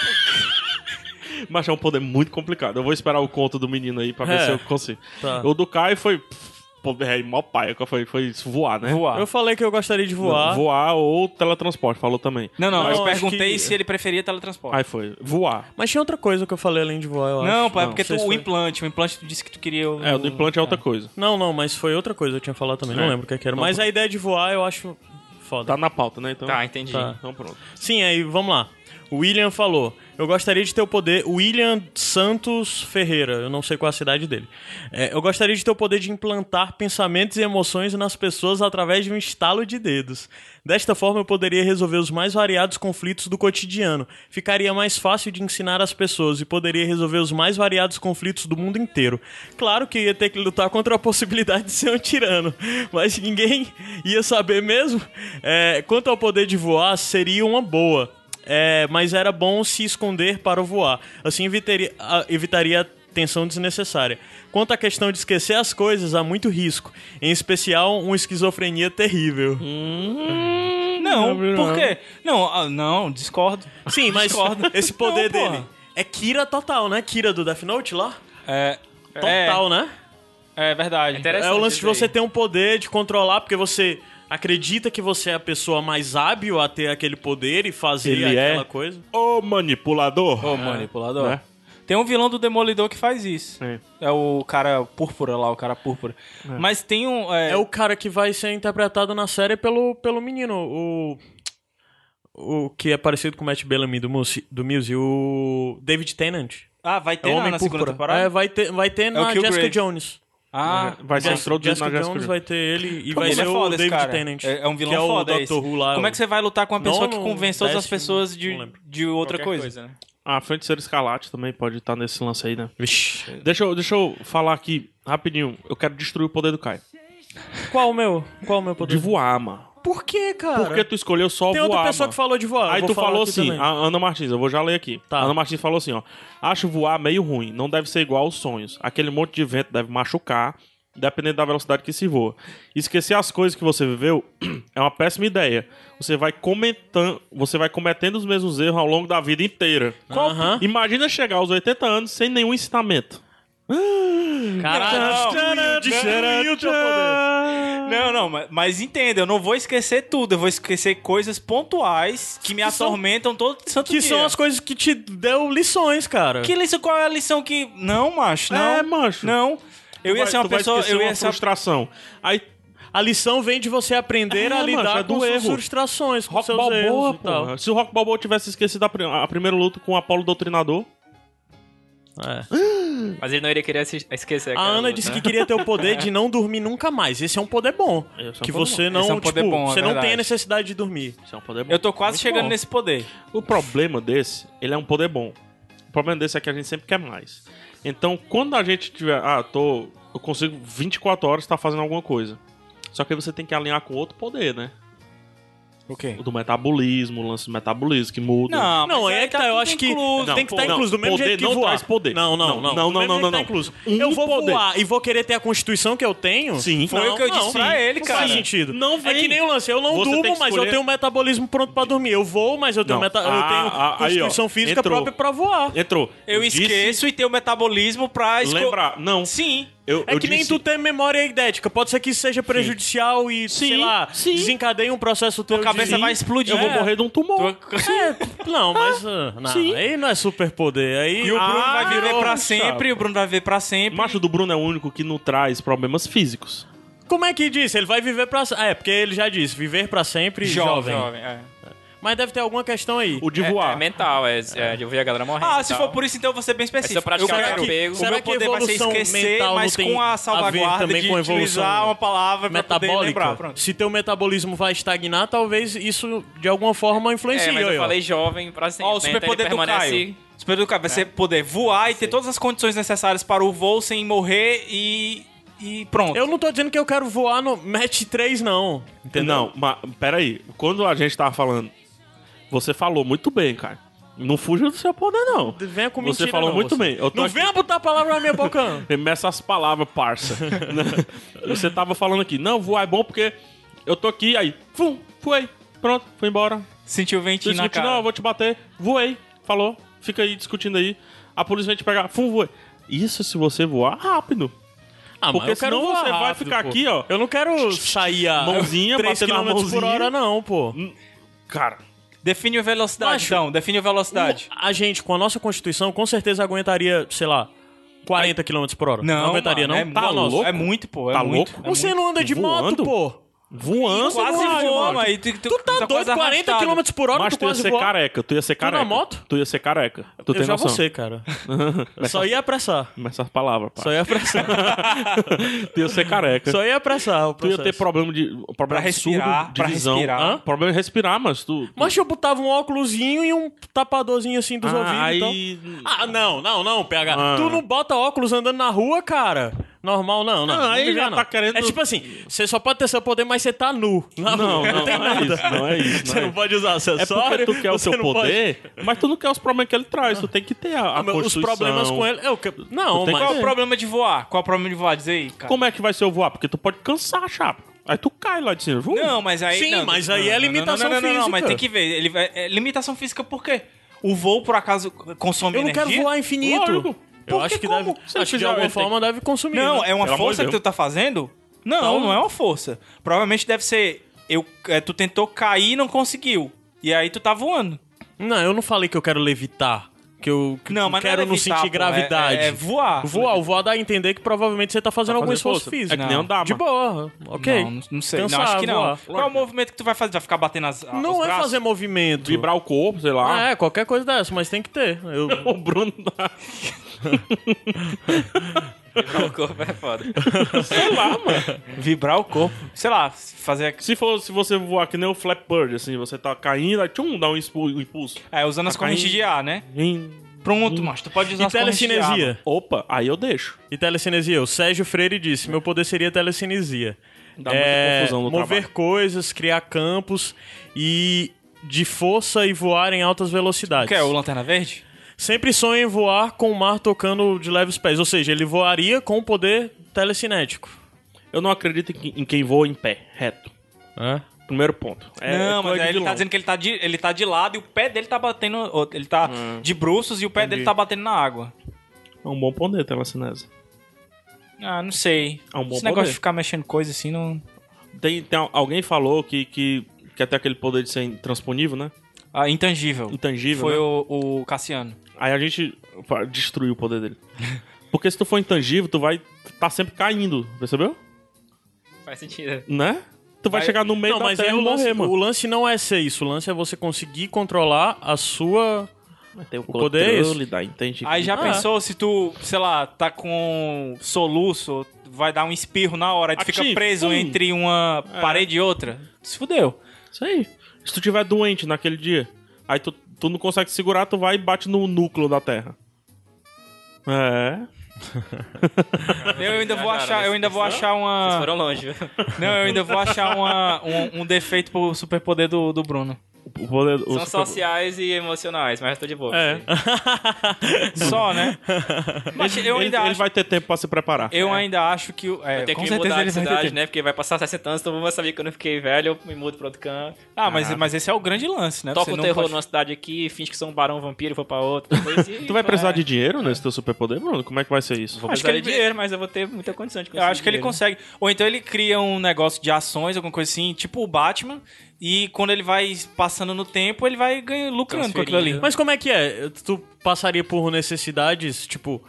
Speaker 4: Mas é um poder muito complicado. Eu vou esperar o conto do menino aí pra ver
Speaker 3: É.
Speaker 4: se eu consigo.
Speaker 3: Tá.
Speaker 4: O do Caio foi. pff, Poder aí, mó paia. qual Foi, foi voar, né?
Speaker 1: Voar.
Speaker 3: Eu falei que eu gostaria de voar.
Speaker 4: Voar ou teletransporte, falou também.
Speaker 1: Não, não,
Speaker 3: Não,
Speaker 1: eu
Speaker 3: acho
Speaker 1: perguntei
Speaker 3: que-
Speaker 1: se ele preferia teletransporte.
Speaker 4: Aí foi. Voar.
Speaker 3: Mas tinha outra coisa que eu falei além de voar, eu acho.
Speaker 1: não, pai,
Speaker 4: não,
Speaker 1: porque tu,
Speaker 3: sei se
Speaker 1: o
Speaker 3: foi.
Speaker 1: implante. O implante tu disse que tu queria. o-
Speaker 3: Hum,
Speaker 4: É, o do implante é outra coisa.
Speaker 3: Não, não, mas foi outra coisa que eu tinha falado também. Não
Speaker 4: É.
Speaker 3: lembro o que que era.
Speaker 4: Não,
Speaker 3: mas
Speaker 4: tá.
Speaker 3: a ideia de voar eu acho foda.
Speaker 4: Tá na pauta, né? Então,
Speaker 2: Tá, entendi.
Speaker 3: Tá.
Speaker 4: então pronto.
Speaker 3: Sim, aí vamos lá. O William falou: Eu gostaria de ter o poder. William Santos Ferreira, eu não sei qual a cidade dele. É, eu gostaria de ter o poder de implantar pensamentos e emoções nas pessoas através de um estalo de dedos. Desta forma, eu poderia resolver os mais variados conflitos do cotidiano. Ficaria mais fácil de ensinar as pessoas e poderia resolver os mais variados conflitos do mundo inteiro. Claro que ia ter que lutar contra a possibilidade de ser um tirano, mas ninguém ia saber mesmo. É, quanto ao poder de voar, seria uma boa. É, mas era bom se esconder para o voar. Assim evitaria, a- evitaria tensão desnecessária. Quanto à questão de esquecer as coisas, há muito risco. Em especial, uma esquizofrenia terrível.
Speaker 1: Hum, Não,
Speaker 4: Não,
Speaker 1: por
Speaker 4: não.
Speaker 1: quê? Não, ah, não, discordo.
Speaker 3: Sim, mas
Speaker 1: Discordo.
Speaker 3: esse
Speaker 1: Não,
Speaker 3: poder
Speaker 1: porra.
Speaker 3: dele é Kira total, né? Kira do Death Note lá?
Speaker 1: É.
Speaker 3: Total, né?
Speaker 1: É, é verdade.
Speaker 2: Interessante
Speaker 3: É o lance de
Speaker 2: isso aí.
Speaker 3: você ter um poder de controlar, porque você acredita que você é a pessoa mais hábil a ter aquele poder e fazer
Speaker 4: Ele é.
Speaker 3: aquela coisa.
Speaker 4: Ô manipulador!
Speaker 1: Ô, manipulador.
Speaker 4: Né?
Speaker 1: Tem um vilão do Demolidor que faz isso.
Speaker 4: É.
Speaker 1: É, o cara púrpura lá, o cara púrpura. Mas tem um. É,
Speaker 3: É o cara que vai ser interpretado na série pelo, pelo menino, o. O que é parecido com o Matt Bellamy do Muse, do Muse o David Tennant.
Speaker 1: Ah, vai ter
Speaker 3: É o
Speaker 1: na-
Speaker 3: Homem
Speaker 1: na segunda
Speaker 3: Púrpura.
Speaker 1: temporada?
Speaker 3: É, vai ter, vai ter na
Speaker 1: Kilgrave.
Speaker 3: Jessica Jones.
Speaker 1: Ah,
Speaker 4: Vai ser introduzido
Speaker 3: Jessica
Speaker 4: na Jessica
Speaker 3: Jones
Speaker 4: Jones.
Speaker 3: então vai ter ele e
Speaker 1: Como
Speaker 3: vai
Speaker 1: ele
Speaker 3: ser
Speaker 1: é
Speaker 3: o
Speaker 1: foda esse
Speaker 3: David
Speaker 1: cara.
Speaker 3: Tennant.
Speaker 1: É, é um vilão
Speaker 3: que é
Speaker 1: foda
Speaker 3: o
Speaker 1: esse.
Speaker 3: Dr. Who lá.
Speaker 1: Como é que você vai lutar com uma pessoa que
Speaker 3: Nolan,
Speaker 1: convence todas as
Speaker 3: décimo,
Speaker 1: pessoas
Speaker 3: não
Speaker 1: de,
Speaker 3: lembro.
Speaker 1: de outra
Speaker 2: Qualquer
Speaker 1: coisa?
Speaker 2: né?
Speaker 4: Ah, A Feiticeira Escarlate também pode estar nesse lance aí, né?
Speaker 3: Vixe.
Speaker 4: Deixa eu, deixa eu falar aqui rapidinho. Eu quero destruir o poder do Kai.
Speaker 3: Qual o meu? Qual o meu poder?
Speaker 4: De voar, mano.
Speaker 3: Por que, Uhum. cara?
Speaker 4: Porque tu escolheu só
Speaker 3: Tem
Speaker 4: voar.
Speaker 3: outra pessoa
Speaker 4: mano.
Speaker 3: que falou de voar. Ah, eu
Speaker 4: Aí
Speaker 3: vou
Speaker 4: tu
Speaker 3: falar
Speaker 4: falou
Speaker 3: aqui
Speaker 4: assim,
Speaker 3: também.
Speaker 4: a Ana Martins, eu vou já ler aqui.
Speaker 3: Tá.
Speaker 4: A Ana Martins falou assim, ó. Acho voar meio ruim, não deve ser igual aos sonhos. Aquele monte de vento deve machucar, dependendo da velocidade que se voa. Esquecer as coisas que você viveu [CLEARS THROAT] é uma péssima ideia. Você vai comentando, você vai cometendo os mesmos erros ao longo da vida inteira.
Speaker 3: Aham.
Speaker 4: Imagina chegar aos 80 anos sem nenhum ensinamento.
Speaker 3: Caralho, destruiu o teu poder.
Speaker 1: Não, não, mas, mas entenda, eu não vou esquecer tudo, eu vou esquecer coisas pontuais que me
Speaker 3: Que são-
Speaker 1: atormentam todo santo
Speaker 3: Que
Speaker 1: dia.
Speaker 4: é.
Speaker 3: são as coisas que te deu lições, cara.
Speaker 1: Que lição, qual é a lição que... Não, macho, não.
Speaker 4: É, macho.
Speaker 1: Não. Eu
Speaker 4: Tu
Speaker 1: ia
Speaker 4: vai-
Speaker 1: ser uma
Speaker 4: tu vai
Speaker 1: pessoa...
Speaker 4: esquecer
Speaker 1: Eu ia
Speaker 4: uma
Speaker 1: ser uma
Speaker 4: frustração. Aí
Speaker 3: A lição vem de você aprender
Speaker 4: É,
Speaker 3: a
Speaker 4: mano,
Speaker 3: lidar
Speaker 4: é do
Speaker 3: com suas
Speaker 4: erro.
Speaker 3: frustrações, com
Speaker 4: Rock
Speaker 3: seus
Speaker 4: Balboa,
Speaker 3: erros e
Speaker 1: É,
Speaker 3: tal.
Speaker 4: porra. Se o Rock Balboa tivesse esquecido a, pri- a primeira luta com o Apolo Doutrinador,
Speaker 3: É.
Speaker 2: Mas ele não iria querer se- esquecer.
Speaker 3: A
Speaker 2: aquela
Speaker 3: Ana
Speaker 2: luta,
Speaker 3: disse
Speaker 2: né?
Speaker 3: que queria ter o poder
Speaker 1: [LAUGHS]
Speaker 3: de não dormir nunca mais. Esse é um poder bom.
Speaker 4: Esse é um poder
Speaker 3: que você
Speaker 4: bom.
Speaker 3: não,
Speaker 1: Esse é um
Speaker 3: tipo,
Speaker 1: poder bom, é
Speaker 3: você não tem a
Speaker 1: verdade.
Speaker 3: necessidade de dormir.
Speaker 4: isso é um poder bom.
Speaker 1: Eu tô quase chegando
Speaker 4: bom.
Speaker 1: nesse poder.
Speaker 4: O problema desse, ele é um poder bom. O problema desse é que a gente sempre quer mais. Então, quando a gente tiver, ah, tô, eu consigo 24 horas estar fazendo alguma coisa. Só que aí você tem que alinhar com outro poder, né?
Speaker 1: O quê?
Speaker 4: O do metabolismo, o lance do metabolismo que muda.
Speaker 1: Não,
Speaker 3: Não,
Speaker 1: mas
Speaker 3: é
Speaker 1: aí
Speaker 3: que tá,
Speaker 1: tá
Speaker 3: eu
Speaker 1: tudo
Speaker 3: acho que
Speaker 1: incluso,
Speaker 3: tem que
Speaker 4: pô.
Speaker 3: estar incluso do mesmo
Speaker 4: Não,
Speaker 3: jeito que
Speaker 4: poder não
Speaker 3: voar.
Speaker 4: traz poder.
Speaker 3: Não, não, não.
Speaker 4: Não, não,
Speaker 3: do
Speaker 4: não,
Speaker 3: mesmo jeito
Speaker 4: não,
Speaker 3: que tá
Speaker 4: não.
Speaker 3: incluso.
Speaker 4: Um
Speaker 3: eu vou
Speaker 4: poder.
Speaker 3: voar e vou querer ter a constituição que eu tenho?
Speaker 4: Sim.
Speaker 1: Foi o que eu disse pra
Speaker 3: sim.
Speaker 1: ele,
Speaker 3: Não
Speaker 1: cara.
Speaker 3: faz sentido.
Speaker 4: Não
Speaker 3: É
Speaker 4: vem.
Speaker 3: que nem o lance, eu não
Speaker 4: Você tem
Speaker 3: durmo,
Speaker 4: que
Speaker 3: mas eu
Speaker 4: escolher-
Speaker 3: tenho um metabolismo pronto pra dormir. Eu vou, mas eu tenho,
Speaker 4: Não.
Speaker 3: meta... eu
Speaker 4: Ah,
Speaker 3: tenho
Speaker 4: ah, aí, ó.
Speaker 3: constituição física
Speaker 4: Entrou.
Speaker 3: própria pra voar.
Speaker 4: Entrou.
Speaker 1: Eu
Speaker 4: disse-
Speaker 1: esqueço e tenho metabolismo pra... esco-
Speaker 4: Lembrar. Não.
Speaker 1: Sim.
Speaker 4: Eu,
Speaker 3: É
Speaker 4: eu
Speaker 3: que nem
Speaker 4: disse-
Speaker 3: tu ter memória idética. Pode ser que isso seja prejudicial e, sei
Speaker 4: Sim,
Speaker 3: lá,
Speaker 4: sim.
Speaker 3: desencadeia um processo teu
Speaker 1: Tua cabeça
Speaker 3: de...
Speaker 1: vai explodir.
Speaker 4: Eu vou
Speaker 1: É.
Speaker 4: [LAUGHS] morrer de um tumor.
Speaker 1: Tua-
Speaker 3: É, não, mas... ah, não,
Speaker 4: Sim.
Speaker 3: aí não é superpoder. Aí...
Speaker 1: E o Bruno
Speaker 4: Ah,
Speaker 1: vai viver
Speaker 4: virou
Speaker 1: pra
Speaker 4: um
Speaker 1: sempre, o Bruno vai viver pra
Speaker 4: O
Speaker 1: sempre.
Speaker 4: macho do Bruno é o único que não traz problemas físicos.
Speaker 3: Como é que disse? Ele vai viver pra... se- Ah, é, porque ele já disse, viver pra sempre jovem.
Speaker 2: é.
Speaker 3: Mas deve ter alguma questão aí.
Speaker 4: O de
Speaker 2: É-
Speaker 4: voar.
Speaker 2: É, mental, é, é de ouvir a galera morrer.
Speaker 1: Ah,
Speaker 2: e
Speaker 1: se
Speaker 2: tal.
Speaker 1: for por isso, então eu vou ser bem específico.
Speaker 2: É só praticar
Speaker 1: eu
Speaker 2: o
Speaker 1: quero
Speaker 2: apego.
Speaker 1: o
Speaker 3: Será
Speaker 1: meu
Speaker 3: que
Speaker 1: poder vai ser
Speaker 3: evolução
Speaker 1: esquecer,
Speaker 3: mental não
Speaker 1: mas
Speaker 3: tem
Speaker 1: com a
Speaker 3: a ver
Speaker 1: salvaguarda
Speaker 3: também
Speaker 1: de
Speaker 3: com a evolução
Speaker 1: utilizar uma palavra pra poder lembrar.
Speaker 3: metabólica.
Speaker 1: Pronto.
Speaker 3: Se teu metabolismo vai estagnar, talvez isso de alguma forma
Speaker 2: É,
Speaker 3: influencia.
Speaker 2: mas
Speaker 3: aí,
Speaker 2: eu
Speaker 3: ó.
Speaker 2: falei jovem pra sempre.
Speaker 1: Ó, o
Speaker 2: né? Então ele
Speaker 1: superpoder do
Speaker 2: permanece-
Speaker 1: Caio. O superpoder do
Speaker 3: É.
Speaker 1: Caio vai ser poder voar e ter todas as condições necessárias para o voo sem morrer e. e pronto.
Speaker 3: Eu não tô dizendo que eu quero voar no match 3, não. Entendeu?
Speaker 4: Não, mas peraí. Quando a gente tava falando, você falou muito bem, cara. Não fuja do seu poder, não.
Speaker 3: Venha com mentira,
Speaker 4: Você falou
Speaker 3: não,
Speaker 4: muito
Speaker 3: você.
Speaker 4: bem. Eu tô
Speaker 3: Não
Speaker 4: aqui-
Speaker 3: venha botar a palavra na
Speaker 4: [LAUGHS]
Speaker 3: minha boca.
Speaker 4: Remessa as palavras,
Speaker 3: [LAUGHS]
Speaker 4: parça. Né? você tava falando aqui, não, voar é bom porque eu tô aqui, aí, fum, fui, pronto, fui embora.
Speaker 1: Sentiu o
Speaker 4: Você
Speaker 1: ventinho na
Speaker 4: discute,
Speaker 1: cara.
Speaker 4: não, eu vou te bater, voei, falou, fica aí discutindo aí. A polícia vai te pegar, fum, voei. Isso se você voar rápido.
Speaker 3: Ah,
Speaker 4: Porque senão
Speaker 3: voar
Speaker 4: você vai
Speaker 3: rápido,
Speaker 4: ficar
Speaker 3: pô.
Speaker 4: aqui, ó.
Speaker 3: Eu não quero sair a
Speaker 4: Mãozinha,
Speaker 3: 3
Speaker 4: batendo na
Speaker 3: km por
Speaker 4: mãozinha.
Speaker 3: hora, não, pô.
Speaker 4: Cara,
Speaker 1: Define a velocidade,
Speaker 3: Macho,
Speaker 1: então. Define a velocidade.
Speaker 3: A gente, com a nossa Constituição, com certeza aguentaria, sei lá, 40 km por hora.
Speaker 1: Não,
Speaker 3: aguentaria,
Speaker 1: mano,
Speaker 3: não?
Speaker 1: É,
Speaker 4: Tá
Speaker 1: muito-
Speaker 4: louco?
Speaker 1: é muito, pô. É
Speaker 4: Tá
Speaker 1: muito.
Speaker 4: louco?
Speaker 1: É
Speaker 3: Você
Speaker 1: muito.
Speaker 3: não anda de moto,
Speaker 4: Voando?
Speaker 3: pô.
Speaker 4: Voando,
Speaker 1: Quase
Speaker 4: mano.
Speaker 1: voa, mas tu, tu,
Speaker 3: Tu tá
Speaker 1: quase
Speaker 3: doido, 40
Speaker 1: arrastado.
Speaker 3: km por hora,
Speaker 4: Mas
Speaker 3: tu
Speaker 4: tu ia
Speaker 3: quase
Speaker 4: ser
Speaker 3: voa.
Speaker 4: careca, tu ia ser
Speaker 3: na
Speaker 4: careca.
Speaker 3: é moto?
Speaker 4: Tu ia ser careca. Tu
Speaker 3: Eu
Speaker 4: tem
Speaker 3: já vou
Speaker 4: noção. [LAUGHS]
Speaker 3: ser, cara. Eu só ia apressar.
Speaker 4: Mas essas palavras, pá.
Speaker 3: Só ia apressar.
Speaker 4: [LAUGHS] Tu ia ser careca.
Speaker 3: só ia apressar o
Speaker 4: Tu ia
Speaker 3: processo.
Speaker 4: ter problema de problema
Speaker 1: Pra respirar,
Speaker 4: absurdo de
Speaker 1: pra
Speaker 4: visão.
Speaker 1: respirar.
Speaker 4: Hã? Problema de respirar, mas tu...
Speaker 3: Mas eu botava um óculosinho e um tapadorzinho assim dos ouvidos
Speaker 4: ah,
Speaker 3: e tal.
Speaker 4: aí...
Speaker 3: Ah, não, não, não, PH.
Speaker 4: Ah.
Speaker 3: Tu não bota óculos andando na rua, cara. Normal, não, não.
Speaker 4: Ah, aí
Speaker 3: Não
Speaker 4: já
Speaker 3: não.
Speaker 4: tá querendo-
Speaker 3: É tipo assim, você só pode ter seu poder, mas você tá nu. Não,
Speaker 4: Não,
Speaker 3: não,
Speaker 4: não,
Speaker 3: tem
Speaker 4: não é
Speaker 3: nada.
Speaker 4: isso, não é isso, não
Speaker 3: você
Speaker 4: é
Speaker 3: não
Speaker 4: isso.
Speaker 3: pode usar
Speaker 4: É
Speaker 3: acessório.
Speaker 4: porque tu quer o
Speaker 3: você
Speaker 4: seu
Speaker 3: não pode-
Speaker 4: poder, mas tu não quer os problemas que ele traz. Tu tem que ter a, a
Speaker 3: Ah, meu, Os
Speaker 4: constituição.
Speaker 3: problemas com ele. Eu, que- não,
Speaker 4: tem
Speaker 3: mas.
Speaker 4: que-
Speaker 1: Qual é o problema de voar? Qual é o problema de voar? Diz aí, cara.
Speaker 4: Como é que vai ser o voar? Porque tu pode cansar, chapa. Aí tu cai lá de cima. Vum.
Speaker 1: Não, mas aí.
Speaker 3: assim? Sim,
Speaker 1: não,
Speaker 3: mas
Speaker 1: não,
Speaker 3: aí é
Speaker 1: não, não,
Speaker 3: limitação
Speaker 1: não, não, não, Não,
Speaker 3: física.
Speaker 1: mas tem que ver. Ele vai- é limitação física por quê? O voo, por acaso, consome
Speaker 3: Eu não
Speaker 1: energia?
Speaker 3: quero voar infinito.
Speaker 4: Lógico.
Speaker 3: Eu
Speaker 4: Porque
Speaker 3: acho que
Speaker 4: como?
Speaker 3: deve.
Speaker 4: Se
Speaker 3: acho que de
Speaker 4: fizer,
Speaker 3: alguma
Speaker 4: ele tem
Speaker 3: forma deve consumir.
Speaker 1: Não,
Speaker 3: né?
Speaker 1: é uma
Speaker 4: Pelo amor
Speaker 1: força
Speaker 4: de
Speaker 1: que
Speaker 4: Deus.
Speaker 1: tu tá fazendo? Não,
Speaker 3: Então-
Speaker 1: não é uma força. Provavelmente deve ser. Eu, é, tu tentou cair e não conseguiu. E aí tu tá voando.
Speaker 3: Não, eu não falei que eu quero levitar. Que eu que
Speaker 1: Não, mas não é
Speaker 3: quero não,
Speaker 1: levitar,
Speaker 3: sentir
Speaker 1: pô,
Speaker 3: gravidade.
Speaker 1: é- é voar.
Speaker 3: Voar, o voar dá a entender que provavelmente você tá fazendo algum
Speaker 4: fazendo
Speaker 3: esforço
Speaker 4: força.
Speaker 3: físico.
Speaker 4: É que nem andar,
Speaker 3: De
Speaker 4: mano.
Speaker 3: boa, ok.
Speaker 1: Não, não sei.
Speaker 3: Cansar,
Speaker 1: não, acho que não.
Speaker 3: voar.
Speaker 1: Qual é o movimento que tu vai fazer? Vai ficar batendo as. a- os
Speaker 3: Não é
Speaker 1: braços?
Speaker 3: fazer movimento.
Speaker 4: Vibrar o corpo, sei lá. [LAUGHS]
Speaker 3: Ah, é, qualquer coisa dessa, mas tem que ter. Eu-
Speaker 4: O Bruno tá...
Speaker 2: [LAUGHS] O corpo é foda.
Speaker 1: Vibrar o corpo. Sei lá, fazer.
Speaker 4: Se, for, se você voar que nem o Flap Bird, assim, você tá caindo, aí tchum, dá um expu- um impulso.
Speaker 1: É, usando as correntes de ar, né?
Speaker 4: Vim.
Speaker 1: Pronto, mas tu pode usar
Speaker 3: E
Speaker 1: as correntes de ar,
Speaker 3: Hum. telecinesia.
Speaker 4: Opa, aí eu deixo.
Speaker 3: E telecinesia. O Sérgio Freire disse: meu poder seria telecinesia. É,
Speaker 4: Dá muita confusão no
Speaker 3: mover
Speaker 4: trabalho.
Speaker 3: coisas, criar campos e de força e voar em altas velocidades.
Speaker 1: Que é o Lanterna Verde?
Speaker 3: Sempre sonha em voar com o mar tocando de leves pés. Ou seja, ele voaria com o poder telecinético.
Speaker 4: Eu não acredito em, em quem voa em pé, reto. Primeiro ponto. É,
Speaker 1: não,
Speaker 4: é
Speaker 1: mas
Speaker 4: coisa
Speaker 1: aí
Speaker 4: de
Speaker 1: ele tá
Speaker 4: longo.
Speaker 1: dizendo que ele tá, de, ele tá de lado e o pé dele tá batendo. ou Ele tá
Speaker 3: Hum.
Speaker 1: de bruços e o pé dele tá batendo na água.
Speaker 4: É um bom poder, telecinese.
Speaker 1: Ah, não sei.
Speaker 4: É um bom
Speaker 1: Esse negócio
Speaker 4: poder.
Speaker 1: de ficar mexendo coisa assim não.
Speaker 4: Tem, tem al- alguém falou que, que, que até aquele poder de ser intransponível, né?
Speaker 1: Ah, intangível.
Speaker 4: Intangível,
Speaker 1: Foi
Speaker 4: né?
Speaker 1: o, o Cassiano.
Speaker 4: Aí a gente fa- destruiu o poder
Speaker 3: [LAUGHS]
Speaker 4: dele. Porque se tu for intangível, tu vai tá sempre caindo, percebeu?
Speaker 2: Faz sentido.
Speaker 4: Né? Tu vai,
Speaker 2: Vai-
Speaker 4: chegar no meio
Speaker 3: Não,
Speaker 4: da
Speaker 3: mas
Speaker 4: terra
Speaker 3: aí
Speaker 4: e
Speaker 3: o lance,
Speaker 4: morrer,
Speaker 3: o
Speaker 4: mano.
Speaker 3: lance não é ser isso. O lance é você conseguir controlar a sua.
Speaker 4: Tem o,
Speaker 3: poder é
Speaker 4: controle da intangível.
Speaker 1: Aí já
Speaker 3: Ah.
Speaker 1: pensou se tu, sei lá, tá com soluço, vai dar um espirro na hora, aí tu
Speaker 4: Aqui,
Speaker 1: fica preso
Speaker 4: pum.
Speaker 1: entre uma
Speaker 2: É.
Speaker 1: parede e outra? Se fudeu.
Speaker 4: Isso aí. Se tu tiver doente naquele dia, aí tu, tu não consegue segurar, tu vai e bate no núcleo da terra. É.
Speaker 1: Eu ainda vou
Speaker 2: Cara,
Speaker 1: achar, eu ainda vou achar
Speaker 2: Vocês
Speaker 1: uma.
Speaker 2: foram longe, viu?
Speaker 1: Não, eu ainda vou achar uma, um, um defeito pro superpoder do, do Bruno.
Speaker 4: O poder, o
Speaker 2: São sociais e emocionais, mas tô de boa.
Speaker 4: É.
Speaker 1: Só, né? [LAUGHS] Mas eu
Speaker 4: Ele,
Speaker 1: ainda
Speaker 4: ele
Speaker 1: acho.
Speaker 4: vai ter tempo pra se preparar.
Speaker 1: Eu ainda acho que. o- É,
Speaker 2: Eu tenho
Speaker 1: com
Speaker 2: que me
Speaker 1: certeza
Speaker 2: mudar
Speaker 1: ele
Speaker 2: de
Speaker 1: vai ter
Speaker 2: cidade,
Speaker 1: tempo.
Speaker 2: né? Porque vai passar 60 anos, todo mundo vai saber que quando eu fiquei velho, eu me mudo pra outro canto.
Speaker 1: Ah, mas, mas esse é o grande lance, né?
Speaker 2: Toca
Speaker 1: Você
Speaker 2: o
Speaker 1: não
Speaker 2: terror
Speaker 1: pode-
Speaker 2: numa cidade aqui, finge que sou um barão vampiro e vou
Speaker 1: [LAUGHS]
Speaker 2: pra outra. depois, e-
Speaker 4: Tu vai precisar
Speaker 2: é.
Speaker 4: de dinheiro nesse teu superpoder, Bruno? Como é que vai ser isso?
Speaker 2: Vou
Speaker 1: Acho
Speaker 2: precisar
Speaker 1: que ele-
Speaker 2: de dinheiro, mas eu vou ter muita condição de
Speaker 1: Eu
Speaker 2: conseguir.
Speaker 1: acho que ele
Speaker 2: dinheiro.
Speaker 1: consegue. Ou então ele cria um negócio de ações, alguma coisa assim, tipo o Batman, e quando ele vai passando no tempo, ele vai ganhando, lucrando com aquilo ali.
Speaker 2: Transferindo.
Speaker 3: Mas como é que é? Tu passaria por necessidades, tipo,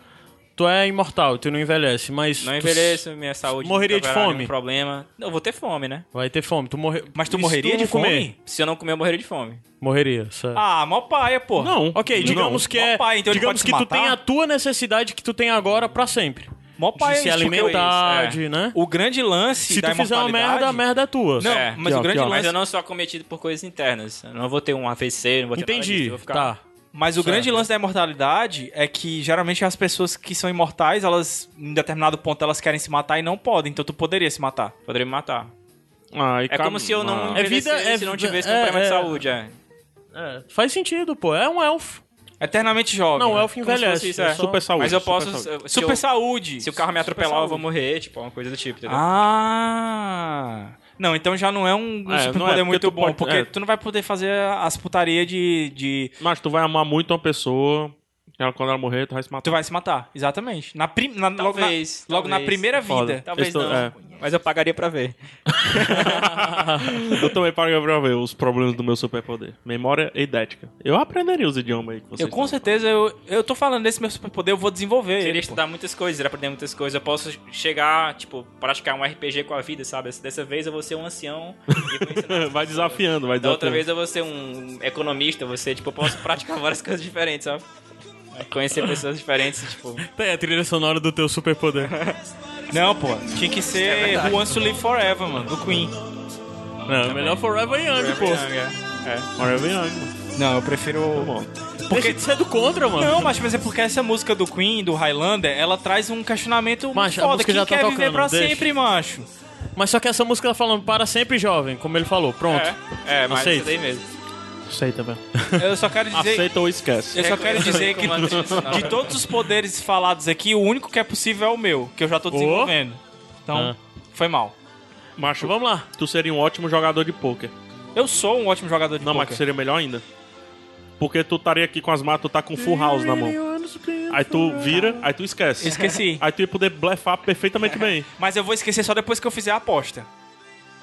Speaker 3: tu é imortal, tu não envelhece, mas.
Speaker 2: Não
Speaker 3: tu
Speaker 2: envelheço, minha saúde.
Speaker 3: Morreria de
Speaker 2: nunca vai dar
Speaker 3: fome?
Speaker 2: nenhum problema. Não, eu vou ter fome, né?
Speaker 3: Vai ter fome, tu morre.
Speaker 1: Mas tu
Speaker 3: E se
Speaker 1: morreria
Speaker 3: não
Speaker 1: de fome?
Speaker 3: comer?
Speaker 2: Se eu não comer, eu morreria de fome.
Speaker 3: Morreria, certo.
Speaker 1: Ah, mó paia, pô.
Speaker 4: Não.
Speaker 3: Ok, digamos que é.
Speaker 1: Opa, então ele
Speaker 3: digamos
Speaker 1: pode
Speaker 3: que
Speaker 1: se
Speaker 3: tu
Speaker 1: matar?
Speaker 3: tem a tua necessidade que tu tem agora pra sempre.
Speaker 1: Mó paia
Speaker 3: de se
Speaker 1: é isso, porque
Speaker 3: alimentar,
Speaker 2: é.
Speaker 3: de, né?
Speaker 1: O grande lance
Speaker 3: Se
Speaker 1: da
Speaker 3: tu fizer uma
Speaker 1: imortalidade-
Speaker 3: merda, a merda é tua.
Speaker 1: Não,
Speaker 2: É.
Speaker 1: mas
Speaker 4: Aqui, ó,
Speaker 1: o grande
Speaker 4: aqui, ó.
Speaker 1: lance...
Speaker 2: Mas eu não sou acometido por coisas internas. Eu não vou ter um AVC, não vou ter nada disso,
Speaker 3: Entendi.
Speaker 2: eu vou ficar-
Speaker 3: Tá.
Speaker 1: Mas o grande lance da imortalidade é que geralmente as pessoas que são imortais, elas em determinado ponto elas querem se matar e não podem, então tu poderia se matar.
Speaker 2: Poderia me matar.
Speaker 4: Ah, e
Speaker 2: É
Speaker 4: calma.
Speaker 2: como se eu não
Speaker 4: Ah.
Speaker 3: É vida-
Speaker 2: envelhecesse
Speaker 3: é
Speaker 2: se não
Speaker 3: vida-
Speaker 2: tivesse
Speaker 3: é,
Speaker 2: problema de
Speaker 3: é.
Speaker 2: saúde, é.
Speaker 3: É, faz sentido, pô. É um elfo.
Speaker 1: Eternamente jovem.
Speaker 3: Não, o
Speaker 1: né?
Speaker 3: elfo
Speaker 2: Como se
Speaker 3: envelhece.
Speaker 2: fosse isso,
Speaker 3: é
Speaker 2: é.
Speaker 3: só-
Speaker 4: Super saúde.
Speaker 2: Mas eu
Speaker 4: super
Speaker 2: posso.
Speaker 4: saúde.
Speaker 2: se- Se,
Speaker 1: Super
Speaker 2: eu,
Speaker 1: saúde.
Speaker 2: se o carro me
Speaker 1: Super
Speaker 2: atropelar, eu
Speaker 1: saúde.
Speaker 2: vou morrer, tipo, uma coisa do tipo, entendeu?
Speaker 1: Ah! Não, então já não é um, um
Speaker 4: É, não é,
Speaker 1: superpoder
Speaker 4: porque
Speaker 1: muito
Speaker 4: tu
Speaker 1: bom,
Speaker 4: pode-
Speaker 1: porque
Speaker 4: é.
Speaker 1: tu não vai poder fazer as putaria de, de...
Speaker 4: Mas tu vai amar muito uma pessoa. Ela, quando ela morrer, tu vai se matar.
Speaker 1: Tu vai se matar, exatamente. Na prim... na- logo, na...
Speaker 2: Talvez,
Speaker 1: logo na
Speaker 2: talvez.
Speaker 1: primeira
Speaker 4: Foda.
Speaker 1: vida.
Speaker 2: Talvez
Speaker 4: Estou-
Speaker 2: não.
Speaker 4: é.
Speaker 2: Mas eu pagaria pra ver.
Speaker 4: Eu também pago pra ver os problemas do meu superpoder. Memória idética. Eu aprenderia os idiomas aí que vocês
Speaker 1: Eu com
Speaker 4: estão
Speaker 1: certeza, eu, eu tô falando desse meu superpoder, eu vou desenvolver
Speaker 2: Seria
Speaker 1: ele. pô.
Speaker 2: estudar muitas coisas, iria aprender muitas coisas. Eu posso chegar, tipo, praticar um RPG com a vida, sabe? Dessa vez eu vou ser um ancião. e vou [LAUGHS] ensinar
Speaker 4: falando.
Speaker 2: as pessoas.
Speaker 4: Vai desafiando, vai
Speaker 2: Da outra
Speaker 4: desafiando.
Speaker 2: vez eu vou ser um economista, você, tipo, eu posso praticar várias coisas diferentes, sabe? Conhecer pessoas diferentes, tipo.
Speaker 3: Tem É, a trilha sonora do teu
Speaker 4: [LAUGHS]
Speaker 3: superpoder.
Speaker 1: Não, pô, tinha que ser Who Wants to Live Forever, mano, do Queen.
Speaker 3: Não, melhor Forever Young, pô.
Speaker 4: Forever Young, mano.
Speaker 1: Não, eu prefiro.
Speaker 3: Deixa de ser é do contra, mano.
Speaker 1: Não, mas, mas é porque essa música do Queen, do Highlander, ela traz um questionamento muito
Speaker 3: Macho, a
Speaker 1: foda.
Speaker 3: música
Speaker 1: Quem
Speaker 3: já tá
Speaker 1: quer viver
Speaker 3: tocando,
Speaker 1: pra
Speaker 3: deixa.
Speaker 1: sempre, macho?
Speaker 3: Mas só que essa música tá falando para sempre jovem, como ele falou. Pronto.
Speaker 2: É, é mas
Speaker 3: Aceito.
Speaker 2: isso daí mesmo.
Speaker 4: Aceita, velho.
Speaker 1: Eu só quero dizer.
Speaker 4: Aceita ou esquece.
Speaker 1: Eu só quero
Speaker 2: Reconheço
Speaker 1: dizer que
Speaker 2: como atriz, não.
Speaker 1: de todos os poderes falados aqui, o único que é possível é o meu, que eu já tô desenvolvendo. Então,
Speaker 3: Ah.
Speaker 1: foi mal.
Speaker 4: [LAUGHS] Macho,
Speaker 3: Vamos lá.
Speaker 4: tu seria um ótimo jogador de pôquer.
Speaker 1: Eu sou um ótimo jogador de
Speaker 4: Não, mas
Speaker 1: poker.
Speaker 4: que seria melhor ainda. Porque tu estaria aqui com as matas, tu tá com full house na mão. Aí tu vira, aí tu esquece.
Speaker 3: [LAUGHS]
Speaker 1: Esqueci.
Speaker 4: Aí tu ia poder blefar perfeitamente bem.
Speaker 1: Mas eu vou esquecer só depois que eu fizer a aposta.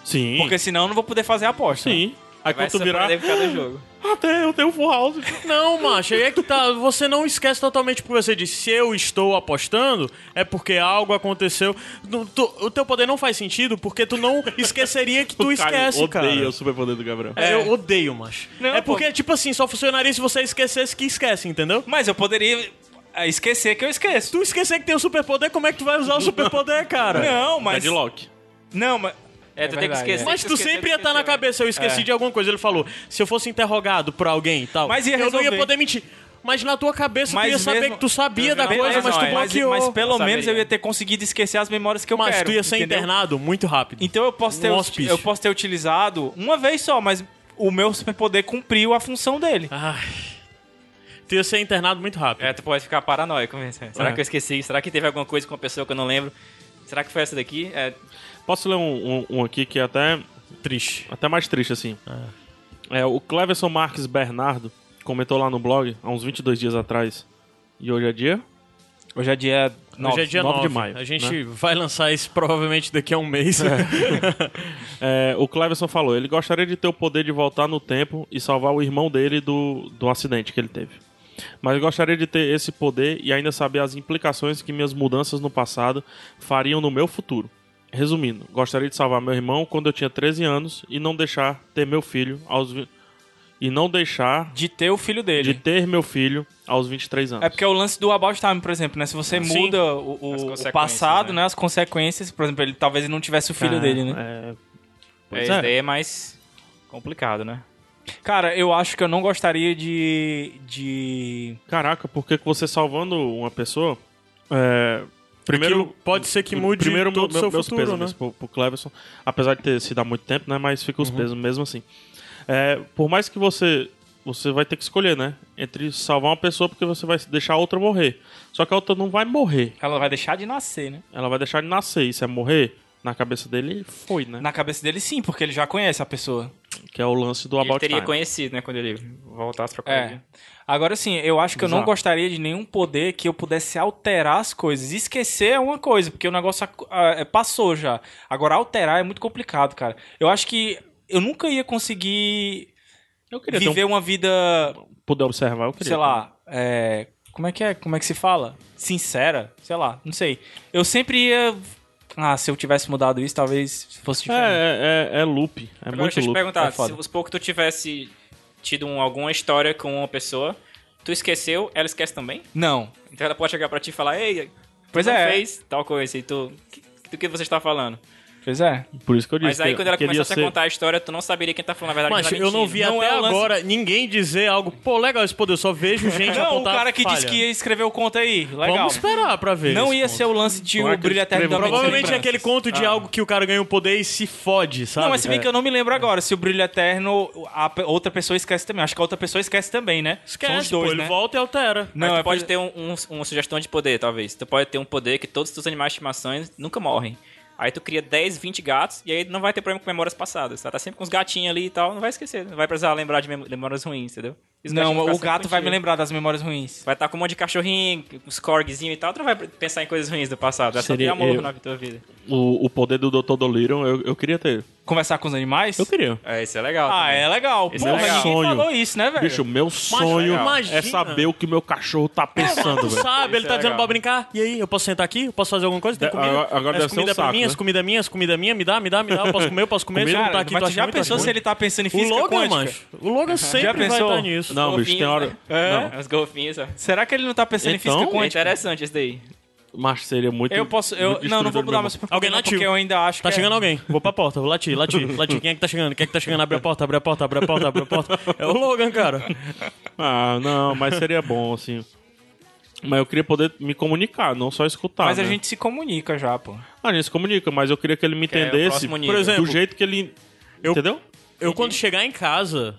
Speaker 4: Sim.
Speaker 1: Porque senão eu não vou poder fazer a aposta.
Speaker 4: Sim. Aí
Speaker 2: Vai
Speaker 4: quando tu
Speaker 2: se
Speaker 4: virar.
Speaker 2: aprender por
Speaker 3: [LAUGHS]
Speaker 2: cada jogo.
Speaker 4: Até eu tenho full house.
Speaker 3: Não, macho, aí é que tá. Você não esquece totalmente porque você disse, se eu estou apostando, é porque algo aconteceu. No- tu- o teu poder não faz sentido porque tu não
Speaker 4: [LAUGHS]
Speaker 3: esqueceria que tu esquece,
Speaker 4: odeia
Speaker 3: cara.
Speaker 4: Odeia o superpoder do Gabriel.
Speaker 3: É, Eu odeio, macho.
Speaker 1: Não,
Speaker 3: é
Speaker 1: pô.
Speaker 3: porque, tipo assim, só funcionaria se você esquecesse que esquece, entendeu?
Speaker 1: Mas eu poderia ah, esquecer que eu esqueço.
Speaker 3: Tu esquecer que tem o superpoder, como é que tu vai usar
Speaker 1: [LAUGHS]
Speaker 3: o superpoder, cara?
Speaker 1: Não, mas.
Speaker 4: Deadlock.
Speaker 1: Não, mas.
Speaker 2: É, tu tem que
Speaker 1: verdade,
Speaker 2: esquecer.
Speaker 3: Mas tu
Speaker 2: esquecer,
Speaker 3: sempre ia estar
Speaker 2: esquecer,
Speaker 3: na cabeça, eu esqueci
Speaker 1: É.
Speaker 3: de alguma coisa. Ele falou, se eu fosse interrogado por alguém e tal,
Speaker 1: Mas ia
Speaker 3: eu não ia
Speaker 1: resolver.
Speaker 3: poder mentir. Mas na tua cabeça tu
Speaker 1: é. Mas
Speaker 3: ia saber
Speaker 1: mesmo-
Speaker 3: que tu sabia da coisa,
Speaker 1: Beleza,
Speaker 3: mas tu
Speaker 1: mas, mas
Speaker 3: bloqueou.
Speaker 1: pelo
Speaker 2: Saberia.
Speaker 1: menos eu ia ter conseguido esquecer as memórias que eu
Speaker 3: Mas
Speaker 1: quero.
Speaker 3: tu ia ser
Speaker 1: entendeu?
Speaker 3: internado muito rápido.
Speaker 1: Então eu posso, ter,
Speaker 3: Um hospício.
Speaker 1: eu posso ter utilizado uma vez só, mas o meu superpoder cumpriu a função dele.
Speaker 3: Ai. Tu ia ser internado muito rápido.
Speaker 2: É, tu pode ficar paranoico mesmo. Será que eu esqueci? Será que teve alguma coisa com uma pessoa que eu não lembro? Será que foi essa daqui? É,
Speaker 4: Posso ler um, um- um aqui que é até,
Speaker 3: Triste.
Speaker 4: até mais triste, assim. É, o Cleverson Marques Bernardo comentou lá no blog, há uns 22 dias atrás. E hoje é dia?
Speaker 1: Hoje é dia
Speaker 3: Hoje é dia 9,
Speaker 4: 9 de maio,
Speaker 3: A gente
Speaker 1: né?
Speaker 3: vai lançar isso provavelmente daqui a um mês. [LAUGHS]
Speaker 4: É, o Cleverson falou, ele gostaria de ter o poder de voltar no tempo e salvar o irmão dele do, do acidente que ele teve. Mas gostaria de ter esse poder e ainda saber as implicações que minhas mudanças no passado fariam no meu futuro. Resumindo, gostaria de salvar meu irmão quando eu tinha 13 anos e não deixar ter meu filho aos vi- e não deixar
Speaker 1: de ter o filho dele.
Speaker 4: é- de ter meu filho aos 23 anos.
Speaker 1: É porque é o lance do About Time, por exemplo, né? Se você
Speaker 3: Sim.
Speaker 1: muda o, o- o
Speaker 2: consequências,
Speaker 1: passado,
Speaker 2: né?
Speaker 1: né? As consequências, por exemplo, ele talvez ele não tivesse o filho
Speaker 4: Ah,
Speaker 1: dele, né?
Speaker 4: é,
Speaker 2: é,
Speaker 4: Pois
Speaker 2: isso
Speaker 4: é.
Speaker 2: daí é mais complicado, né?
Speaker 1: Cara, eu acho que eu não gostaria de. de.
Speaker 4: Caraca, porque que você salvando uma pessoa. é, primeiro.
Speaker 3: Aquilo pode ser que mude
Speaker 4: primeiro
Speaker 3: todo o
Speaker 4: meu-
Speaker 3: seu
Speaker 4: meus
Speaker 3: futuro,
Speaker 4: pêsames
Speaker 3: né?
Speaker 4: pro, pro Cleverson. Apesar de ter sido há muito tempo, né? Mas fica os
Speaker 3: Uhum.
Speaker 4: pesos mesmo assim. É, por mais que você. Você vai ter que escolher, né? Entre salvar uma pessoa porque você vai deixar a outra morrer. Só que a outra não vai morrer.
Speaker 1: Ela vai deixar de nascer, né?
Speaker 4: Ela vai deixar de nascer. E se é morrer, na cabeça dele, foi, né?
Speaker 1: Na cabeça dele, sim, porque ele já conhece a pessoa.
Speaker 4: Que é o lance do
Speaker 2: Ele
Speaker 4: About
Speaker 2: teria
Speaker 4: Time.
Speaker 2: conhecido, né, quando ele voltasse pra
Speaker 1: É.
Speaker 2: Coreia.
Speaker 1: Agora sim, eu acho que eu não
Speaker 4: Bizarro.
Speaker 1: gostaria de nenhum poder que eu pudesse alterar as coisas. Esquecer é uma coisa, porque o negócio ac- ah, é, passou já. Agora, alterar é muito complicado, cara. Eu acho que eu nunca ia conseguir
Speaker 4: Eu queria ter um-
Speaker 1: viver uma vida
Speaker 4: Poder observar, eu queria. um.
Speaker 1: sei lá, é, como é que é, como é que se fala? Sincera, sei lá, não sei. Eu sempre ia ah, se eu tivesse mudado isso, talvez fosse
Speaker 4: É,
Speaker 1: diferente.
Speaker 4: é, é, é loop. É
Speaker 2: Agora,
Speaker 4: muito
Speaker 2: deixa eu te
Speaker 4: loop.
Speaker 2: perguntar,
Speaker 1: é foda.
Speaker 2: se supor que tu tivesse tido um- alguma história com uma pessoa, tu esqueceu, ela esquece também?
Speaker 1: Não.
Speaker 2: Então ela pode chegar pra ti e falar, ei, tu
Speaker 1: Pois
Speaker 2: não
Speaker 1: é.
Speaker 2: fez tal coisa, e tu... "Que- Do que você está falando?
Speaker 1: Pois é.
Speaker 4: Por isso que eu disse
Speaker 2: Mas aí
Speaker 4: que-
Speaker 2: quando ela
Speaker 4: que ele ia
Speaker 2: começasse
Speaker 4: ser-
Speaker 2: a contar a história, tu não saberia quem tá falando a verdade.
Speaker 3: Mas
Speaker 2: quem tá
Speaker 3: eu não
Speaker 2: mentindo.
Speaker 3: vi
Speaker 1: Não
Speaker 3: até
Speaker 1: é o lance-
Speaker 3: agora ninguém dizer algo, pô, legal esse poder, eu só vejo gente
Speaker 1: Não, o
Speaker 3: apontar
Speaker 1: cara que
Speaker 3: falha.
Speaker 1: disse que ia escrever o conto aí, legal.
Speaker 3: Vamos esperar pra ver.
Speaker 1: não
Speaker 3: esse
Speaker 1: ia
Speaker 3: ponto.
Speaker 1: ser o lance de
Speaker 4: Como é
Speaker 1: o
Speaker 4: que
Speaker 1: brilho
Speaker 4: ele escreveu?
Speaker 1: eternamente
Speaker 3: Provavelmente
Speaker 1: sem
Speaker 3: é aquele
Speaker 1: lembranças. Ah.
Speaker 3: conto de algo que o cara ganha o poder e se fode, sabe? É.
Speaker 1: Não, mas se bem que eu não me lembro agora. Se o brilho eterno, a pe- outra pessoa esquece também. Acho que a outra pessoa esquece também, né?
Speaker 3: Esquece,
Speaker 1: São os dois,
Speaker 3: pô,
Speaker 1: né?
Speaker 3: ele volta e altera.
Speaker 2: Mas
Speaker 1: Não,
Speaker 2: tu
Speaker 1: é
Speaker 2: pode
Speaker 1: por-
Speaker 2: ter um, um- uma sugestão de poder, talvez. Tu pode ter um poder que todos os teus animais de estimação nunca morrem. Aí tu cria 10, 20 gatos e aí não vai ter problema com memórias passadas. Tá, tá sempre com os gatinhos ali e tal, não vai esquecer. Não vai precisar lembrar de mem- memórias ruins, entendeu? Os
Speaker 1: Não,
Speaker 2: gatinhos vão
Speaker 1: o
Speaker 2: ficar
Speaker 1: gato
Speaker 2: sempre
Speaker 1: vai me
Speaker 2: contigo.
Speaker 1: lembrar das memórias ruins.
Speaker 2: Vai estar com um monte de cachorrinho, os corgzinho e tal. Tu não vai pensar em coisas ruins do passado. É só ter
Speaker 4: Seria
Speaker 2: amor
Speaker 4: eu.
Speaker 2: na tua vida.
Speaker 4: O, o poder do Dr. Dolittle, eu, eu queria ter.
Speaker 1: Conversar com os animais?
Speaker 4: Eu queria.
Speaker 2: É, isso é legal.
Speaker 1: Ah,
Speaker 2: também.
Speaker 1: é legal.
Speaker 2: Esse
Speaker 1: Pô,
Speaker 2: é
Speaker 1: mas
Speaker 2: legal.
Speaker 1: ninguém
Speaker 4: Sonho.
Speaker 1: falou isso, né, velho?
Speaker 4: Bicho, meu sonho
Speaker 3: imagina.
Speaker 4: é saber o que meu cachorro tá pensando,
Speaker 3: Tu
Speaker 4: velho.
Speaker 3: sabe, ele
Speaker 2: Isso
Speaker 3: tá
Speaker 2: é
Speaker 3: dizendo
Speaker 2: legal.
Speaker 3: pra brincar. E aí, eu posso sentar aqui? Eu posso fazer alguma coisa? Tem
Speaker 4: É,
Speaker 3: comida?
Speaker 4: agora- agora deve
Speaker 3: Essa
Speaker 4: ser
Speaker 3: comida
Speaker 4: um saco,
Speaker 3: pra mim,
Speaker 4: né?
Speaker 3: essa comida minha, essa comida minha, me dá, me dá, me dá. Eu posso comer, eu posso comer. Se eu não
Speaker 1: Cara,
Speaker 3: tá aqui,
Speaker 1: mas
Speaker 3: tu
Speaker 1: tu
Speaker 3: acha
Speaker 1: já
Speaker 3: ruim, tu acha
Speaker 1: pensou se
Speaker 3: ruim?
Speaker 1: ele tá pensando em
Speaker 3: O né,
Speaker 1: física
Speaker 3: Logan,
Speaker 1: quântica?
Speaker 3: mancho. O Logan sempre vai
Speaker 1: pensou?
Speaker 3: estar nisso.
Speaker 4: Não, bicho, tem hora.
Speaker 2: né?
Speaker 1: É?
Speaker 4: Não,
Speaker 2: Os golfinhos, ó.
Speaker 1: Será que ele não tá pensando
Speaker 4: Então,
Speaker 1: em física
Speaker 2: É
Speaker 1: quântica?
Speaker 2: interessante isso daí.
Speaker 4: mas seria
Speaker 3: é
Speaker 4: muito.
Speaker 1: Eu posso. Eu,
Speaker 4: muito
Speaker 1: não, não vou
Speaker 4: destruidor
Speaker 1: mudar
Speaker 4: de
Speaker 1: meu
Speaker 4: meu-
Speaker 1: super
Speaker 3: Alguém
Speaker 1: não,
Speaker 3: latiu.
Speaker 1: porque eu ainda acho
Speaker 3: Tá
Speaker 1: que. é-
Speaker 3: chegando alguém. Vou pra porta, vou
Speaker 4: [LAUGHS]
Speaker 3: latir, latir, latir. Quem é que tá chegando? Quem é que tá chegando? Abre a porta, abre a porta, abre a porta, abre a porta. É o Logan, cara.
Speaker 4: Ah, não, mas seria bom, assim. Mas eu queria poder me comunicar, não só escutar.
Speaker 1: Mas a
Speaker 4: né?
Speaker 1: gente se comunica já, pô.
Speaker 4: A gente se comunica, mas eu queria que ele me
Speaker 2: é o
Speaker 4: entendesse.
Speaker 2: próximo nível.
Speaker 4: por exemplo,
Speaker 3: exemplo,
Speaker 4: do jeito que ele.
Speaker 3: eu-
Speaker 4: Entendeu?
Speaker 3: Eu, quando chegar em casa,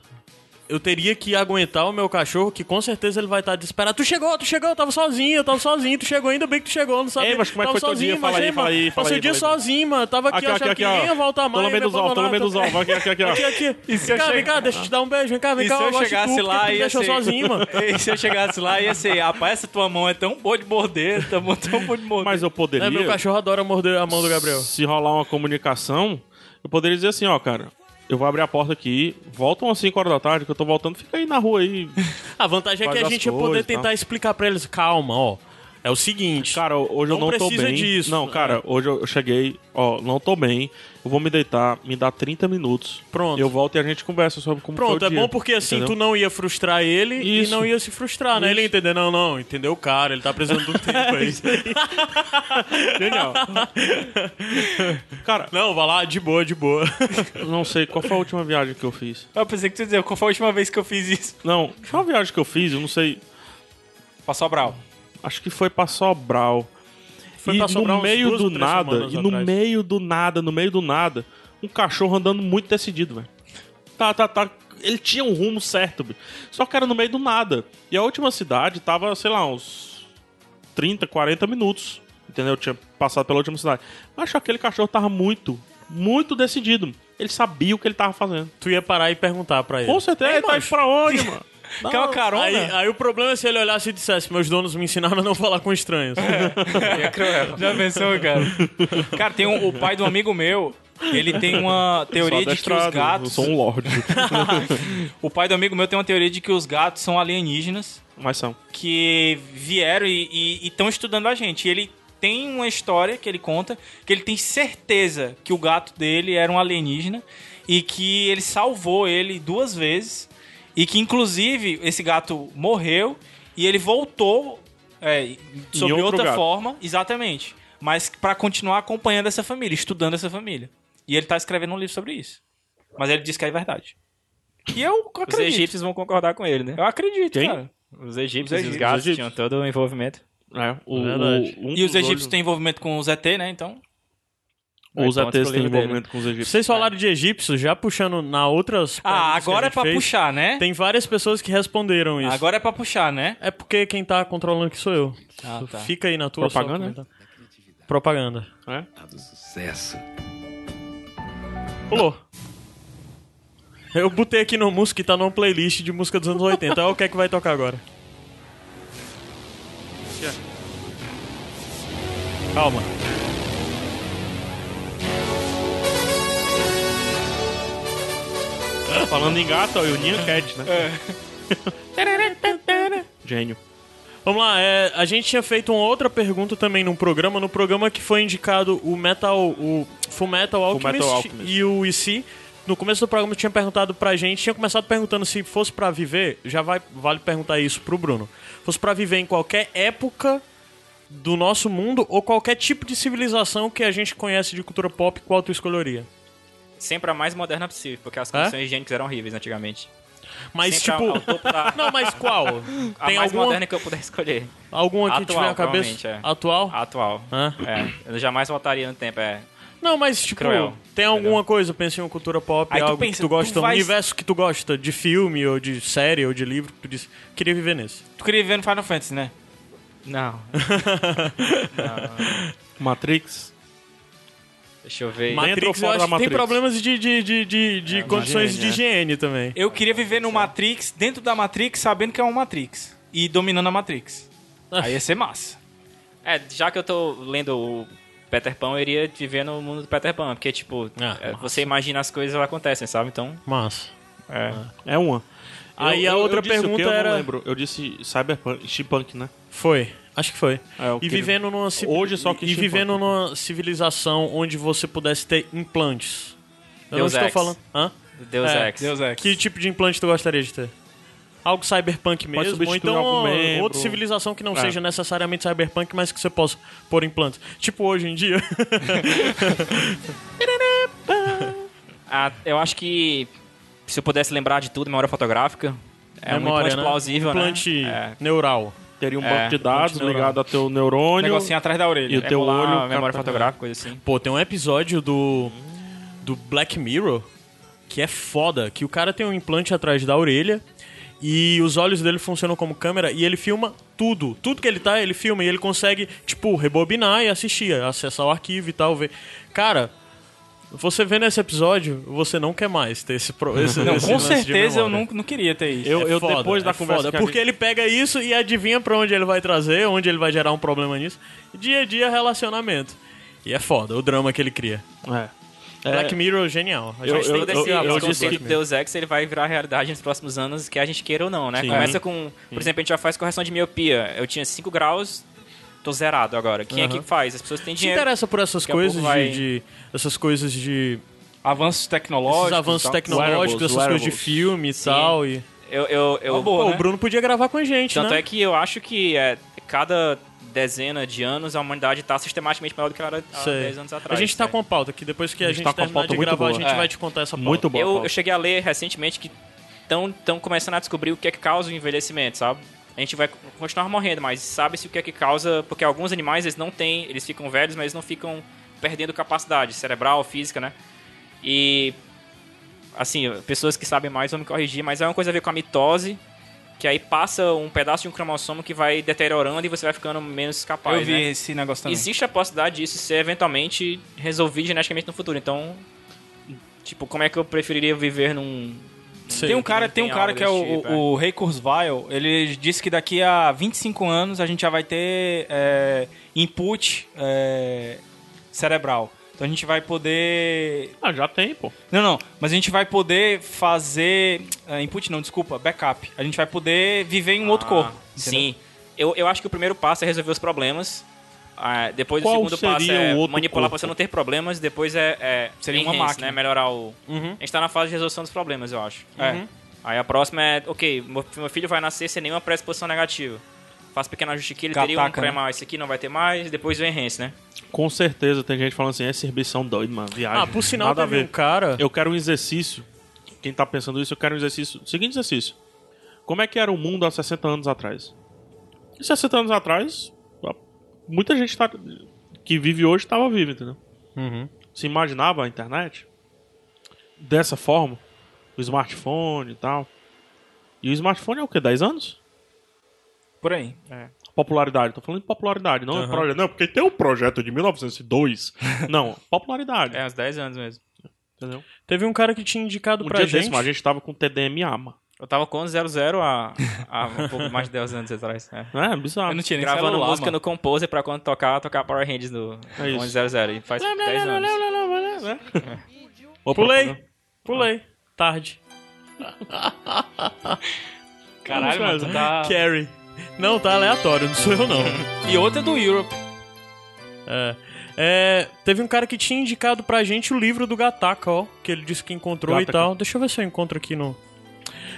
Speaker 3: eu teria que aguentar o meu cachorro, que com certeza ele vai estar desesperado. Tu chegou, tu chegou, eu tava sozinho, eu tava sozinho, tu chegou, ainda bem que tu chegou, não sabia.
Speaker 4: Ei, mas como é que
Speaker 3: tava
Speaker 4: foi teu dia?
Speaker 3: sozinho,
Speaker 4: Fala
Speaker 3: mas,
Speaker 4: aí,
Speaker 3: ei,
Speaker 4: fala
Speaker 3: mano,
Speaker 4: aí, fala
Speaker 3: Passei
Speaker 4: aí,
Speaker 3: o dia
Speaker 4: fala aí.
Speaker 3: sozinho, mano. Tava aqui,
Speaker 4: Aqui,
Speaker 3: achando
Speaker 4: aqui, aqui,
Speaker 3: que ninguém
Speaker 4: ó.
Speaker 3: ia voltar mais.
Speaker 4: Tô lambendo
Speaker 3: me
Speaker 4: os ovos, tô lambendo os
Speaker 3: abandonar,
Speaker 4: ovos. Aqui, aqui, aqui, ó.
Speaker 3: Aqui, aqui.
Speaker 1: se eu
Speaker 3: Vem cá, vem
Speaker 1: chegar-
Speaker 3: cá, deixa eu te dar um beijo, vem cá, vem
Speaker 1: E
Speaker 3: cá.
Speaker 1: se eu
Speaker 3: gosto de tu,
Speaker 1: chegasse
Speaker 3: por que
Speaker 1: lá
Speaker 3: tu
Speaker 1: e
Speaker 3: me deixou sozinho,
Speaker 4: [LAUGHS]
Speaker 3: mano.
Speaker 1: [LAUGHS] E se eu chegasse lá ia ser, rapaz, essa tua mão é tão boa de morder, tá bom, tão boa de morder.
Speaker 4: Mas eu poderia.
Speaker 3: É, meu cachorro adora morder a mão do Gabriel.
Speaker 4: Se rolar uma comunicação, eu poderia dizer assim, ó, cara. Eu vou abrir a porta aqui, voltam às 5 horas da tarde, que eu tô voltando, fica aí na rua aí.
Speaker 3: A vantagem é
Speaker 4: Faz
Speaker 3: que a
Speaker 4: as
Speaker 3: gente ia
Speaker 4: coisas,
Speaker 3: poder tentar
Speaker 4: tá?
Speaker 3: explicar pra eles, calma, ó. É o seguinte.
Speaker 4: Cara, hoje eu
Speaker 3: Não
Speaker 4: não tô
Speaker 3: precisa
Speaker 4: bem.
Speaker 3: disso. né?
Speaker 4: Não, cara, hoje eu eu cheguei, ó, não tô bem. Eu vou me deitar, me dá 30 minutos.
Speaker 3: Pronto.
Speaker 4: Eu volto e a gente conversa sobre como
Speaker 3: Pronto,
Speaker 4: foi
Speaker 3: é
Speaker 4: o dia,
Speaker 3: bom porque assim
Speaker 4: entendeu?
Speaker 3: tu não ia frustrar ele
Speaker 4: Isso.
Speaker 3: e não ia se frustrar, né? Ele ia entender, não, não, entendeu o cara, ele tá precisando
Speaker 4: [LAUGHS]
Speaker 3: de um tempo aí.
Speaker 4: Genial. cara,
Speaker 3: não, vai lá, de boa, de boa. [LAUGHS]
Speaker 4: eu não sei qual foi a última viagem que eu fiz.
Speaker 1: Eu pensei que tu ia dizer, qual foi a última vez que eu fiz É isso?
Speaker 4: Não, foi uma viagem que eu fiz, eu não sei.
Speaker 1: Passou Brau.
Speaker 4: Acho que foi pra Sobral.
Speaker 3: Foi
Speaker 4: e
Speaker 3: pra Sobral
Speaker 4: no
Speaker 3: umas
Speaker 4: meio
Speaker 3: duas
Speaker 4: do
Speaker 3: ou três
Speaker 4: nada,
Speaker 3: semanas
Speaker 4: e no
Speaker 3: atrás.
Speaker 4: meio do nada, no meio do nada, um cachorro andando muito decidido, velho. Tá, tá, tá. Ele tinha um rumo certo, bicho. Só que era no meio do nada. E a última cidade tava, sei lá, uns 30, 40 minutos. Entendeu? Tinha passado pela última cidade. Mas só que aquele cachorro tava muito, muito decidido. Ele sabia o que ele tava fazendo.
Speaker 3: Tu ia parar e perguntar pra ele.
Speaker 4: Com certeza,
Speaker 3: Ei,
Speaker 4: ele tá indo
Speaker 3: macho,
Speaker 4: pra
Speaker 3: [LAUGHS]
Speaker 4: onde, mano?
Speaker 1: Quer uma carona?
Speaker 3: Aí, aí o problema é se ele olhasse e dissesse, meus donos me ensinaram a não falar com estranhos.
Speaker 2: É cruel.
Speaker 1: Já pensou, cara? Cara, tem um- o pai de um amigo meu, ele tem uma teoria de que os
Speaker 4: adestrado, Eu
Speaker 1: gatos...
Speaker 4: sou um lorde.
Speaker 1: O pai do amigo meu tem uma teoria de que os gatos são alienígenas
Speaker 4: Mas são.
Speaker 1: que vieram e estão estudando a gente. E ele tem uma história que ele conta que ele tem certeza que o gato dele era um alienígena e que ele salvou ele duas vezes e que inclusive esse gato morreu e ele voltou é, sob
Speaker 4: outro
Speaker 1: outra
Speaker 4: gato.
Speaker 1: forma, exatamente, mas pra continuar acompanhando essa família, estudando essa família. E ele tá escrevendo um livro sobre isso. Mas ele diz que é verdade. E eu
Speaker 2: Os
Speaker 1: acredito.
Speaker 2: egípcios vão concordar com ele, né?
Speaker 1: Eu acredito,
Speaker 4: Quem?
Speaker 1: cara.
Speaker 2: Os egípcios
Speaker 1: Os
Speaker 2: e
Speaker 1: egípcios.
Speaker 2: os gatos
Speaker 4: Os egípcios.
Speaker 2: tinham todo o envolvimento.
Speaker 4: É, o,
Speaker 3: Verdade.
Speaker 4: o- um
Speaker 1: E os
Speaker 4: dos
Speaker 1: egípcios
Speaker 4: olhos-
Speaker 1: têm envolvimento com os ET, né? Então.
Speaker 4: Os
Speaker 2: Então,
Speaker 4: ETs
Speaker 2: antes que eu lembre
Speaker 4: têm
Speaker 2: dele.
Speaker 4: envolvimento com os
Speaker 3: [LAUGHS]
Speaker 4: egípcios.
Speaker 3: [LAUGHS] Vocês falaram de egípcios, já puxando na outras...
Speaker 1: Ah,
Speaker 3: perguntas que
Speaker 1: agora é
Speaker 3: a gente
Speaker 1: pra
Speaker 3: fez,
Speaker 1: puxar, né?
Speaker 3: Tem várias pessoas que responderam isso.
Speaker 1: Agora é pra puxar, né?
Speaker 3: É porque quem tá controlando que sou eu.
Speaker 1: Ah, tá.
Speaker 3: Fica aí na tua só
Speaker 4: Propaganda, né?
Speaker 3: comentar. Propaganda.
Speaker 4: É?
Speaker 7: do sucesso.
Speaker 3: Pulou. Eu botei aqui no música e tá numa playlist de música dos anos 80. Olha o que é que vai tocar agora. Calma.
Speaker 4: Falando em gato, ó, e o Ninho Cat, né? Gênio.
Speaker 3: Vamos lá, é, a gente tinha feito uma outra pergunta também num programa, no programa que foi indicado o Metal, o Full Metal Alchemist,
Speaker 4: Metal Alchemist.
Speaker 3: e o IC. No começo do programa tinha perguntado pra gente, tinha começado perguntando se fosse pra viver, já vai vale perguntar isso pro Bruno. Fosse pra viver em qualquer época do nosso mundo ou qualquer tipo de civilização que a gente conhece de cultura pop, qual tu escolheria?
Speaker 2: Sempre a mais moderna possível, porque as condições higiênicas eram horríveis antigamente.
Speaker 3: Mas
Speaker 2: Sempre
Speaker 3: tipo,
Speaker 2: ao- ao topo da-
Speaker 3: [LAUGHS] não, mas qual?
Speaker 2: A
Speaker 3: Tem
Speaker 2: mais
Speaker 3: alguma,
Speaker 2: moderna que eu puder [LAUGHS] escolher.
Speaker 3: alguma que
Speaker 2: Atual,
Speaker 3: tiver na cabeça
Speaker 2: provavelmente, é.
Speaker 3: atual?
Speaker 2: A atual.
Speaker 3: Hã?
Speaker 2: É, eu jamais voltaria no tempo. É,
Speaker 3: Não, mas tipo,
Speaker 2: Cruel.
Speaker 3: tem alguma coisa, pensa em uma cultura pop,
Speaker 1: Aí tu
Speaker 3: algo
Speaker 1: pensa,
Speaker 3: que tu gosta,
Speaker 1: tu vai-
Speaker 3: um universo que tu gosta, de filme ou de série ou de livro, que tu disse, queria viver nesse.
Speaker 1: Tu queria viver no Final Fantasy, né?
Speaker 2: Não.
Speaker 4: Matrix.
Speaker 2: Deixa eu ver.
Speaker 4: Mas-
Speaker 3: Matrix, eu
Speaker 4: fora
Speaker 3: acho
Speaker 4: da
Speaker 3: que tem
Speaker 4: Matrix? É, né?
Speaker 3: problemas de, de, de, de, de condições de
Speaker 2: higiene,
Speaker 3: higiene também.
Speaker 1: Eu queria viver no Matrix, dentro da Matrix, sabendo que é um Matrix. E dominando a Matrix. Aí ia ser massa.
Speaker 2: É, já que eu tô lendo o Peter Pan, eu iria viver no mundo do Peter Pan, porque, tipo,
Speaker 3: Ah,
Speaker 2: é,
Speaker 3: massa.
Speaker 2: você imagina as coisas elas acontecem, sabe? Então,
Speaker 3: Massa.
Speaker 2: é.
Speaker 4: É uma.
Speaker 3: Aí a outra
Speaker 4: disse o quê?
Speaker 3: pergunta
Speaker 4: eu não
Speaker 3: era-
Speaker 4: lembro. Eu disse Cyberpunk, Steampunk, né?
Speaker 3: Foi. Acho que foi.
Speaker 4: É, eu
Speaker 3: e
Speaker 4: queria-
Speaker 3: vivendo numa ci-
Speaker 4: Hoje só que
Speaker 3: e
Speaker 4: chimpanzé.
Speaker 3: vivendo numa civilização onde você pudesse ter implantes. Eu
Speaker 2: Deus
Speaker 3: não estou
Speaker 2: Ex.
Speaker 3: falando. Hã?
Speaker 2: Deus
Speaker 3: É,
Speaker 2: Ex.
Speaker 1: Deus é.
Speaker 3: Que tipo de implante tu gostaria de ter? Algo cyberpunk mesmo, ou
Speaker 4: substituir
Speaker 3: então
Speaker 4: algum membro.
Speaker 3: outra civilização que não
Speaker 4: É.
Speaker 3: seja necessariamente cyberpunk, mas que você possa pôr implantes. Tipo hoje em dia.
Speaker 2: Ah, eu acho que se eu pudesse lembrar de tudo, memória fotográfica. É
Speaker 3: Memória,
Speaker 2: muito mais
Speaker 3: né?
Speaker 2: plausível,
Speaker 3: implante
Speaker 2: né?
Speaker 3: neural.
Speaker 4: Teria um
Speaker 2: É,
Speaker 4: banco de dados
Speaker 2: continua.
Speaker 4: ligado ao teu neurônio.
Speaker 1: Negocinho atrás da orelha.
Speaker 4: E o
Speaker 2: É,
Speaker 4: teu
Speaker 2: emular
Speaker 4: olho
Speaker 2: a memória
Speaker 4: capta-
Speaker 2: fotográfica, coisa assim.
Speaker 3: Pô, tem um episódio do do Black Mirror que é foda, que o cara tem um implante atrás da orelha e os olhos dele funcionam como câmera e ele filma tudo, tudo que ele tá, ele filma e ele consegue, tipo, rebobinar e assistir, acessar o arquivo e tal, ver. Cara, você vê nesse episódio, você não quer mais ter esse pro- esse,
Speaker 1: Não,
Speaker 3: esse
Speaker 1: com
Speaker 3: lance de
Speaker 1: certeza eu
Speaker 3: memória.
Speaker 1: não, não queria ter isso.
Speaker 4: Eu,
Speaker 3: É
Speaker 4: eu
Speaker 3: foda,
Speaker 4: depois da
Speaker 3: é
Speaker 4: conversa.
Speaker 3: foda,
Speaker 4: que a
Speaker 3: porque
Speaker 4: gente-
Speaker 3: ele pega isso e adivinha pra onde ele vai trazer, onde ele vai gerar um problema nisso. Dia a dia, relacionamento. E é foda, o drama que ele cria.
Speaker 4: É.
Speaker 3: Black Mirror, é genial. A
Speaker 4: Eu-
Speaker 2: Mas
Speaker 3: gente
Speaker 4: eu-
Speaker 2: todo esse, esse
Speaker 4: eu disse
Speaker 2: conceito
Speaker 4: que-
Speaker 2: de Deus Ex ele vai virar realidade nos próximos anos, que a gente queira ou não, né? Começa com, por exemplo, a gente já faz correção de miopia. Eu tinha 5 graus, tô zerado agora. Quem é
Speaker 3: Aham.
Speaker 2: que faz? As pessoas têm
Speaker 3: se
Speaker 2: dinheiro.
Speaker 3: interessa por essas
Speaker 2: Daqui a pouco
Speaker 3: coisas de,
Speaker 2: vai-
Speaker 3: de- Essas coisas de.
Speaker 1: Avanços tecnológicos.
Speaker 3: Esses avanços
Speaker 1: e tal.
Speaker 3: tecnológicos,
Speaker 4: Wearables,
Speaker 3: essas coisas de
Speaker 4: wearables.
Speaker 3: filme e tal. E...
Speaker 2: Eu, eu, eu,
Speaker 1: Uma boa,
Speaker 2: Pô,
Speaker 3: Pô,
Speaker 1: né?
Speaker 3: o Bruno podia gravar com a gente,
Speaker 2: Tanto
Speaker 4: tá
Speaker 3: né?
Speaker 2: é que eu acho que é, cada dezena de anos a humanidade tá sistematicamente melhor do que ela era há
Speaker 4: Ah,
Speaker 3: Sei.
Speaker 2: 10 anos atrás. né?
Speaker 3: a gente tá
Speaker 2: sabe?
Speaker 3: com a pauta, que depois que a
Speaker 4: né? A gente tá
Speaker 3: gente,
Speaker 4: com a
Speaker 3: terminar
Speaker 4: pauta
Speaker 3: de
Speaker 4: muito
Speaker 3: gravar, a
Speaker 4: boa.
Speaker 3: gente
Speaker 4: É.
Speaker 3: vai te contar essa pauta.
Speaker 4: Muito bom.
Speaker 2: Eu,
Speaker 4: Paulo.
Speaker 2: eu cheguei a ler recentemente que estão começando a descobrir o que é que causa o envelhecimento, sabe? A gente vai continuar morrendo, mas sabe-se o que é que causa, porque alguns animais eles não têm, eles ficam velhos, mas eles não ficam perdendo capacidade cerebral, física, né? E assim, pessoas que sabem mais vão me corrigir, mas é uma coisa a ver com a mitose, que aí passa um pedaço de um cromossomo que vai deteriorando e você vai ficando menos capaz,
Speaker 1: Eu vi
Speaker 2: né?
Speaker 1: esse negócio também.
Speaker 2: existe a possibilidade disso ser eventualmente resolvido geneticamente no futuro. Então, tipo, como é que eu preferiria viver num.
Speaker 3: Sei.
Speaker 1: Tem um cara, tem um
Speaker 2: Tem
Speaker 1: cara
Speaker 2: algo
Speaker 1: que é o,
Speaker 2: desse tipo,
Speaker 1: o- o Ray Kurzweil, ele disse que daqui a 25 anos a gente já vai ter é, input é, cerebral. Então a gente vai poder
Speaker 4: Ah, já tem, pô.
Speaker 1: Não, não, mas a gente vai poder fazer. ah, input não, desculpa, backup. A gente vai poder viver em um outro
Speaker 2: Ah,
Speaker 1: corpo. entendeu?
Speaker 2: Sim. Eu, eu acho que o primeiro passo é resolver os problemas. Ah, depois
Speaker 4: Qual
Speaker 2: o segundo passo
Speaker 4: seria
Speaker 2: é
Speaker 4: o outro
Speaker 2: manipular
Speaker 4: corpo?
Speaker 2: pra você não ter problemas. Depois é. é
Speaker 1: Seria uma máquina.
Speaker 2: Né? Melhorar o.
Speaker 3: Uhum.
Speaker 2: A gente tá na fase de resolução dos problemas, eu acho.
Speaker 1: É.
Speaker 2: Aí a próxima é, ok, meu meu filho vai nascer sem nenhuma predisposição negativa. Faço pequena justiça, ele teria um
Speaker 1: Cataca, né?
Speaker 2: problema, esse aqui não vai ter mais, depois o enhance, né?
Speaker 4: Com certeza tem gente falando assim, esses bichos são doidos, mano. Viagem.
Speaker 3: Ah, por sinal,
Speaker 4: Nada a
Speaker 3: teve um
Speaker 4: ver.
Speaker 3: cara.
Speaker 4: Eu quero um exercício. Quem tá pensando isso, eu quero um exercício. Seguinte exercício. Como é que era o mundo há 60 anos atrás? E 60 anos atrás, muita gente tá- que vive hoje estava viva, entendeu?
Speaker 3: Uhum.
Speaker 4: se imaginava a internet dessa forma, o smartphone e tal. E o smartphone é o quê? 10 anos?
Speaker 1: Por aí.
Speaker 4: Popularidade, tô falando de popularidade, não é
Speaker 3: Aham.
Speaker 4: projeto. Não, porque tem um projeto de 1902. não, popularidade,
Speaker 2: É, uns 10 anos mesmo.
Speaker 4: entendeu?
Speaker 3: Teve um cara que tinha indicado
Speaker 4: Um
Speaker 3: pra
Speaker 4: dia
Speaker 3: gente.
Speaker 4: desse, mas a gente tava com TDMA, mano.
Speaker 2: Eu tava com 00 há,
Speaker 1: [LAUGHS]
Speaker 2: há um pouco mais de 10 anos atrás. É.
Speaker 4: É, bizarro.
Speaker 1: Eu não tinha nem
Speaker 2: Gravando
Speaker 1: celular,
Speaker 2: música
Speaker 1: mano.
Speaker 2: no Composer pra quando tocar, tocar Power Rangers no
Speaker 4: É isso.
Speaker 2: 1100. E faz 10 anos.
Speaker 4: Opa,
Speaker 1: tá
Speaker 3: Pulei, pulei. Tarde.
Speaker 1: Caralho, mano, tu tá...
Speaker 3: Carrie. Não, tá aleatório, não sou eu não.
Speaker 1: E outra é do Europe.
Speaker 3: [LAUGHS] É. É, teve um cara que tinha indicado pra gente o livro do Gataca, ó. Que ele disse que encontrou e
Speaker 4: Gattaca.
Speaker 3: tal. Deixa eu ver se eu encontro aqui no.
Speaker 1: Eu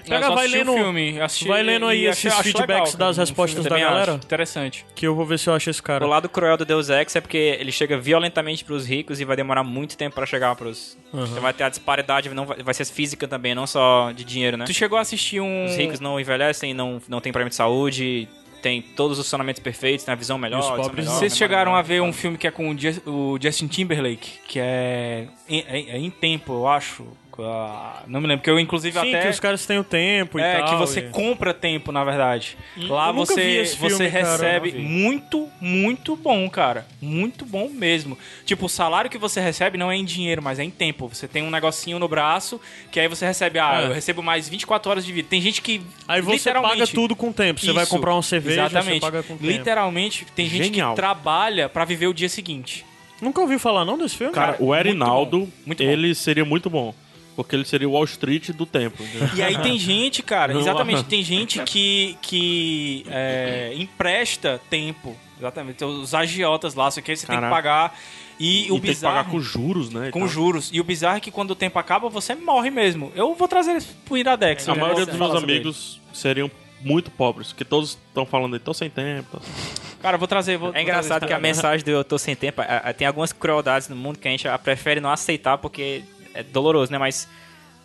Speaker 3: Pega,
Speaker 1: É, só
Speaker 3: vai
Speaker 1: assisti
Speaker 3: lendo,
Speaker 1: o filme. assisti
Speaker 3: vai lendo aí
Speaker 1: e achei-
Speaker 3: esses
Speaker 1: acho
Speaker 3: feedbacks
Speaker 1: legal,
Speaker 3: das
Speaker 1: cara,
Speaker 3: respostas
Speaker 1: um filme
Speaker 3: da
Speaker 1: também
Speaker 3: galera.
Speaker 1: acho Interessante.
Speaker 3: que eu vou ver se eu acho esse cara.
Speaker 2: O lado cruel do Deus Ex é porque ele chega violentamente pros ricos e vai demorar muito tempo pra chegar pros... Então vai ter a disparidade, não vai, vai ser física também, não só de dinheiro, né?
Speaker 1: Tu chegou a assistir um.
Speaker 2: Os ricos não envelhecem, não, não tem problema de saúde, tem todos os funcionamentos perfeitos, tem a visão melhor,
Speaker 3: E os
Speaker 2: a audição
Speaker 3: pobres
Speaker 2: melhor,
Speaker 1: Vocês
Speaker 2: memória
Speaker 1: chegaram
Speaker 2: melhor.
Speaker 1: a ver um filme que é com o Jus- o Justin Timberlake, que é em, é em é, tempo, eu acho. com a- Não me lembro, porque eu inclusive
Speaker 3: Sim,
Speaker 1: até.
Speaker 3: que os caras têm o tempo
Speaker 1: é,
Speaker 3: e tal.
Speaker 1: que você
Speaker 3: e-
Speaker 1: compra tempo, na verdade. Lá
Speaker 3: eu nunca vi
Speaker 1: você,
Speaker 3: esse filme,
Speaker 1: você
Speaker 3: cara,
Speaker 1: recebe
Speaker 3: eu não vi.
Speaker 1: muito, muito bom, cara. Muito bom mesmo. Tipo, o salário que você recebe não é em dinheiro, mas é em tempo. Você tem um negocinho no braço, que aí você recebe, ah,
Speaker 3: É.
Speaker 1: eu recebo mais 24 horas de vida. Tem gente que.
Speaker 3: Aí você
Speaker 1: literalmente,
Speaker 3: paga tudo com tempo. Você vai
Speaker 1: Isso,
Speaker 3: comprar uma cerveja,
Speaker 1: exatamente.
Speaker 3: você paga com tempo.
Speaker 1: Literalmente, tem gente
Speaker 4: Genial.
Speaker 1: que trabalha pra viver o dia seguinte.
Speaker 3: Nunca ouviu falar não desse filme?
Speaker 4: Cara, o Erinaldo,
Speaker 1: bom, muito bom.
Speaker 4: ele seria muito bom. Porque ele seria o Wall Street do tempo. entendeu?
Speaker 1: E aí
Speaker 4: [LAUGHS]
Speaker 1: tem gente, cara,
Speaker 4: Não,
Speaker 1: exatamente,
Speaker 4: aham.
Speaker 1: tem gente que, que é, empresta tempo. Exatamente. Tem os agiotas lá, só que aí você tem
Speaker 4: Caraca.
Speaker 1: que pagar. E,
Speaker 4: E
Speaker 1: o
Speaker 4: tem que
Speaker 1: bizarro.
Speaker 4: pagar com juros, né? e
Speaker 1: com
Speaker 4: tal.
Speaker 1: juros. E o bizarro é que quando o tempo acaba, você morre mesmo. Eu vou trazer isso pro Iradex.
Speaker 4: A
Speaker 1: né?
Speaker 4: maioria dos meus
Speaker 1: Fala sobre
Speaker 4: amigos seriam muito pobres, porque todos estão falando, então sem tempo. tão sem-"
Speaker 1: ele. Cara, eu vou trazer. Vou,
Speaker 2: É engraçado que a mensagem do Eu Tô Sem Tempo, a- a- tem algumas crueldades no mundo que a gente a- prefere não aceitar porque é doloroso, né? Mas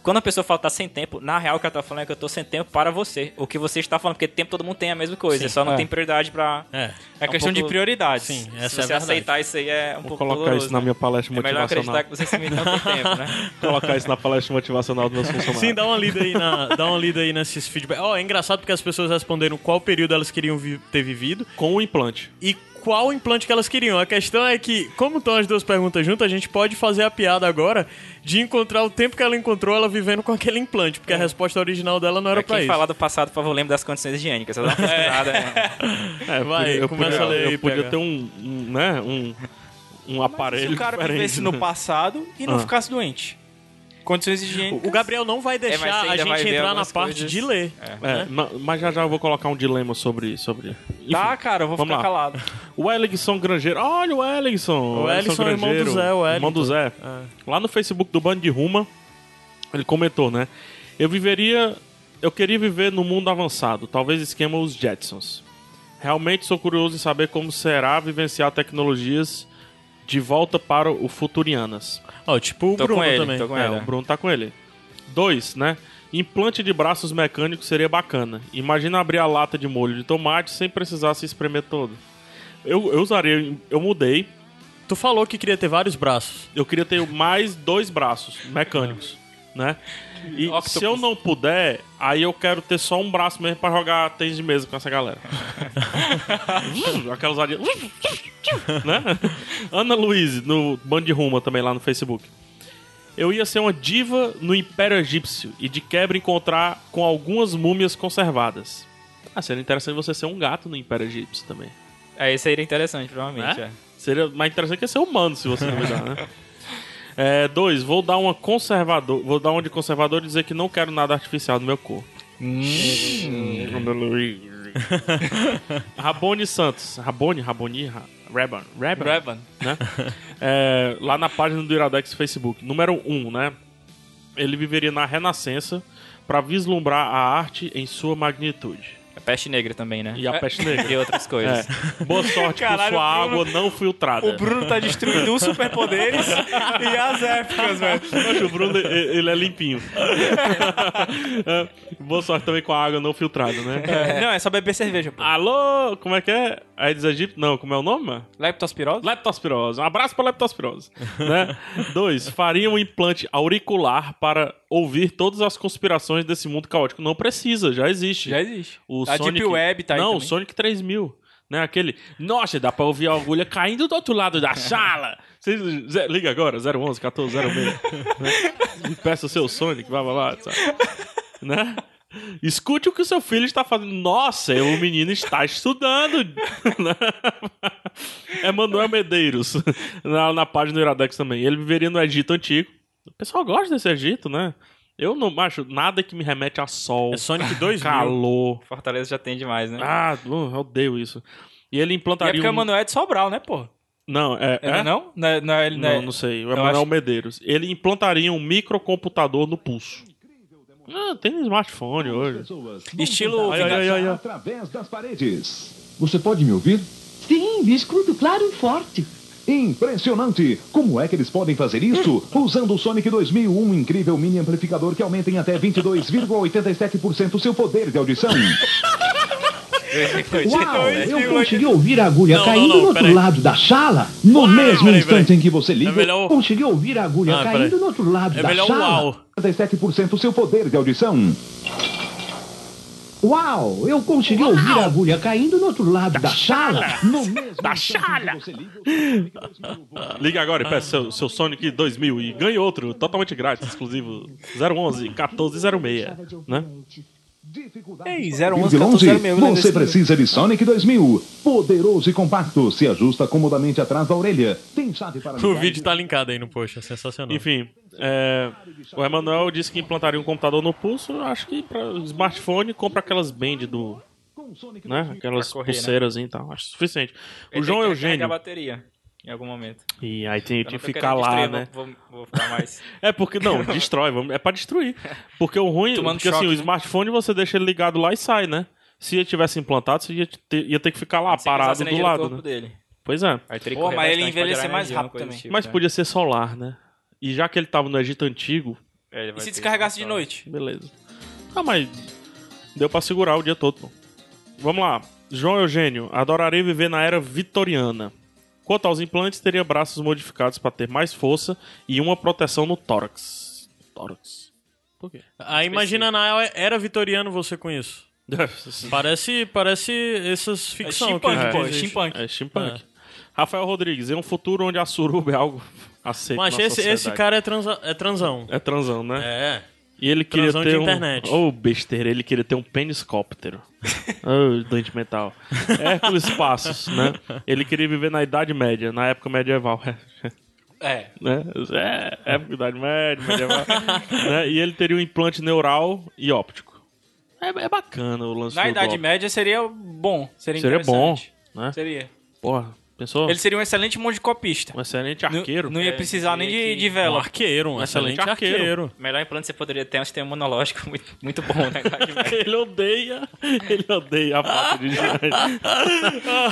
Speaker 2: quando a pessoa fala que tá sem tempo, na real o que ela tá falando é que eu tô sem tempo para você. O que você está falando, porque tempo todo mundo tem a mesma coisa, só não
Speaker 1: é.
Speaker 2: tem prioridade pra...
Speaker 3: É.
Speaker 1: É
Speaker 2: um
Speaker 1: questão de
Speaker 2: pouco-
Speaker 1: prioridades.
Speaker 3: Sim,
Speaker 2: Se
Speaker 3: essa é a
Speaker 2: você
Speaker 3: verdade.
Speaker 2: aceitar isso aí é um
Speaker 4: Vou
Speaker 2: pouco
Speaker 4: colocar
Speaker 2: doloroso,
Speaker 4: isso na
Speaker 2: né?
Speaker 4: minha palestra
Speaker 2: É melhor
Speaker 4: motivacional.
Speaker 2: acreditar que você simplesmente não tem
Speaker 1: [LAUGHS]
Speaker 2: tempo, né?
Speaker 4: Colocar isso na palestra motivacional dos meus funcionários.
Speaker 1: um
Speaker 3: Sim, dá uma lida aí, na, dá uma lida aí nesses feedbacks. Ó, é engraçado porque as pessoas responderam qual período elas queriam vi- ter vivido
Speaker 4: Com o implante.
Speaker 3: e qual implante que elas queriam. A questão é que, como estão as duas perguntas juntas, a gente pode fazer a piada agora de encontrar o tempo que ela encontrou ela vivendo com aquele implante, porque a resposta original dela não
Speaker 2: Pra
Speaker 3: era
Speaker 4: Tipo
Speaker 3: pra
Speaker 2: É. quem
Speaker 3: isso.
Speaker 2: falar do passado, por favor, lembre das condições higiênicas. Só dá uma pesquisada, né?
Speaker 4: É,
Speaker 3: Vai,
Speaker 4: eu
Speaker 3: começa
Speaker 4: podia,
Speaker 3: a ler aí,
Speaker 4: Eu podia
Speaker 3: pega.
Speaker 4: ter um, um, né, um, um aparelho
Speaker 1: Se [LAUGHS] o cara
Speaker 4: diferente. né?
Speaker 1: vivesse no passado e não
Speaker 4: Ah.
Speaker 1: ficasse doente. Condições higiênicas.
Speaker 3: O Gabriel não vai
Speaker 2: é, mas você
Speaker 3: deixar a
Speaker 2: ainda vai
Speaker 3: gente
Speaker 2: ver
Speaker 3: entrar na
Speaker 2: algumas
Speaker 3: parte
Speaker 2: coisas.
Speaker 3: de ler.
Speaker 1: né?
Speaker 4: É, ma- mas já já eu vou colocar um dilema sobre... sobre...
Speaker 1: Tá, cara, eu vou
Speaker 4: vamos
Speaker 1: ficar
Speaker 4: lá.
Speaker 1: calado.
Speaker 4: O Eligson Grangeiro. Olha o Eligson.
Speaker 3: O Eligson é irmão do Zé, o É.
Speaker 4: Irmão do
Speaker 3: Wellington.
Speaker 4: Zé. Lá no Facebook do Bando de Ruma, ele comentou, né? Eu viveria... Eu queria viver no mundo avançado, talvez esquema os Jetsons. Realmente sou curioso em saber como será vivenciar tecnologias de volta para o Futurianas.
Speaker 3: Ó, tipo o
Speaker 2: Tô
Speaker 3: Bruno
Speaker 2: com ele,
Speaker 3: também.
Speaker 2: tô com
Speaker 4: É,
Speaker 2: ele.
Speaker 4: o Bruno tá com ele. Dois, né? Implante de braços mecânicos seria bacana. Imagina abrir a lata de molho de tomate sem precisar se espremer todo. Eu, eu usaria, eu mudei.
Speaker 3: Tu falou que queria ter vários braços.
Speaker 4: Eu queria ter mais dois braços mecânicos, né? E
Speaker 1: Octopus.
Speaker 4: se eu não puder, aí eu quero ter só um braço mesmo pra jogar tênis de mesa com essa galera. Aquela ousadia. né? Ana Luiz, no Band de Ruma também lá no Facebook. Eu ia ser uma diva no Império Egípcio e de quebra encontrar com algumas múmias conservadas. Ah, seria interessante você ser um gato no Império Egípcio também.
Speaker 2: É, Aí seria interessante, provavelmente.
Speaker 4: Né?
Speaker 2: é.
Speaker 4: Seria mais interessante que ser humano, se você duvidar, né? É, dois, vou dar uma conservador, vou dar uma de conservador e dizer que não quero nada artificial no meu corpo.
Speaker 1: Hum.
Speaker 4: Rabone Santos, Rabone, Raboni, Ra- Reban, Reban,
Speaker 1: Revan.
Speaker 4: né? É, lá na página do Iradex Facebook, número 1, um, né? Ele viveria na Renascença para vislumbrar a arte em sua magnitude.
Speaker 2: A É peste negra também, né?
Speaker 4: E a
Speaker 2: [LAUGHS]
Speaker 1: [LAUGHS]
Speaker 4: peste negra.
Speaker 2: E outras coisas.
Speaker 4: É. Boa sorte
Speaker 1: É. Caralho,
Speaker 4: com sua
Speaker 1: o Bruno-
Speaker 4: água não filtrada.
Speaker 1: O Bruno tá destruindo os
Speaker 4: [LAUGHS]
Speaker 1: superpoderes e as épicas, velho.
Speaker 4: Poxa, o Bruno, e- ele é limpinho. É, Boa sorte também com a água não filtrada, né?
Speaker 1: É, Não, é só beber cerveja, pô.
Speaker 4: Alô, como é que é? Aedes aegypti? Não, como é o nome? mano?
Speaker 1: Leptospirose?
Speaker 4: Leptospirose. Um abraço pra leptospirose. né? Dois, faria um implante auricular para ouvir todas as conspirações desse mundo caótico. Não precisa, já existe.
Speaker 1: Já existe.
Speaker 4: O
Speaker 1: a
Speaker 4: Sonic...
Speaker 1: Deep Web tá aí
Speaker 4: Não, o
Speaker 1: também.
Speaker 4: Sonic 3000. Né? Aquele. Nossa, dá pra ouvir a agulha caindo do outro lado da sala. [LAUGHS] Vocês- Zé- Liga agora, 011 1406. né? Peça o seu Sonic, blá blá blá. sabe? Né? Escute o que o seu filho está fazendo. Nossa, o menino está estudando. [LAUGHS] né? é Manuel Medeiros. Na, na página do Iradex também. Ele viveria no Egito Antigo. O pessoal gosta desse Egito, né? Eu não acho nada que me remete a sol,
Speaker 3: É Sonic 2000.
Speaker 4: calor.
Speaker 2: Fortaleza já tem demais, né?
Speaker 4: Ah, eu odeio isso. E ele
Speaker 1: E é
Speaker 4: implantaria.
Speaker 1: porque o
Speaker 4: um-
Speaker 1: Manuel é de Sobral, né, pô?
Speaker 4: Não, é.
Speaker 1: É,
Speaker 4: é?
Speaker 1: Não? Não, é- não, é- não, é-
Speaker 4: Não, não sei. O
Speaker 1: Eu
Speaker 4: Emanuel
Speaker 1: acho-
Speaker 4: Medeiros. Ele implantaria um microcomputador no pulso. Ah, tem smartphone hoje.
Speaker 1: Estilo.
Speaker 4: Ai, ai, ai, ai.
Speaker 7: Através das paredes. Você pode me ouvir?
Speaker 8: Sim, escuto claro e forte.
Speaker 7: Impressionante! Como é que eles podem
Speaker 8: [LAUGHS]
Speaker 7: fazer isso? Usando o Sonic 2000, um incrível mini amplificador que aumenta em até 22,87% seu poder
Speaker 3: [LAUGHS]
Speaker 7: de audição.
Speaker 8: Uau, eu consegui ouvir a agulha
Speaker 3: Não,
Speaker 8: caindo
Speaker 3: não, não,
Speaker 8: do outro
Speaker 3: peraí.
Speaker 8: lado da sala no mesmo
Speaker 3: peraí, É
Speaker 8: instante em que você liga.
Speaker 3: melhor o-
Speaker 8: Consegui ouvir a agulha
Speaker 3: Ah,
Speaker 8: caindo
Speaker 3: peraí.
Speaker 8: do outro lado
Speaker 3: É
Speaker 8: da
Speaker 3: melhor o
Speaker 8: sala
Speaker 3: uau.
Speaker 7: 87% seu poder de audição.
Speaker 8: Uau! Eu consegui ouvir a agulha caindo no outro lado da, sala.
Speaker 7: No mesmo da
Speaker 4: chala! Ligue agora e
Speaker 3: Ah.
Speaker 4: peça seu, seu Sonic 2000 e ganhe outro totalmente grátis, exclusivo 011 1406, né?
Speaker 1: Ei, 011
Speaker 7: 011
Speaker 1: 1406, eu lembro
Speaker 7: você
Speaker 1: desse-
Speaker 7: precisa de Sonic 2000. Poderoso e compacto, se ajusta comodamente atrás da orelha. Tem chave para
Speaker 3: O
Speaker 7: ligar e
Speaker 3: vídeo tá linkado aí no post, é sensacional.
Speaker 4: Enfim, é, o Emanuel disse que implantaria um computador no pulso. eu Acho que para smartphone compra aquelas band do. Né? Aquelas
Speaker 2: Pra correr, né?
Speaker 4: pulseiras e tal. Acho suficiente. O
Speaker 2: Ele
Speaker 4: João
Speaker 2: tem que
Speaker 4: Eugênio.
Speaker 2: carregar a bateria em algum momento.
Speaker 4: E aí tem
Speaker 2: Eu
Speaker 4: que
Speaker 2: não tô
Speaker 4: ficar
Speaker 2: querendo
Speaker 4: lá,
Speaker 2: destruir,
Speaker 4: né?
Speaker 2: Vou, vou- vou ficar mais.
Speaker 4: É porque, não, destrói, vamos- é pra destruir. Porque o ruim,
Speaker 2: Tomando
Speaker 4: porque assim,
Speaker 2: choque,
Speaker 4: o
Speaker 2: né?
Speaker 4: smartphone você deixa ele ligado lá e sai, né? Se ele tivesse implantado, você ia ter, ia ter que ficar lá,
Speaker 2: Sem usar essa
Speaker 4: [LAUGHS] parado do
Speaker 2: energia
Speaker 4: lado,
Speaker 2: corpo
Speaker 4: né?
Speaker 2: dele.
Speaker 4: Pois é.
Speaker 2: Aí teria que tá
Speaker 1: Pô,
Speaker 2: correr
Speaker 1: mas ele
Speaker 2: bastante pra
Speaker 1: envelhecer
Speaker 2: gerar
Speaker 1: mais
Speaker 2: energia, uma
Speaker 1: rápido
Speaker 2: coisa
Speaker 1: também.
Speaker 2: do tipo,
Speaker 4: Mas
Speaker 2: né?
Speaker 4: podia ser solar, né? E já que ele tava no Egito Antigo,
Speaker 2: É, ele vai
Speaker 1: E se
Speaker 2: ter
Speaker 1: descarregasse de
Speaker 2: controle.
Speaker 1: noite?
Speaker 4: beleza. Ah, mas deu pra segurar o dia todo, pô. Vamos lá. João Eugênio, adoraria viver na era vitoriana. Quanto aos implantes, teria braços modificados pra ter mais força e uma proteção no tórax. Tórax. [LAUGHS] Por quê?
Speaker 3: Aí imagina na era vitoriano você com isso. Parece, parece essas
Speaker 1: É
Speaker 3: ficções. que
Speaker 1: steampunk,
Speaker 3: hoje
Speaker 1: pô, é
Speaker 3: existe.
Speaker 1: steampunk.
Speaker 4: É steampunk. Rafael Rodrigues, em um futuro onde a suruba é algo aceito
Speaker 3: Mas
Speaker 4: na
Speaker 3: esse, esse
Speaker 4: sociedade.
Speaker 3: cara é, transa, é transão.
Speaker 4: É transão, né?
Speaker 3: É.
Speaker 4: E ele queria
Speaker 3: Transão de
Speaker 4: ter um...
Speaker 3: internet.
Speaker 4: Ô, besteira, ele queria ter um
Speaker 3: [LAUGHS]
Speaker 4: pêniscóptero. Ô, doente mental. Hércules Passos, né? Ele queria viver na Idade Média, na época medieval.
Speaker 1: É.
Speaker 4: [LAUGHS] né? É, época Idade Média,
Speaker 3: [LAUGHS]
Speaker 4: medieval. né? E ele teria um implante neural e óptico. É, é bacana o lance
Speaker 1: Na
Speaker 4: do
Speaker 1: Idade
Speaker 4: óptico.
Speaker 1: Média seria bom. Seria,
Speaker 4: Seria bom,
Speaker 1: interessante.
Speaker 4: né?
Speaker 1: Seria.
Speaker 4: Porra, pensou?
Speaker 1: Ele seria um excelente monte-copista.
Speaker 4: Um excelente arqueiro.
Speaker 1: Não, não ia precisar nem de,
Speaker 2: seria É, que-
Speaker 1: de
Speaker 3: Um
Speaker 1: vela.
Speaker 3: arqueiro, um
Speaker 4: excelente
Speaker 3: excelente arqueiro.
Speaker 4: arqueiro.
Speaker 2: Melhor implante que você poderia ter é um sistema monológico muito, muito bom, né? cara?
Speaker 4: [LAUGHS] Ele odeia, ele odeia a falta de [LAUGHS]
Speaker 3: [LAUGHS]
Speaker 4: dinheiro.
Speaker 1: [LAUGHS]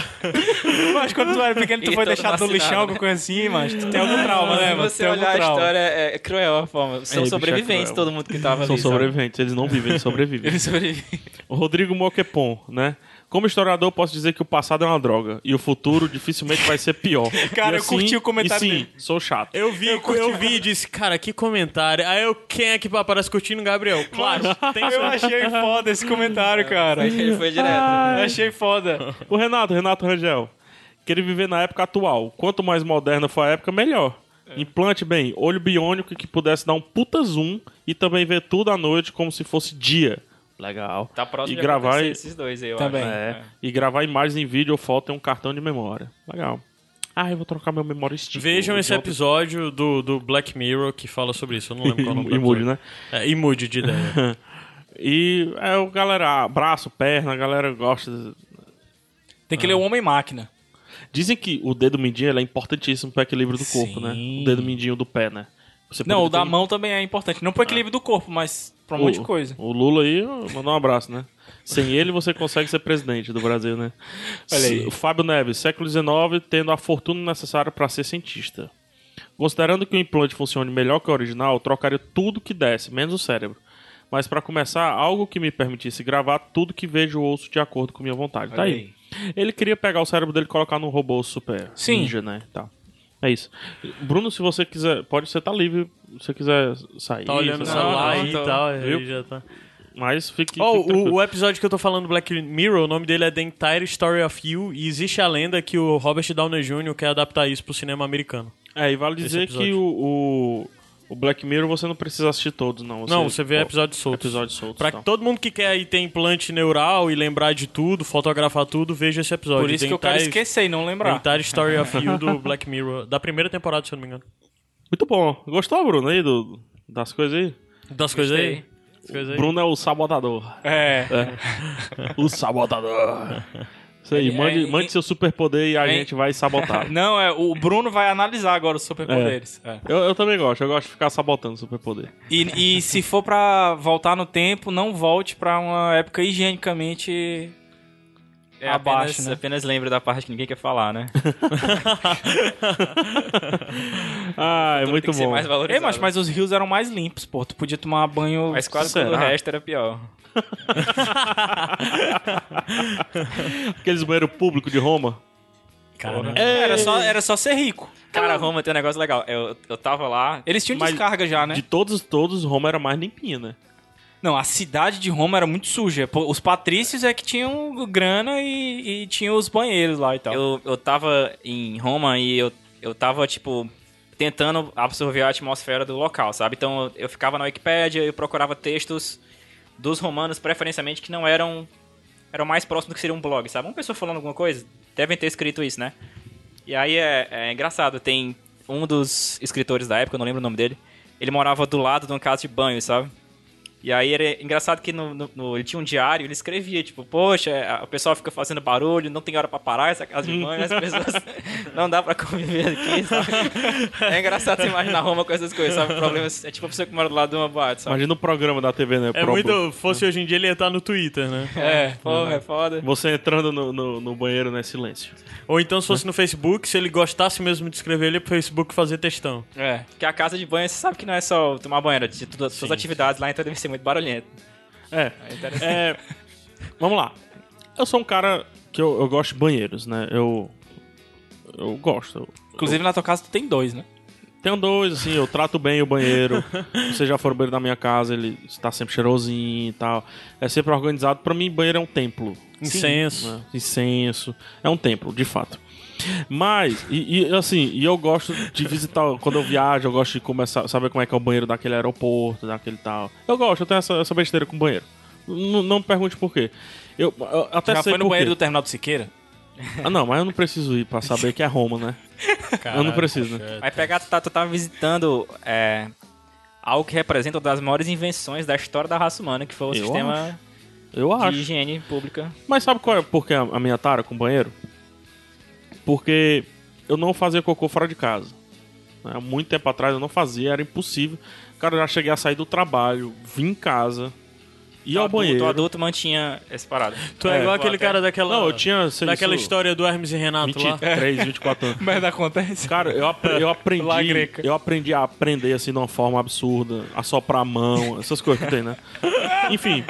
Speaker 1: Mas quando tu era pequeno,
Speaker 2: [LAUGHS]
Speaker 1: tu
Speaker 2: E
Speaker 1: foi
Speaker 2: todo
Speaker 1: deixado no
Speaker 2: vacinado,
Speaker 1: lixão,
Speaker 2: né?
Speaker 1: alguma coisa assim, mas tu tem algum trauma, né?
Speaker 2: Se
Speaker 1: mano? Tu
Speaker 2: você
Speaker 1: tem algum
Speaker 2: olhar a
Speaker 1: trauma.
Speaker 2: história, é é cruel a forma. São
Speaker 4: bicho, é
Speaker 2: sobreviventes
Speaker 4: cruel.
Speaker 2: todo mundo que tava
Speaker 4: São
Speaker 2: ali. [LAUGHS] sabe?
Speaker 4: sobreviventes, eles não vivem, eles sobrevivem.
Speaker 1: Ele sobrevive.
Speaker 4: O Rodrigo Moquepon, né? Como historiador, posso dizer que o passado é uma droga e o futuro dificilmente vai ser pior.
Speaker 1: Cara,
Speaker 4: E assim,
Speaker 1: eu curti o comentário
Speaker 4: E sim, sou chato.
Speaker 3: Eu vi, eu, vi e disse, cara, que comentário. Aí eu, quem é que aparece curtindo? Gabriel. Claro, tem
Speaker 1: Eu achei foda esse comentário, cara.
Speaker 2: Ele foi direto.
Speaker 1: Eu achei foda.
Speaker 4: O Renato, Renato Rangel, que ele viver na época atual. Quanto mais moderna for a época, melhor. Implante bem, olho biônico que pudesse dar um puta zoom e também ver tudo à noite como se fosse dia. Legal.
Speaker 2: Tá próximo
Speaker 4: e
Speaker 2: de
Speaker 4: gravar
Speaker 2: acontecer
Speaker 4: e-
Speaker 2: esses dois aí, eu
Speaker 1: Também.
Speaker 2: acho. né?
Speaker 4: É, e gravar imagens em vídeo ou foto em um cartão de memória. Legal. Ah, eu vou trocar meu memória stick.
Speaker 3: Vejam
Speaker 4: Eu
Speaker 3: esse
Speaker 4: vou-
Speaker 3: episódio do, do Black Mirror que fala sobre isso. Eu não lembro qual é
Speaker 4: [LAUGHS]
Speaker 3: o nome.
Speaker 4: E- e mude,
Speaker 3: do
Speaker 4: né?
Speaker 3: episódio. É, e mude
Speaker 4: [LAUGHS]
Speaker 3: de ideia.
Speaker 4: E é o galera, braço, perna, a galera gosta.
Speaker 1: Tem que
Speaker 2: Ah.
Speaker 1: ler o Homem-Máquina.
Speaker 4: Dizem que o dedo mindinho ele é importantíssimo pro equilíbrio do corpo,
Speaker 1: Sim.
Speaker 4: né? O dedo mindinho do pé, né? Você
Speaker 1: Não, o
Speaker 4: poderia
Speaker 1: da
Speaker 4: ter-
Speaker 1: mão também é importante.
Speaker 2: Ah.
Speaker 1: Não pro equilíbrio do corpo, mas pra um monte de
Speaker 4: O-
Speaker 1: coisa.
Speaker 4: O Lula aí ó, mandou um abraço, né? Sem ele você consegue ser presidente do Brasil, né?
Speaker 1: Olha aí.
Speaker 4: Se- O Fábio Neves, século XIX, tendo a fortuna necessária para ser cientista. Considerando que o implante funcione melhor que o original, trocaria tudo que desse, menos o cérebro. Mas para começar, algo que me permitisse gravar tudo que vejo ou ouço de acordo com minha vontade. Tá
Speaker 1: Olha
Speaker 4: aí. Ele queria pegar o cérebro dele e colocar num robô super
Speaker 1: Sim.
Speaker 4: ninja, né? Tá. É isso. Bruno, se você quiser, pode, você tá livre. Se você quiser sair.
Speaker 3: Tá olhando o
Speaker 4: sei lá.
Speaker 3: celular
Speaker 2: não,
Speaker 3: aí
Speaker 2: tô-
Speaker 3: e tal. aí
Speaker 4: viu?
Speaker 3: já tá.
Speaker 4: Mas fique.
Speaker 3: Oh,
Speaker 4: fique tranquilo.
Speaker 3: o, o episódio que eu tô falando do Black Mirror, o nome dele é The Entire Story of You, e existe a lenda que o Robert Downey Jr. quer adaptar isso pro cinema americano.
Speaker 4: É, e vale dizer
Speaker 3: episódio.
Speaker 4: que o, o, o Black Mirror você não precisa assistir todos, não. Você,
Speaker 3: Não, você vê
Speaker 4: Pô,
Speaker 3: episódios soltos.
Speaker 4: Episódios soltos.
Speaker 3: Pra
Speaker 4: tá.
Speaker 3: todo mundo que quer aí ter implante neural e lembrar de tudo, fotografar tudo, veja esse episódio.
Speaker 1: Por isso que eu quero esquecer e não
Speaker 3: The
Speaker 1: lembrar.
Speaker 3: Entire Story of You do Black Mirror, da primeira temporada, se eu não me engano.
Speaker 4: Muito bom. Gostou, Bruno, aí do, das coisas aí?
Speaker 3: Das coisas aí? Das coisas aí.
Speaker 4: Bruno é o sabotador.
Speaker 1: É.
Speaker 4: o sabotador. Isso aí, mande,
Speaker 1: é,
Speaker 4: mande seu superpoder e a gente vai
Speaker 1: [LAUGHS]
Speaker 4: sabotar.
Speaker 1: Não, é, o Bruno vai analisar agora os superpoderes. É.
Speaker 4: Eu, eu também gosto, eu gosto de ficar sabotando superpoder.
Speaker 1: E, e se for pra voltar no tempo, não volte pra uma época higienicamente
Speaker 2: É,
Speaker 1: abaixo,
Speaker 2: apenas,
Speaker 1: né?
Speaker 2: apenas lembra da parte que ninguém quer falar, né?
Speaker 4: Ah, é muito
Speaker 2: Tem que ser
Speaker 4: bom.
Speaker 2: mais
Speaker 4: [LAUGHS]
Speaker 2: valorizado.
Speaker 1: Ei, mas, mas os rios eram mais limpos, pô. Tu podia tomar banho.
Speaker 2: Mas quase
Speaker 4: Será?
Speaker 2: todo o resto era pior.
Speaker 4: Aqueles banheiros públicos de Roma.
Speaker 1: Cara, era, só, era só ser rico.
Speaker 2: Cara, Roma tem um negócio legal. Eu, eu tava lá.
Speaker 1: Eles tinham
Speaker 4: Mas-
Speaker 1: descarga já, né?
Speaker 4: De todos, todos, Roma era mais limpinha, né?
Speaker 1: Não, a cidade de Roma era muito suja. Pô, Os patrícios é que tinham grana e, e tinham os banheiros lá e tal.
Speaker 2: Eu, eu tava em Roma e eu, eu tava, tipo, tentando absorver a atmosfera do local, sabe? Então eu ficava na Wikipédia, eu procurava textos dos romanos, preferencialmente, que não eram. eram mais próximos do que seria um blog, sabe? Uma pessoa falando alguma coisa, devem ter escrito isso, né? E aí é, é engraçado, tem um dos escritores da época, eu não lembro o nome dele, ele morava do lado de uma casa de banho, sabe? E aí era engraçado que no, no- no- ele tinha um diário, ele escrevia, tipo, poxa, a- o pessoal fica fazendo barulho, não tem hora pra parar essa casa de banho, as pessoas [LAUGHS] não dá pra conviver aqui, sabe? É engraçado você imaginar Roma com essas coisas, sabe? O problema é tipo a pessoa que mora do lado de uma boate, sabe?
Speaker 4: Imagina o programa da TV, né?
Speaker 3: É
Speaker 4: Pro-
Speaker 3: muito. Fosse hoje em dia, ele ia estar no Twitter, né?
Speaker 2: É, porra, é foda.
Speaker 4: Você entrando no, no, no banheiro, né? Silêncio.
Speaker 3: Ou então, se fosse no Facebook, se ele gostasse mesmo de escrever, ele ia pro Facebook fazer textão.
Speaker 1: É.
Speaker 2: Porque a casa de banho, você sabe que não é só tomar banho, é de todas as atividades lá, então deve ser muito barulhento.
Speaker 4: É. É, vamos lá. Eu sou um cara que eu, eu gosto de banheiros, né? Eu. Eu gosto. Eu
Speaker 1: Inclusive na tua casa tu tem dois, né?
Speaker 4: tenho dois, assim, eu trato bem
Speaker 1: [LAUGHS]
Speaker 4: o banheiro. Vocês já foram banheiro da minha casa, ele está sempre cheirosinho e tal. É sempre organizado. Pra mim, banheiro é um templo.
Speaker 3: Incenso.
Speaker 4: né? Incenso. É um templo, de fato. Mas, e, e, assim, e eu gosto de visitar, quando eu viajo, eu gosto de começar, saber como é que é o banheiro daquele aeroporto, daquele tal. Eu gosto, eu tenho essa, essa besteira com banheiro. N- não me pergunte por quê. Eu, eu até
Speaker 1: Já
Speaker 4: sei
Speaker 1: foi no
Speaker 4: por quê.
Speaker 1: banheiro do terminal do Siqueira?
Speaker 4: Ah, não, mas eu não preciso ir pra saber que é
Speaker 1: [LAUGHS]
Speaker 4: Roma, né? eu não preciso, né?
Speaker 2: Vai pegar, tu, tá, tu tava visitando é, algo que representa uma das maiores invenções da história da raça humana, que foi o
Speaker 4: Eu
Speaker 2: sistema
Speaker 4: Eu
Speaker 2: de
Speaker 4: acho.
Speaker 2: higiene pública.
Speaker 4: Mas sabe qual é porque a a minha tara com banheiro? Porque eu não fazia cocô fora de casa. né? Há muito tempo atrás eu não fazia, era impossível. Cara, eu já cheguei a sair do trabalho, vim em casa, ia ao
Speaker 2: Adulto-
Speaker 4: banheiro.
Speaker 2: O adulto mantinha essa parada.
Speaker 3: Tu é, igual aquele
Speaker 2: até-
Speaker 3: cara daquela.
Speaker 4: Não, eu tinha, sei
Speaker 3: Daquela
Speaker 4: isso,
Speaker 3: história do Hermes e Renato lá.
Speaker 4: 23, 24 anos.
Speaker 1: Mas acontece.
Speaker 4: Cara, eu, apre- eu
Speaker 1: Lá
Speaker 4: aprendi.
Speaker 1: greca.
Speaker 4: eu aprendi a aprender assim de uma forma absurda, a soprar a mão, essas coisas que tem, né? Enfim.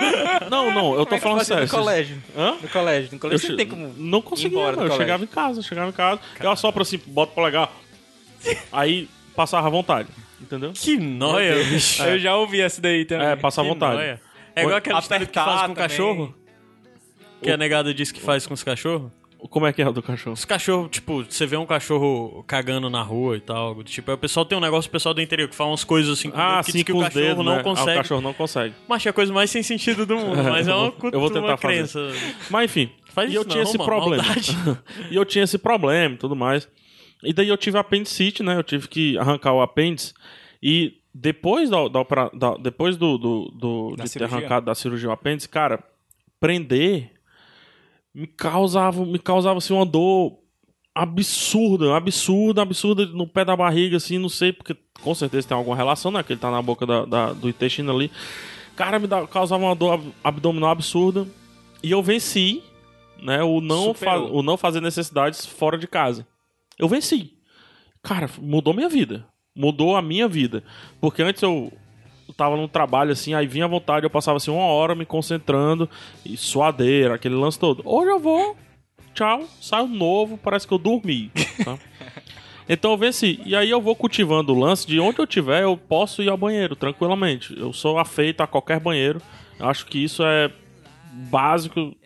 Speaker 4: Não, não, eu tô falando sério.
Speaker 2: No colégio.
Speaker 4: Hã?
Speaker 2: No colégio. No
Speaker 4: Eu
Speaker 2: colégio
Speaker 4: che-
Speaker 2: não tem como.
Speaker 4: Não conseguia,
Speaker 2: ir embora do
Speaker 4: mano. Eu
Speaker 2: colégio.
Speaker 4: chegava em casa, chegava em casa. Eu assopro assim, bota o polegar. Aí passava à vontade, entendeu?
Speaker 3: Que noia, bicho.
Speaker 1: Eu já ouvi essa daí também.
Speaker 4: É, passa à
Speaker 3: Que
Speaker 4: É, vontade.
Speaker 3: noia. É igual aquela história que faz com o
Speaker 1: Apertar
Speaker 3: cachorro. Que a negada diz que faz com os cachorros.
Speaker 4: Como é que é o do cachorro?
Speaker 3: Os cachorros, tipo, você vê um cachorro cagando na rua e tal, algo do tipo. Aí o pessoal tem um negócio, o pessoal do interior, que fala umas coisas assim, com o
Speaker 4: Ah,
Speaker 3: dedo, que
Speaker 4: sim,
Speaker 3: diz que
Speaker 4: com
Speaker 3: o
Speaker 4: os
Speaker 3: cachorro
Speaker 4: dedos,
Speaker 3: não
Speaker 4: né?
Speaker 3: consegue.
Speaker 4: Ah, o cachorro não consegue.
Speaker 3: Mas é a coisa mais sem sentido do mundo, mas
Speaker 4: [LAUGHS]
Speaker 3: é
Speaker 4: eu
Speaker 3: uma,
Speaker 4: vou-
Speaker 3: cultura,
Speaker 4: eu vou tentar
Speaker 3: uma
Speaker 4: fazer.
Speaker 3: crença.
Speaker 4: Mas enfim,
Speaker 3: Faz
Speaker 4: e
Speaker 3: isso
Speaker 4: eu tinha
Speaker 3: não,
Speaker 4: esse
Speaker 3: mano,
Speaker 4: problema.
Speaker 3: maldade.
Speaker 4: [LAUGHS] e eu tinha esse problema e tudo mais. E daí eu tive apendicite, né? Eu tive que arrancar o apêndice. E depois da, da, opera- da- depois do, do, do-
Speaker 1: Da
Speaker 4: de ter
Speaker 1: cirurgia.
Speaker 4: arrancado da cirurgia o apêndice, cara, prender me causava, me causava assim, uma dor absurda, absurda, absurda no pé da barriga, assim, não sei, porque com certeza tem alguma relação, né? Que ele tá na boca da- da- do intestino ali. Cara, me dá- causava uma dor ab- abdominal absurda. E eu venci, né? O não, fa-
Speaker 1: Superou.
Speaker 4: o não fazer necessidades fora de casa. Eu venci. Cara, mudou minha vida. Mudou a minha vida. Porque antes eu tava num trabalho assim, aí vinha à vontade, eu passava assim uma hora me concentrando, e suadeira, aquele lance todo. Hoje eu vou, tchau, saio novo, parece que eu dormi. tá?
Speaker 1: [LAUGHS]
Speaker 4: Então eu venci. E aí eu vou cultivando o lance de onde eu tiver, eu posso ir ao banheiro tranquilamente. Eu sou afeito a qualquer banheiro. Eu acho que isso é básico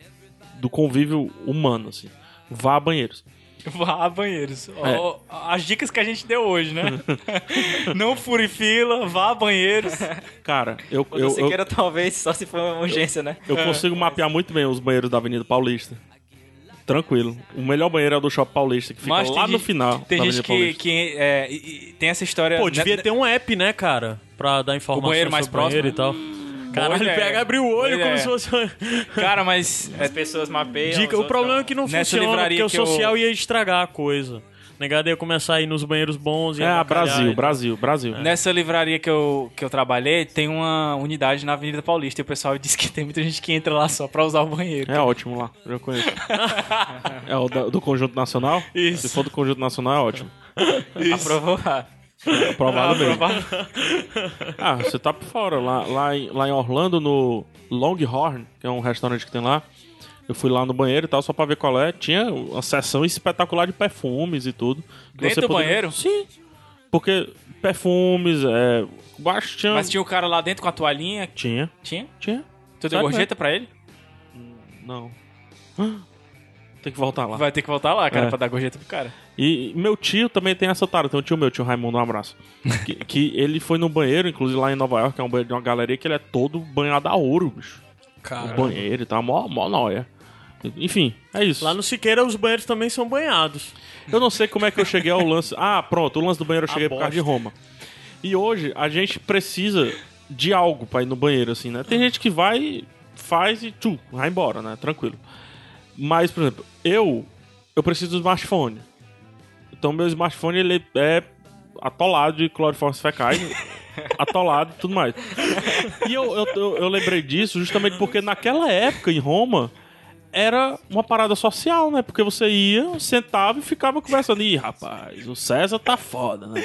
Speaker 4: do convívio humano, assim. Vá a banheiros.
Speaker 1: [LAUGHS]
Speaker 4: É.
Speaker 1: Vá a banheiros. Ó, As dicas que a gente deu hoje,
Speaker 4: [LAUGHS]
Speaker 1: né? não fure fila, vá a banheiros.
Speaker 4: Cara, eu,
Speaker 2: O do
Speaker 4: eu, eu,
Speaker 2: Siqueira, talvez, só se for uma urgência, né?
Speaker 4: eu
Speaker 1: É,
Speaker 4: consigo mapear muito bem os banheiros da Avenida Paulista. Tranquilo. O melhor banheiro é o do Shopping Paulista, que fica
Speaker 1: Mas tem
Speaker 4: lá no
Speaker 1: gente-
Speaker 4: final
Speaker 1: Tem
Speaker 4: da
Speaker 1: gente
Speaker 4: Avenida
Speaker 1: que,
Speaker 4: Paulista.
Speaker 1: que é, e- e tem essa história.
Speaker 3: Pô,
Speaker 1: né-
Speaker 3: devia ter um app, né, cara? Pra dar informação
Speaker 1: banheiro mais
Speaker 3: sobre o banheiro e
Speaker 4: Hum,
Speaker 3: tal. Caralho,
Speaker 1: ideia.
Speaker 3: o PH abriu o olho
Speaker 1: Boa ideia.
Speaker 3: como se fosse... um-
Speaker 1: Cara, mas.
Speaker 2: [LAUGHS] As pessoas mapeiam. né?
Speaker 3: Dica, o problema é que não
Speaker 1: Nessa
Speaker 3: funciona,
Speaker 1: livraria
Speaker 3: porque o
Speaker 1: que eu-
Speaker 3: social ia estragar a coisa. Negado ia começar a ir nos banheiros bons e
Speaker 4: É, ah, Brasil, Brasil, Brasil.
Speaker 1: Nessa livraria que eu, que eu trabalhei, tem uma unidade na Avenida Paulista e o pessoal [LAUGHS] diz que tem muita gente que entra lá só pra usar o banheiro.
Speaker 4: É ótimo lá,
Speaker 1: [LAUGHS]
Speaker 4: eu conheço. é o da- do Conjunto Nacional? Isso. Se for do Conjunto Nacional, é ótimo.
Speaker 2: Aprovou. ah,
Speaker 4: Aprovado mesmo. [LAUGHS] Ah, você tá por fora. Lá, lá, em, lá em Orlando, no Longhorn, que é um restaurante que tem lá, Eu fui lá no banheiro e tal, só pra ver qual é. Tinha uma sessão espetacular de perfumes e tudo. que
Speaker 1: Dentro do banheiro?
Speaker 4: Sim. Porque perfumes, é. Bastian.
Speaker 1: Mas tinha o cara lá dentro com a toalhinha.
Speaker 4: Tinha.
Speaker 1: Tinha?
Speaker 4: Tinha.
Speaker 1: Tu deu
Speaker 4: Sabe, né?
Speaker 1: gorjeta pra ele?
Speaker 4: Não. [GASPS] Tem que voltar lá.
Speaker 1: Vai ter que voltar lá, cara,
Speaker 4: É.
Speaker 1: pra dar gorjeta pro cara.
Speaker 4: E meu tio também tem essa tara. Tem um tio meu, tio Raimundo, um abraço. que, que ele foi no banheiro, inclusive lá em Nova York, que é um banheiro de uma galeria que ele é todo banhado a ouro, bicho. O banheiro e tal, mó, mó nóia. Enfim, é isso.
Speaker 3: Lá no Siqueira os banheiros também são banhados.
Speaker 4: Eu não sei como é que eu cheguei ao lance. Ah, pronto, o lance do banheiro eu cheguei por causa de Roma. E hoje a gente precisa de algo pra ir no banheiro, assim, né? Tem gente que vai, faz e tchum, vai embora, né? Tranquilo. Mas, por exemplo, eu eu preciso do smartphone. Então meu smartphone ele é atolado de cloriformes fecais, atolado e tudo mais. E eu, eu, eu, eu lembrei disso justamente porque naquela época em Roma era uma parada social, né? Porque você ia, sentava e ficava conversando. Ih, rapaz, o César tá foda, né?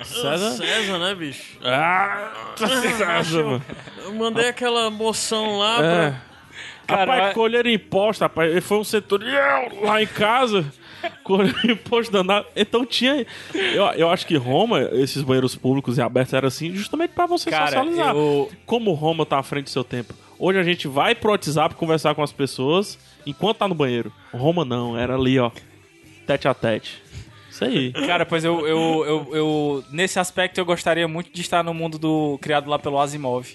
Speaker 4: O César.
Speaker 3: César, né, bicho?
Speaker 4: Ah, César, mano.
Speaker 3: Eu mandei aquela moção lá
Speaker 4: É.
Speaker 3: pra...
Speaker 1: Cara,
Speaker 4: rapaz,
Speaker 1: mas-
Speaker 4: colher imposto, rapaz. Ele foi um centurião lá em casa. Colher [LAUGHS] imposto danado. Então tinha. Eu, eu acho que Roma, esses banheiros públicos e abertos eram assim, justamente pra você
Speaker 1: Cara,
Speaker 4: socializar.
Speaker 1: eu-
Speaker 4: Como Roma tá à frente do seu tempo. Hoje a gente vai pro WhatsApp conversar com as pessoas enquanto tá no banheiro. Roma não, era ali, ó. Tete a tete. Isso aí.
Speaker 1: Cara, pois eu, eu, eu, eu- Nesse aspecto, eu gostaria muito de estar no mundo do criado lá pelo Asimov.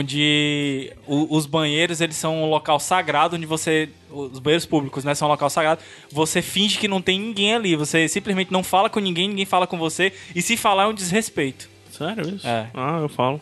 Speaker 1: Onde o- os banheiros, eles são um local sagrado, onde você... Os banheiros públicos, né? São um local sagrado. Você finge que não tem ninguém ali. Você simplesmente não fala com ninguém, ninguém fala com você. E se falar é um desrespeito.
Speaker 4: Sério isso?
Speaker 1: É.
Speaker 4: Ah, eu falo.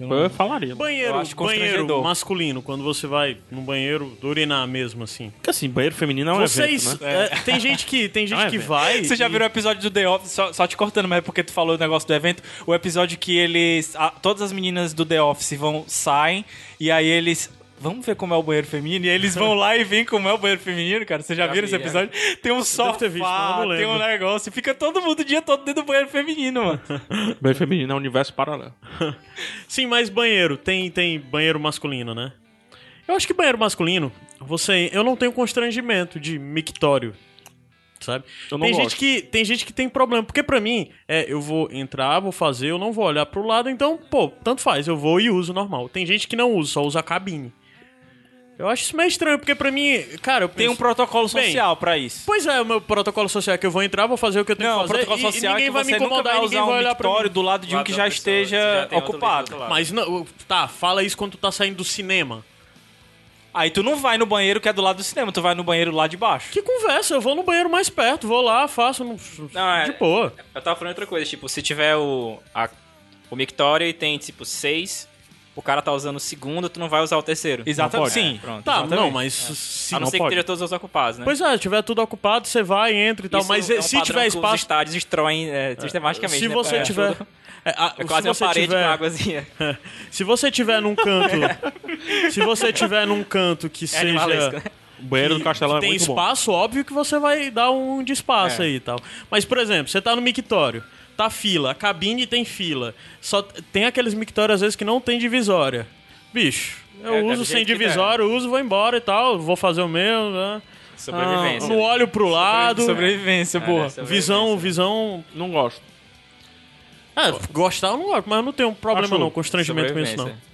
Speaker 4: Eu, falaria.
Speaker 3: Banheiro,
Speaker 1: Eu acho
Speaker 3: banheiro
Speaker 1: constrangedor.
Speaker 3: masculino, quando você vai num banheiro urinar mesmo, assim.
Speaker 4: Porque assim, banheiro feminino é um
Speaker 3: Vocês.
Speaker 4: evento, né?
Speaker 3: é, tem gente que, tem gente
Speaker 4: É um
Speaker 3: que
Speaker 4: evento.
Speaker 3: vai.
Speaker 1: Você já
Speaker 3: e-
Speaker 1: viu o episódio do The Office, só, só te cortando, mas é porque tu falou o negócio do evento, o episódio que eles. a- todas as meninas do The Office vão, saem, e aí eles. Vamos ver como é o banheiro feminino? E aí eles vão lá e veem como é o banheiro feminino, cara. Você já, viu
Speaker 2: vi,
Speaker 1: esse
Speaker 2: já.
Speaker 1: episódio? Tem um sofá,
Speaker 3: é. ter visto, mas eu não
Speaker 1: tem um
Speaker 3: lembro.
Speaker 1: negócio. Fica todo mundo o dia todo dentro do banheiro feminino, mano.
Speaker 4: Banheiro feminino é um universo paralelo.
Speaker 3: Sim, mas banheiro. Tem, tem banheiro masculino, né? Eu acho que banheiro masculino, você. Eu não tenho constrangimento de mictório. Sabe?
Speaker 4: Eu não
Speaker 3: tem,
Speaker 4: gosto.
Speaker 3: gente que, tem gente que tem problema. Porque pra mim, é, eu vou entrar, vou fazer, eu não vou olhar pro lado, então, pô, tanto faz, eu vou e uso normal. Tem gente que não usa, só usa a cabine. Eu acho isso meio estranho, porque pra mim, cara, eu
Speaker 1: [LAUGHS] Tem um
Speaker 3: penso-
Speaker 1: protocolo
Speaker 3: Bem,
Speaker 1: social pra isso.
Speaker 3: Pois é, o meu protocolo social é que eu vou entrar, vou fazer o que eu tenho
Speaker 1: Não, o
Speaker 3: que fazer.
Speaker 1: protocolo
Speaker 3: um e-
Speaker 1: social
Speaker 3: e ninguém
Speaker 1: é que
Speaker 3: vai me
Speaker 1: você nunca
Speaker 3: incomodar
Speaker 1: vai
Speaker 3: e ninguém
Speaker 1: usar
Speaker 3: vai
Speaker 1: um
Speaker 3: olhar pra mim.
Speaker 1: mictório do lado de um que já esteja ocupado.
Speaker 3: Mas não, tá, fala isso quando tu tá saindo do cinema.
Speaker 1: Aí tu não vai no banheiro que é do lado do cinema, tu vai no banheiro lá de baixo.
Speaker 3: Que conversa, eu vou no banheiro mais perto, vou lá, faço no-
Speaker 2: Não, é-
Speaker 3: de boa. Tá,
Speaker 2: Eu tava falando outra coisa, tipo, se tiver o, a, o Mictório e tem, tipo, seis, o cara tá usando o segundo, tu não vai usar o terceiro.
Speaker 1: Exatamente.
Speaker 2: Não pode.
Speaker 1: Sim.
Speaker 2: É, pronto.
Speaker 3: Tá,
Speaker 2: exatamente.
Speaker 3: não, mas se
Speaker 2: A não,
Speaker 3: não
Speaker 2: ser
Speaker 3: pode.
Speaker 2: que esteja todos os ocupados, né?
Speaker 3: Pois é, tiver tudo ocupado, você vai, entra e tal,
Speaker 2: Isso
Speaker 3: mas
Speaker 2: é um
Speaker 3: se
Speaker 2: padrão
Speaker 3: tiver
Speaker 2: que Os
Speaker 3: espaço,
Speaker 2: estádios destroem é, sistematicamente.
Speaker 3: se
Speaker 2: né,
Speaker 3: você
Speaker 2: pra-
Speaker 3: tiver é, a-
Speaker 2: [LAUGHS] É
Speaker 3: se
Speaker 2: quase uma
Speaker 3: você
Speaker 2: parede
Speaker 3: tiver-
Speaker 2: com águazinha.
Speaker 3: Se você tiver num
Speaker 2: [LAUGHS]
Speaker 3: canto,
Speaker 2: É.
Speaker 3: se você tiver num canto que seja
Speaker 2: animalesco, né?
Speaker 4: O banheiro do castelão é
Speaker 3: tem
Speaker 4: muito bom.
Speaker 3: espaço, óbvio que você vai dar um de espaço aí e tal. Mas, por exemplo, você tá no mictório, tá fila, a cabine tem fila. Só t- tem aqueles mictórios, às vezes, que não tem divisória. Bicho, eu
Speaker 2: É, é do
Speaker 3: uso sem
Speaker 2: jeito que der.
Speaker 3: divisória, eu uso, vou embora e tal, vou fazer o meu, né?
Speaker 2: Sobrevivência.
Speaker 3: Não olho pro lado.
Speaker 1: Sobrevivência,
Speaker 3: É,
Speaker 1: boa.
Speaker 2: sobrevivência.
Speaker 3: Visão, visão.
Speaker 4: Não gosto.
Speaker 3: Ah, gostar eu não gosto, mas eu não tenho problema
Speaker 4: Acho
Speaker 3: não, constrangimento com isso não.
Speaker 2: Sobrevivência.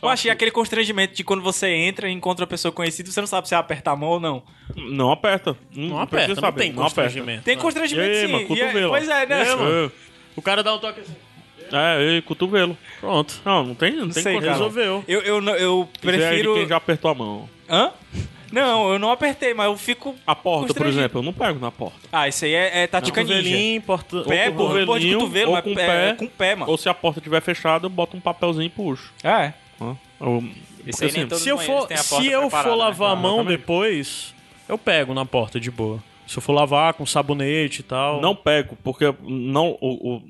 Speaker 1: Eu achei aquele constrangimento de quando você entra e encontra uma pessoa conhecida, você não sabe se vai apertar a mão ou não.
Speaker 4: Não aperta.
Speaker 3: Não aperta, não tem
Speaker 4: não aperta.
Speaker 3: constrangimento.
Speaker 1: Tem constrangimento
Speaker 4: Ei,
Speaker 1: sim.
Speaker 4: Ah. mano,
Speaker 1: E é-
Speaker 4: cotovelo.
Speaker 1: pois é, né?
Speaker 4: Ei, mano.
Speaker 3: O cara dá um toque assim.
Speaker 4: É, e cotovelo.
Speaker 3: Pronto.
Speaker 4: Não, não tem, não tem
Speaker 1: sei, cara.
Speaker 4: constrangimento.
Speaker 3: Resolveu.
Speaker 1: Eu, eu, não- eu
Speaker 4: Prefiro...
Speaker 1: prefiro.
Speaker 4: quem já apertou a mão.
Speaker 1: Hã? Não, eu não apertei, mas eu fico.
Speaker 4: A porta, por
Speaker 1: Constrangido.
Speaker 4: exemplo, eu não pego na porta.
Speaker 1: Ah, isso aí é, é tática ninja.
Speaker 3: Cotovelinho, porta...
Speaker 1: Pé, porra,
Speaker 3: Ou-
Speaker 1: porra de
Speaker 4: Cotovelinho,
Speaker 1: cotovelo,
Speaker 4: ou
Speaker 1: mas
Speaker 4: com
Speaker 1: pé-
Speaker 4: pé.
Speaker 1: é com pé, mano.
Speaker 4: Ou se a porta estiver fechada, eu boto um papelzinho e puxo.
Speaker 1: Ah, é.
Speaker 4: Hã? Eu-
Speaker 2: Isso
Speaker 4: porque,
Speaker 2: aí nem
Speaker 4: assim,
Speaker 2: todo-
Speaker 3: Se eu
Speaker 2: Os
Speaker 3: for,
Speaker 2: banheiros têm a
Speaker 3: se
Speaker 2: porta
Speaker 3: eu for
Speaker 2: preparada, né?
Speaker 3: lavar a
Speaker 2: Claro,
Speaker 3: mão
Speaker 4: exatamente.
Speaker 3: depois, eu pego na porta de boa. Se eu for lavar com sabonete e tal.
Speaker 4: Não pego, porque não, o, o-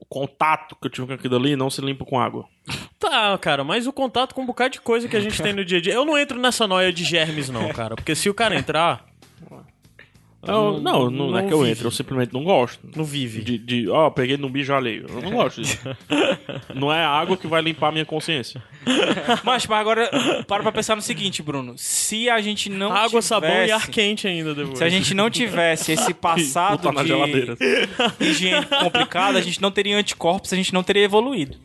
Speaker 4: o contato que eu tive com aquilo ali não se limpa com água.
Speaker 3: Tá, cara, mas o contato com um bocado de coisa que a gente tem no dia a dia. Eu não entro nessa noia de germes, não, cara. Porque se o cara entrar.
Speaker 4: Não, não, não, é que eu
Speaker 3: Então, vive.
Speaker 4: entre, eu simplesmente não gosto.
Speaker 3: Não vive.
Speaker 4: De, de ó, peguei num bicho alheio. Eu não gosto
Speaker 3: [LAUGHS]
Speaker 4: disso. não é a água que vai limpar a minha consciência.
Speaker 1: Mas, mas agora, para pra pensar no seguinte, Bruno. Se a gente não
Speaker 3: Água,
Speaker 1: tivesse,
Speaker 3: sabão e ar quente ainda depois.
Speaker 1: Se a gente não tivesse
Speaker 4: [LAUGHS]
Speaker 1: esse passado
Speaker 4: Botar na
Speaker 1: de
Speaker 4: geladeira.
Speaker 1: higiene complicada, a gente não teria anticorpos, a gente não teria evoluído.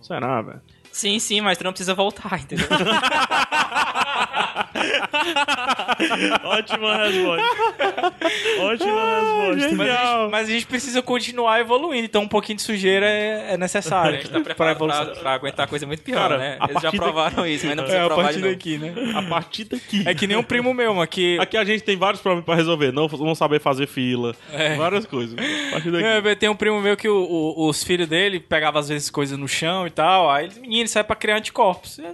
Speaker 4: Será, velho?
Speaker 2: Sim, sim, mas tu não precisa voltar, entendeu?
Speaker 3: Ótima resposta.
Speaker 4: [LAUGHS] Ah,
Speaker 3: Ótima resposta.
Speaker 1: Mas a, gente, mas a gente precisa continuar evoluindo, então um pouquinho de sujeira é, é
Speaker 2: A
Speaker 1: necessário
Speaker 2: gente tá
Speaker 1: pra
Speaker 2: preparado
Speaker 1: evolução.
Speaker 2: pra, pra aguentar coisa muito pior,
Speaker 4: Cara,
Speaker 2: né?
Speaker 4: a
Speaker 2: Eles já
Speaker 4: partir
Speaker 2: provaram isso, mas não
Speaker 1: É,
Speaker 2: precisa
Speaker 1: a
Speaker 2: provar
Speaker 1: partir
Speaker 2: de novo.
Speaker 1: daqui, né?
Speaker 4: A partir daqui.
Speaker 1: É que nem um primo meu, mano, que...
Speaker 4: Aqui a gente tem vários problemas pra resolver. Não, não saber fazer fila.
Speaker 3: É.
Speaker 4: Várias coisas. A partir daqui.
Speaker 1: É, tem um primo meu que o- o- os filhos dele pegavam às vezes coisas no chão e tal. Aí ele, menino, isso é pra criar anticorpos. É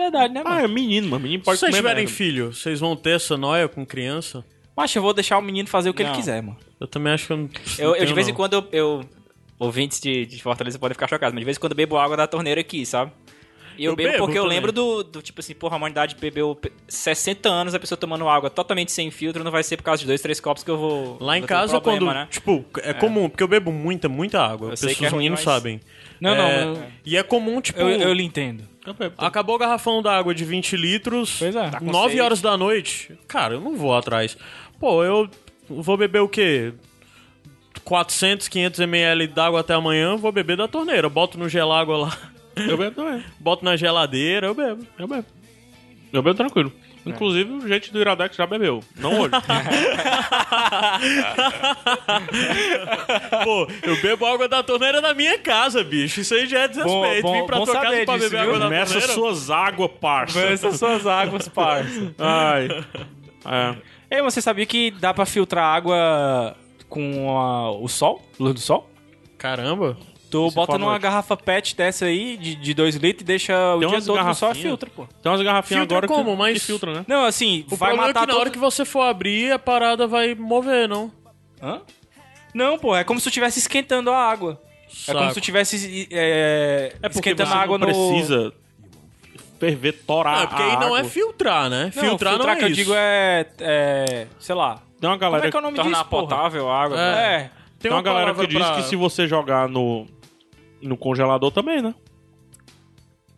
Speaker 1: verdade, né, mano?
Speaker 4: Ah, é menino, mas menino
Speaker 3: Se
Speaker 4: pode
Speaker 3: vocês
Speaker 4: comer
Speaker 3: tiverem
Speaker 4: merda.
Speaker 3: filho, vocês vão ter essa noia com criança?
Speaker 1: Mas eu vou deixar o menino fazer o que ele quiser, mano.
Speaker 3: Eu também acho que eu
Speaker 2: Eu,
Speaker 3: não. não
Speaker 2: eu, de
Speaker 3: tenho,
Speaker 2: vez em
Speaker 3: não.
Speaker 2: quando eu. eu- ouvintes de, de Fortaleza podem ficar chocados, mas de vez em quando eu bebo água da torneira aqui, sabe? E eu,
Speaker 3: Eu
Speaker 2: bebo,
Speaker 3: bebo
Speaker 2: porque eu
Speaker 3: também.
Speaker 2: lembro do, do tipo assim, porra, a humanidade bebeu pe- 60 anos a pessoa tomando água totalmente sem filtro, não vai ser por causa de dois, três copos que eu vou.
Speaker 3: Lá em
Speaker 2: vou ter um
Speaker 3: casa,
Speaker 2: problema,
Speaker 3: quando.
Speaker 2: né?
Speaker 3: Tipo, é, comum, porque eu bebo muita, muita água.
Speaker 2: Eu sei
Speaker 3: Pessoas,
Speaker 2: que é
Speaker 3: os
Speaker 2: ruim,
Speaker 3: meninos
Speaker 2: mas-
Speaker 3: sabem.
Speaker 1: Não,
Speaker 3: É,
Speaker 1: não, eu-
Speaker 3: E é comum, tipo.
Speaker 1: eu, eu lhe entendo.
Speaker 3: Acabou o garrafão da água de 20 litros,
Speaker 1: Pois é.
Speaker 3: Tá com 9
Speaker 2: sede.
Speaker 3: horas da noite. Cara, eu não vou atrás. Pô, eu vou beber o quê? 400, 500 ml d'água até amanhã, vou beber da torneira. Boto no gelágua lá, [LAUGHS]
Speaker 4: Eu bebo também.
Speaker 3: boto na geladeira, eu bebo.
Speaker 4: Eu bebo. Eu bebo tranquilo.
Speaker 3: É.
Speaker 4: Inclusive, gente do Iradex já bebeu. Não
Speaker 3: [LAUGHS]
Speaker 4: hoje.
Speaker 3: Pô, eu bebo água da torneira na minha casa, bicho. Isso aí já é desrespeito.
Speaker 1: bom-
Speaker 3: Vim pra
Speaker 1: bom
Speaker 3: tua casa
Speaker 1: saber
Speaker 3: pra
Speaker 1: disso,
Speaker 3: beber
Speaker 1: viu?
Speaker 3: água da
Speaker 4: Nessas
Speaker 3: torneira.
Speaker 4: suas águas, parça.
Speaker 1: Essas suas [LAUGHS] águas, parça.
Speaker 3: [LAUGHS]
Speaker 4: Ai. É.
Speaker 1: Ei, mas você sabia que dá pra filtrar água com a- o sol? Luz do sol?
Speaker 3: Caramba.
Speaker 1: Tu
Speaker 4: Isso
Speaker 1: bota
Speaker 4: informa
Speaker 1: numa
Speaker 4: ótimo.
Speaker 1: garrafa pet dessa aí, de 2 litros, e deixa o
Speaker 4: Tem
Speaker 1: dia todo no
Speaker 4: umas
Speaker 1: sol e
Speaker 4: garrafinhas.
Speaker 1: filtra, pô.
Speaker 4: Tem umas garrafinhas
Speaker 3: Filtra
Speaker 4: agora que-
Speaker 3: como?
Speaker 4: que,
Speaker 3: Mas-
Speaker 4: filtra, né?
Speaker 1: Não, assim,
Speaker 3: O
Speaker 1: vai
Speaker 3: problema é
Speaker 1: matar É
Speaker 3: que na
Speaker 1: todo-
Speaker 3: hora que você for abrir, a parada vai mover, não?
Speaker 1: Hã? Não, pô, é como se tu estivesse esquentando a água. É como se tu estivesse é, esquentando
Speaker 4: você
Speaker 1: a água
Speaker 4: não
Speaker 1: no...
Speaker 4: precisa ferver, torar
Speaker 3: Não, porque aí
Speaker 4: a
Speaker 3: não é
Speaker 4: água.
Speaker 3: filtrar, né?
Speaker 1: Não,
Speaker 3: filtrar, não é
Speaker 1: que eu
Speaker 3: isso.
Speaker 1: digo é, é... Sei lá.
Speaker 4: Tem uma
Speaker 1: Como
Speaker 4: galera
Speaker 1: é que é o nome
Speaker 2: Tornar
Speaker 1: disso, porra?
Speaker 2: potável a água. né?
Speaker 1: É.
Speaker 3: Então,
Speaker 4: Tem uma, galera que diz que se você jogar no, no congelador também, né?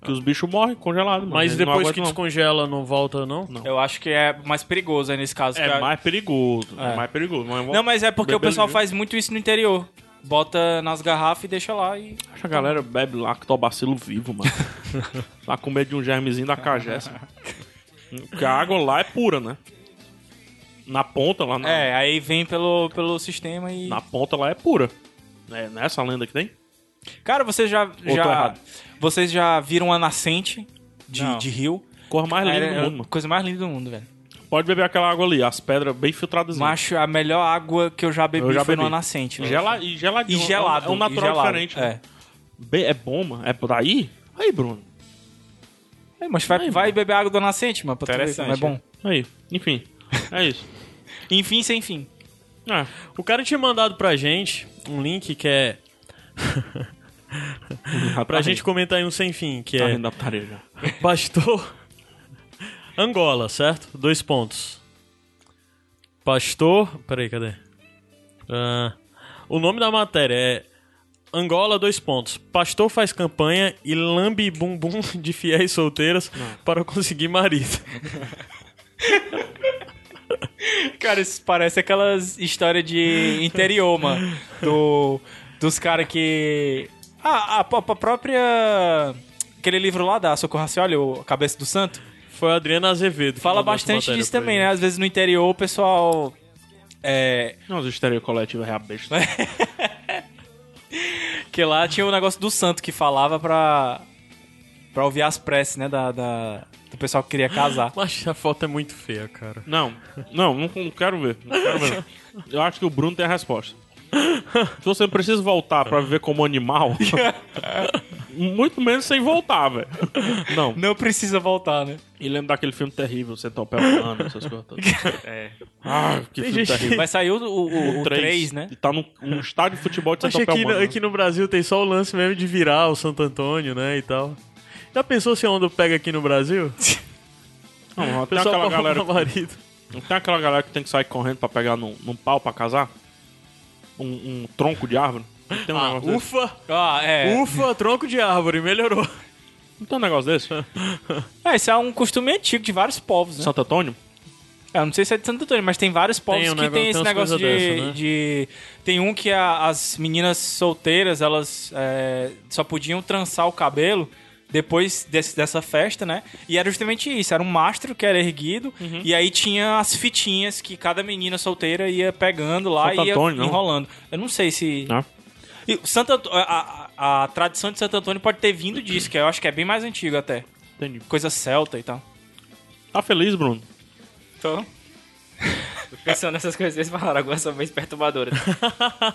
Speaker 4: Que os bichos morrem congelados. mano.
Speaker 3: Mas
Speaker 4: Eles não
Speaker 3: depois que
Speaker 4: aguentam, não.
Speaker 3: descongela, não volta, não?
Speaker 1: Eu acho que é mais perigoso aí nesse caso. que
Speaker 4: É mais perigoso. É, mais perigoso. Não, é
Speaker 1: Não, mas é porque o
Speaker 4: Bebê
Speaker 1: pessoal
Speaker 4: livre.
Speaker 1: faz muito isso no interior. Bota nas garrafas e deixa lá e...
Speaker 4: Acho que a galera bebe lactobacilo vivo, mano. tá com medo de um germezinho da cagessa. Porque a água lá é pura, né? Na ponta, lá na,
Speaker 1: É, aí vem pelo, pelo sistema e...
Speaker 4: na ponta lá é pura. É nessa lenda que tem?
Speaker 1: Cara, vocês já...
Speaker 4: tô
Speaker 1: já
Speaker 4: errado?
Speaker 1: vocês já viram a nascente de,
Speaker 2: Não.
Speaker 1: de rio?
Speaker 4: Cor mais linda
Speaker 1: É,
Speaker 4: do
Speaker 1: é
Speaker 4: mundo,
Speaker 1: a
Speaker 4: mano.
Speaker 1: coisa mais linda do mundo, velho.
Speaker 4: Pode beber aquela água ali, as pedras bem filtradas.
Speaker 1: Macho, a melhor água que eu já bebi
Speaker 4: Eu já
Speaker 1: foi numa
Speaker 4: bebi.
Speaker 1: nascente. velho.
Speaker 4: Gela, e
Speaker 1: E
Speaker 4: geladinho. é um-
Speaker 1: gelado.
Speaker 4: É um,
Speaker 1: e
Speaker 4: natural
Speaker 1: gelado,
Speaker 4: diferente. né?
Speaker 1: É.
Speaker 4: Bem- É bom, mano. É por aí? Aí, Bruno.
Speaker 1: É, mas vai,
Speaker 4: Aí,
Speaker 1: vai beber água do nascente, mano. pra tu ver
Speaker 2: Interessante,
Speaker 1: como É bom.
Speaker 4: Aí. Enfim. É isso.
Speaker 1: Enfim, sem fim.
Speaker 4: É.
Speaker 3: O cara tinha mandado pra gente um link que é pra gente comentar aí um sem fim, que
Speaker 4: Tá
Speaker 3: é
Speaker 4: rindo da putaria já.
Speaker 3: [LAUGHS] Pastor Angola, certo? Dois pontos. Pastor. Peraí, cadê? Ah, o nome da matéria é Angola, dois pontos. Pastor faz campanha e lambe bumbum de fiéis solteiras para conseguir marido. [LAUGHS]
Speaker 1: Cara, isso parece aquelas histórias de interior, mano. Do, dos caras que. Ah, a, pró- a própria. Aquele livro lá da Socorro Racioli, o Cabeça do Santo,
Speaker 3: Foi a Adriana Azevedo. que
Speaker 1: fala
Speaker 3: mandou essa
Speaker 1: bastante
Speaker 3: matéria
Speaker 1: disso
Speaker 3: pra
Speaker 1: também,
Speaker 3: gente.
Speaker 1: né? Às vezes no interior o pessoal. É.
Speaker 4: Não, as histórias coletivas é a besta.
Speaker 1: Que lá tinha o negócio do santo que falava pra. pra ouvir as preces, né? Da, da- do pessoal que queria casar.
Speaker 3: Mas a foto é muito feia, cara.
Speaker 4: Não, não, não, não quero ver. Não quero ver. não. Eu acho que o Bruno tem a resposta. Se você precisa voltar pra viver como animal, muito menos sem voltar, velho. Não.
Speaker 1: Não precisa voltar, né?
Speaker 4: E lembra daquele filme terrível, Centopé Humano, essas coisas todas.
Speaker 2: É.
Speaker 4: Ah, que filme terrível.
Speaker 1: Mas saiu o, o, o 3, né?
Speaker 4: E tá num, num estádio de futebol de
Speaker 3: Acho que é um
Speaker 4: Centopé
Speaker 3: aqui,
Speaker 4: Humano.
Speaker 3: no-
Speaker 4: né?
Speaker 3: aqui no Brasil tem só o lance mesmo de virar o Santo Antônio, né, e tal. [LAUGHS] Já pensou se a onda pega aqui no Brasil?
Speaker 4: Não, tem
Speaker 3: Pessoal tá
Speaker 4: aquela
Speaker 3: pra
Speaker 4: galera
Speaker 3: arrumar [LAUGHS] marido.
Speaker 4: Não tem aquela galera que tem que sair correndo pra pegar num, num pau pra casar? Um, um tronco de árvore? Não tem um
Speaker 3: Ah,
Speaker 4: negócio desse?
Speaker 3: ufa!
Speaker 1: Ah, é.
Speaker 3: Ufa, tronco de árvore, melhorou.
Speaker 4: Não tem um negócio desse?
Speaker 1: É, isso é um costume antigo de vários povos, né?
Speaker 4: Santo Antônio?
Speaker 1: Eu não sei se é de Santo Antônio, mas tem vários povos
Speaker 3: Tem um
Speaker 1: que
Speaker 3: negócio-
Speaker 1: tem
Speaker 3: tem
Speaker 1: esse
Speaker 3: umas
Speaker 1: negócio de,
Speaker 3: coisas dessa, né?
Speaker 1: de- Tem um que a- as meninas solteiras, elas é, só podiam trançar o cabelo depois desse- dessa festa, né? E era justamente isso, era um mastro que era erguido,
Speaker 3: Uhum.
Speaker 1: e aí tinha as fitinhas que cada menina solteira ia pegando lá
Speaker 4: Santo
Speaker 1: e ia
Speaker 4: Antônio, não?
Speaker 1: enrolando. Eu não sei se...
Speaker 4: Não.
Speaker 1: E o Santo Antô- a, a- a tradição de Santo Antônio pode ter vindo disso, que eu acho que é bem mais antigo até.
Speaker 4: Entendi.
Speaker 1: Coisa celta e tal.
Speaker 4: Tá feliz, Bruno?
Speaker 2: Tô. Tô Pensando nessas [LAUGHS] coisas, eles falaram, agora são bem
Speaker 3: [LAUGHS]
Speaker 2: perturbadoras.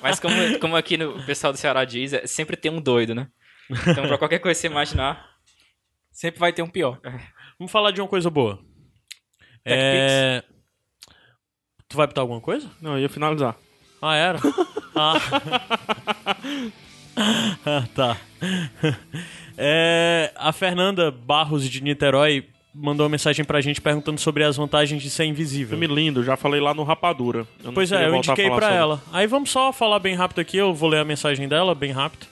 Speaker 2: Mas como, como aqui no, o pessoal do Ceará diz, é, sempre tem um doido, né? Então, pra qualquer coisa que você imaginar,
Speaker 1: Sempre vai ter um pior.
Speaker 3: Vamos falar de uma coisa boa. É... Tu vai botar alguma coisa?
Speaker 4: Não, eu ia finalizar.
Speaker 3: Ah, [LAUGHS] era? Ah. Ah, tá. É, a Fernanda Barros de Niterói mandou uma mensagem pra gente perguntando sobre as vantagens de ser invisível.
Speaker 4: Filme lindo, já falei lá no Rapadura. Eu não
Speaker 3: Pois
Speaker 4: queria
Speaker 3: é, eu
Speaker 4: voltar a
Speaker 3: indiquei
Speaker 4: falar
Speaker 3: pra
Speaker 4: sobre.
Speaker 3: ela. Aí vamos só falar bem rápido aqui, eu vou ler a mensagem dela bem rápido.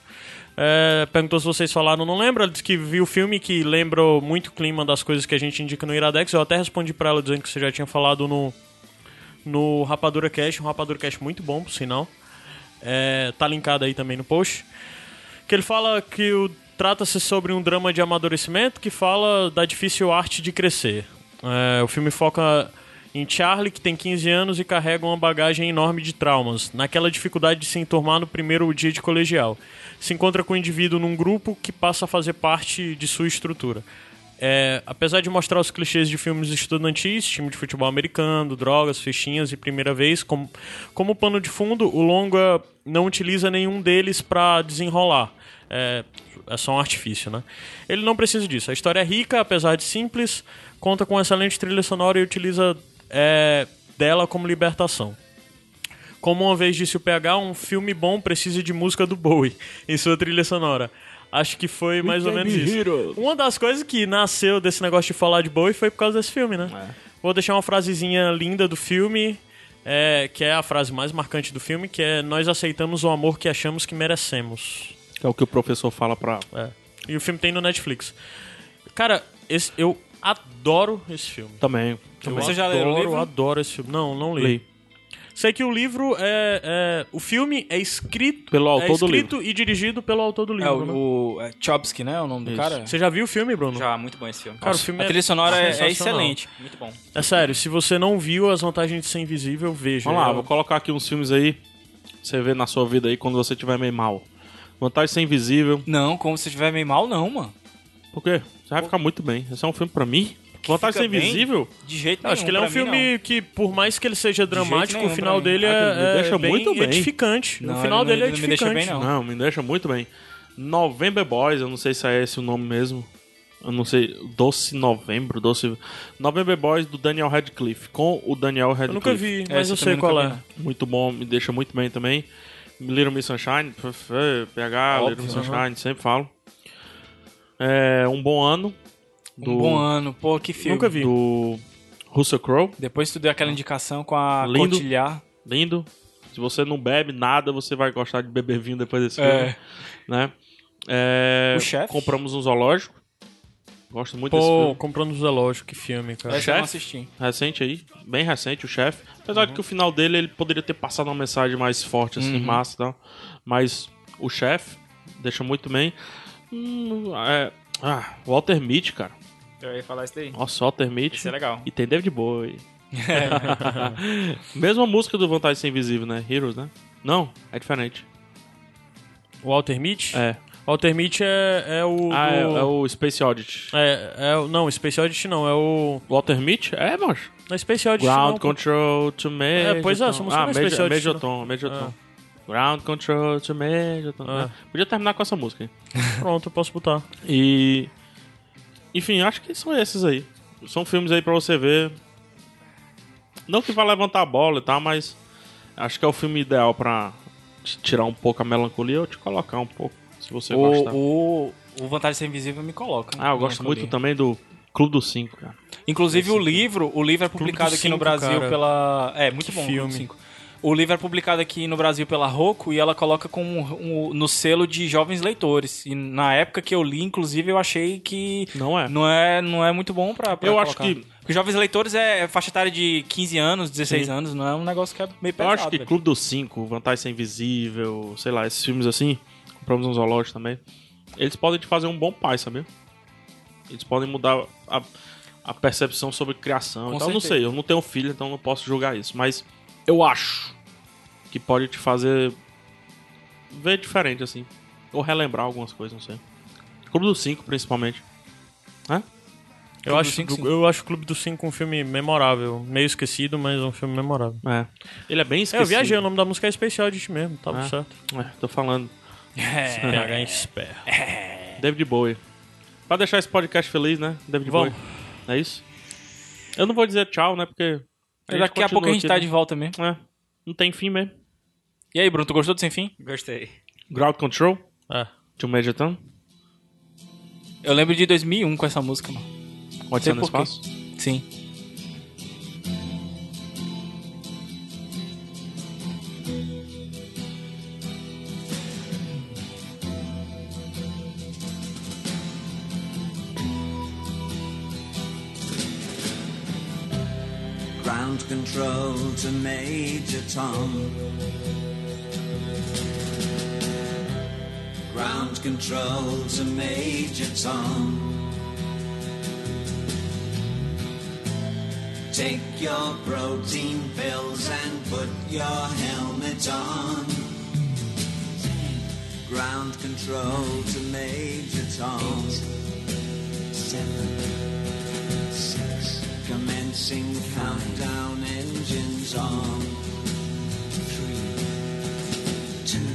Speaker 3: É, perguntou se vocês falaram, não lembro. Ela disse que viu o filme que lembrou muito o clima das coisas que a gente indica no Iradex. Eu até respondi pra ela dizendo que você já tinha falado no, no Rapadura Cash, um Rapadura Cash muito bom, por sinal. É, tá linkado aí também no post. Que ele fala que o trata-se sobre um drama de amadurecimento que fala da difícil arte de crescer. É, o filme foca em Charlie, que tem 15 anos e carrega uma bagagem enorme de traumas, naquela dificuldade de se enturmar no primeiro dia de colegial. Se encontra com um indivíduo num grupo que passa a fazer parte de sua estrutura. É, apesar de mostrar os clichês de filmes estudantis, time de futebol americano, drogas, festinhas e primeira vez, como, como pano de fundo, o longa não utiliza nenhum deles para desenrolar. É, é só um artifício, né? Ele não precisa disso. A história é rica, apesar de simples, conta com excelente trilha sonora e utiliza é, dela como libertação. Como uma vez disse o PH, um filme bom precisa de música do Bowie em sua trilha sonora. Acho que foi mais ou menos isso. Uma das coisas que nasceu desse negócio de falar de Bowie foi por causa desse filme, né? Vou deixar uma frasezinha linda do filme, é, que é a frase mais marcante do filme, que é Nós aceitamos o amor que achamos que merecemos.
Speaker 4: É o que o professor fala pra.
Speaker 3: É. E o filme tem no Netflix. Cara, esse- eu adoro esse filme.
Speaker 4: Também.
Speaker 3: Eu
Speaker 1: Você já
Speaker 3: adoro,
Speaker 1: leu o livro?
Speaker 3: adoro esse filme. Não, não li.
Speaker 4: Li.
Speaker 3: Sei que o livro é, é- O filme é escrito.
Speaker 4: Pelo autor
Speaker 3: é
Speaker 4: do livro.
Speaker 3: escrito e dirigido pelo autor do
Speaker 1: É,
Speaker 3: livro. né?
Speaker 1: o, o é Chomsky, né? O nome do
Speaker 4: Isso.
Speaker 1: cara.
Speaker 3: Você já viu o filme, Bruno?
Speaker 2: já, muito bom esse filme.
Speaker 3: Cara, o filme
Speaker 1: A
Speaker 3: é
Speaker 1: trilha sonora é- é,
Speaker 3: sensacional.
Speaker 1: excelente.
Speaker 2: Muito bom.
Speaker 3: É sério, se você não viu as vantagens de ser invisível, veja.
Speaker 4: Vamos lá,
Speaker 3: Eu-
Speaker 4: vou colocar aqui uns filmes aí. pra Você vê na sua vida aí quando você tiver meio mal. Vantagem de ser invisível.
Speaker 1: Não, como se estiver meio mal, não, mano.
Speaker 4: Por quê? Você vai ficar muito bem. Esse é um filme pra mim? Vantagem de ser
Speaker 1: fica bem?
Speaker 4: invisível?
Speaker 1: De jeito
Speaker 3: Eu
Speaker 1: nenhum.
Speaker 3: acho que ele é um
Speaker 1: pra mim,
Speaker 3: filme que, por mais que ele seja dramático,
Speaker 1: nenhum
Speaker 3: o final
Speaker 1: pra mim.
Speaker 3: dele
Speaker 4: Ah, ele me
Speaker 3: é, é
Speaker 4: deixa
Speaker 3: bem
Speaker 4: muito bem.
Speaker 3: edificante.
Speaker 1: Não,
Speaker 3: o
Speaker 1: ele
Speaker 3: final
Speaker 1: não-
Speaker 3: dele é
Speaker 1: ele não me deixa
Speaker 3: edificante.
Speaker 1: bem, não.
Speaker 4: Não, me deixa muito bem. November Boys, eu não sei se é esse o nome mesmo. Eu não sei. Doce Novembro, Doce. November Boys do Daniel Radcliffe. Com o Daniel Radcliffe.
Speaker 3: Eu nunca vi,
Speaker 1: É,
Speaker 3: mas
Speaker 1: esse
Speaker 3: eu
Speaker 1: eu
Speaker 3: sei
Speaker 1: também
Speaker 3: qual
Speaker 1: nunca
Speaker 3: é.
Speaker 1: vi,
Speaker 4: Muito bom, me deixa muito bem também. Little Miss Sunshine, pf, eh, PH,
Speaker 1: Óbvio,
Speaker 4: Little Miss Sunshine, sempre falo. É, um bom ano.
Speaker 1: não.
Speaker 4: Do,
Speaker 1: Um bom ano, pô, que filme.
Speaker 3: Nunca vi.
Speaker 4: Do Russell Crowe,
Speaker 1: Depois tu deu aquela indicação com a
Speaker 4: Lindo.
Speaker 1: Cotilhar.
Speaker 4: lindo. Se você não bebe nada, você vai gostar de beber vinho depois desse
Speaker 1: É.
Speaker 4: filme. Né? É,
Speaker 1: O chefe.
Speaker 4: Compramos um zoológico. Zoológico. Gosto muito desse
Speaker 3: Pô,
Speaker 4: filme.
Speaker 3: comprando os relógios, que filme, cara.
Speaker 1: Essa eu
Speaker 4: chefe?
Speaker 1: não assisti.
Speaker 4: Recente aí, bem recente, o chefe. Apesar de que o final dele ele poderia ter passado uma mensagem mais forte, assim, massa e tal. Mas o chefe deixa muito bem. Hum, é... Ah, Walter Mitty, cara.
Speaker 2: Eu ia falar isso daí.
Speaker 4: Nossa, Walter Mitty.
Speaker 2: Isso é legal.
Speaker 4: E tem David
Speaker 3: [LAUGHS]
Speaker 4: Bowie. Mesma música do Vantagem Sem Invisível, né? Heroes, né? Não, é diferente.
Speaker 3: O Walter Mitty?
Speaker 4: É.
Speaker 3: O Walter Mitty é, é o...
Speaker 4: Ah, é,
Speaker 3: do-
Speaker 4: é o Space Oddity.
Speaker 3: é, é o- Não, o Space Oddity não, é o...
Speaker 4: Walter Mitty? É, mancho.
Speaker 3: Não é Space Oddity
Speaker 4: Ground
Speaker 3: não.
Speaker 4: Control to Major.
Speaker 3: É, pois é, essa
Speaker 4: Tom.
Speaker 3: música
Speaker 4: ah,
Speaker 3: não é
Speaker 4: Major,
Speaker 3: especial de
Speaker 4: Major
Speaker 3: estilo.
Speaker 4: Tom, Major
Speaker 3: É.
Speaker 4: Tom. Ground Control to Major Tom.
Speaker 3: É.
Speaker 4: né? Podia terminar com essa música. hein?
Speaker 3: Pronto, eu posso botar.
Speaker 4: E. Enfim, acho que são esses aí. São filmes aí pra você ver. Não que vá levantar a bola e tal, mas acho que é o filme ideal pra te tirar um pouco a melancolia ou te colocar um pouco, se você
Speaker 2: tá.
Speaker 4: gostar.
Speaker 1: O, o, o Vantagem de Ser Invisível me coloca. né,
Speaker 4: Ah, eu gosto muito
Speaker 1: também.
Speaker 4: também do Clube dos Cinco, cara.
Speaker 1: Inclusive o livro, o livro é publicado aqui no
Speaker 3: cinco,
Speaker 1: Brasil
Speaker 3: cara.
Speaker 1: pela. É, muito
Speaker 3: Que
Speaker 1: bom.
Speaker 3: filme.
Speaker 1: Clube Cinco. O livro é publicado aqui no Brasil pela Rocco e ela coloca com um- um- no selo de jovens leitores. E na época que eu li, inclusive, eu achei que
Speaker 4: Não é.
Speaker 1: não é, não é muito bom pra, pra
Speaker 4: Eu acho
Speaker 1: colocar.
Speaker 4: que-
Speaker 1: Porque jovens leitores é faixa etária de 15 anos, 16 anos, não é um negócio que é meio
Speaker 4: Eu
Speaker 1: pesado.
Speaker 4: acho que
Speaker 1: velho.
Speaker 4: Clube dos Cinco, Vantagem Sem Invisível, sei lá, esses filmes assim, compramos um zoológico também, eles podem te fazer um bom pai, sabia? Eles podem mudar a, a percepção sobre criação.
Speaker 1: Com
Speaker 4: então, eu não
Speaker 1: certeza.
Speaker 4: sei, eu não tenho filho, então não posso julgar isso. Mas eu acho que pode te fazer ver diferente, assim. Ou relembrar algumas coisas, não sei. Clube dos Cinco, principalmente.
Speaker 3: Eu acho,
Speaker 1: Cinco, sim.
Speaker 3: eu acho o Clube dos Cinco um filme memorável. Meio esquecido, mas um filme memorável.
Speaker 4: É. Ele é bem
Speaker 3: É, eu
Speaker 4: esquecido.
Speaker 3: viajei, o nome da música é especial de ti mesmo, tava
Speaker 4: Ah.
Speaker 3: certo.
Speaker 4: É, tô falando.
Speaker 1: É.
Speaker 3: PH esperto.
Speaker 4: David Bowie. Pra deixar esse podcast feliz, né? David
Speaker 3: Vamos.
Speaker 4: Bowie. É isso? Eu não vou dizer tchau, né? Porque.
Speaker 1: Daqui a pouco a gente tá de volta mesmo.
Speaker 4: volta. É. Não tem fim mesmo.
Speaker 1: E aí, Bruno, tu gostou do Sem Fim?
Speaker 2: Gostei.
Speaker 4: Ground Control,
Speaker 3: É.
Speaker 4: to Major Tom.
Speaker 1: Eu lembro de 2001 com essa música, mano.
Speaker 4: Pode
Speaker 1: Sei
Speaker 4: ser no
Speaker 1: por quê.
Speaker 4: espaço.
Speaker 1: Sim.
Speaker 9: ground control to Major Tom. Ground control to Major Tom. Take your protein pills and put your helmet on. Ground control to Major Tom. Seven six. Commencing countdown engines on. Three, two,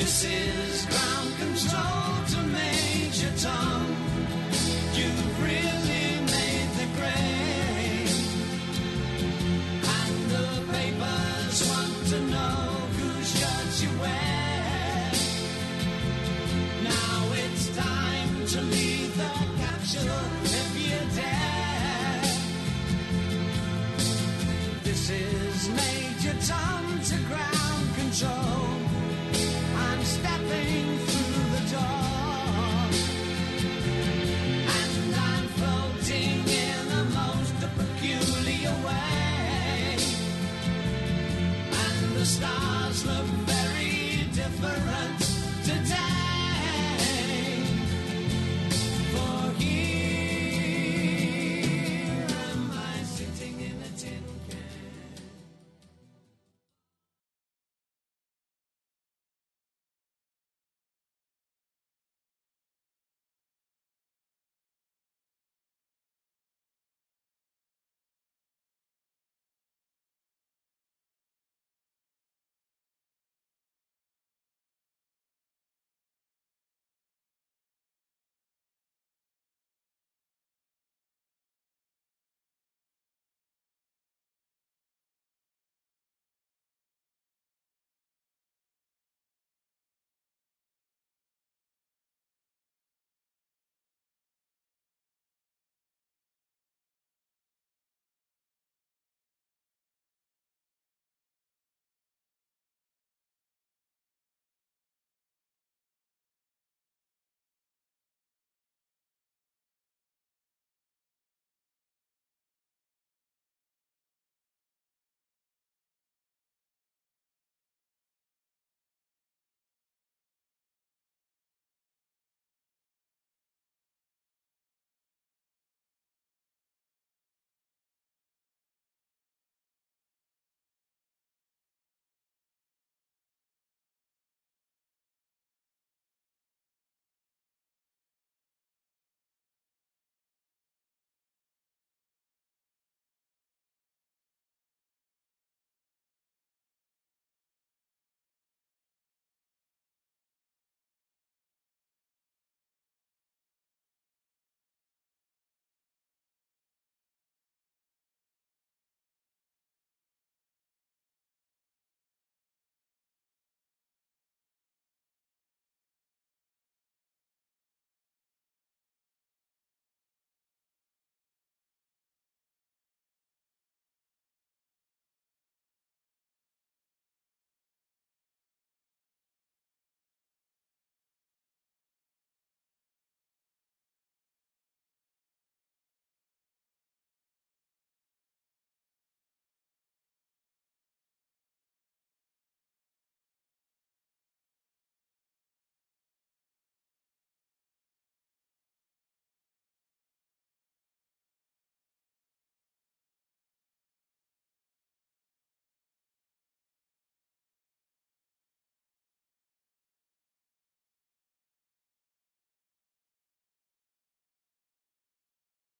Speaker 9: This is ground control to Major Tom. You've really made the grade. And the papers want to know whose shirt you wear. Now it's time to leave the capsule if you dare. This is Major Tom to grab.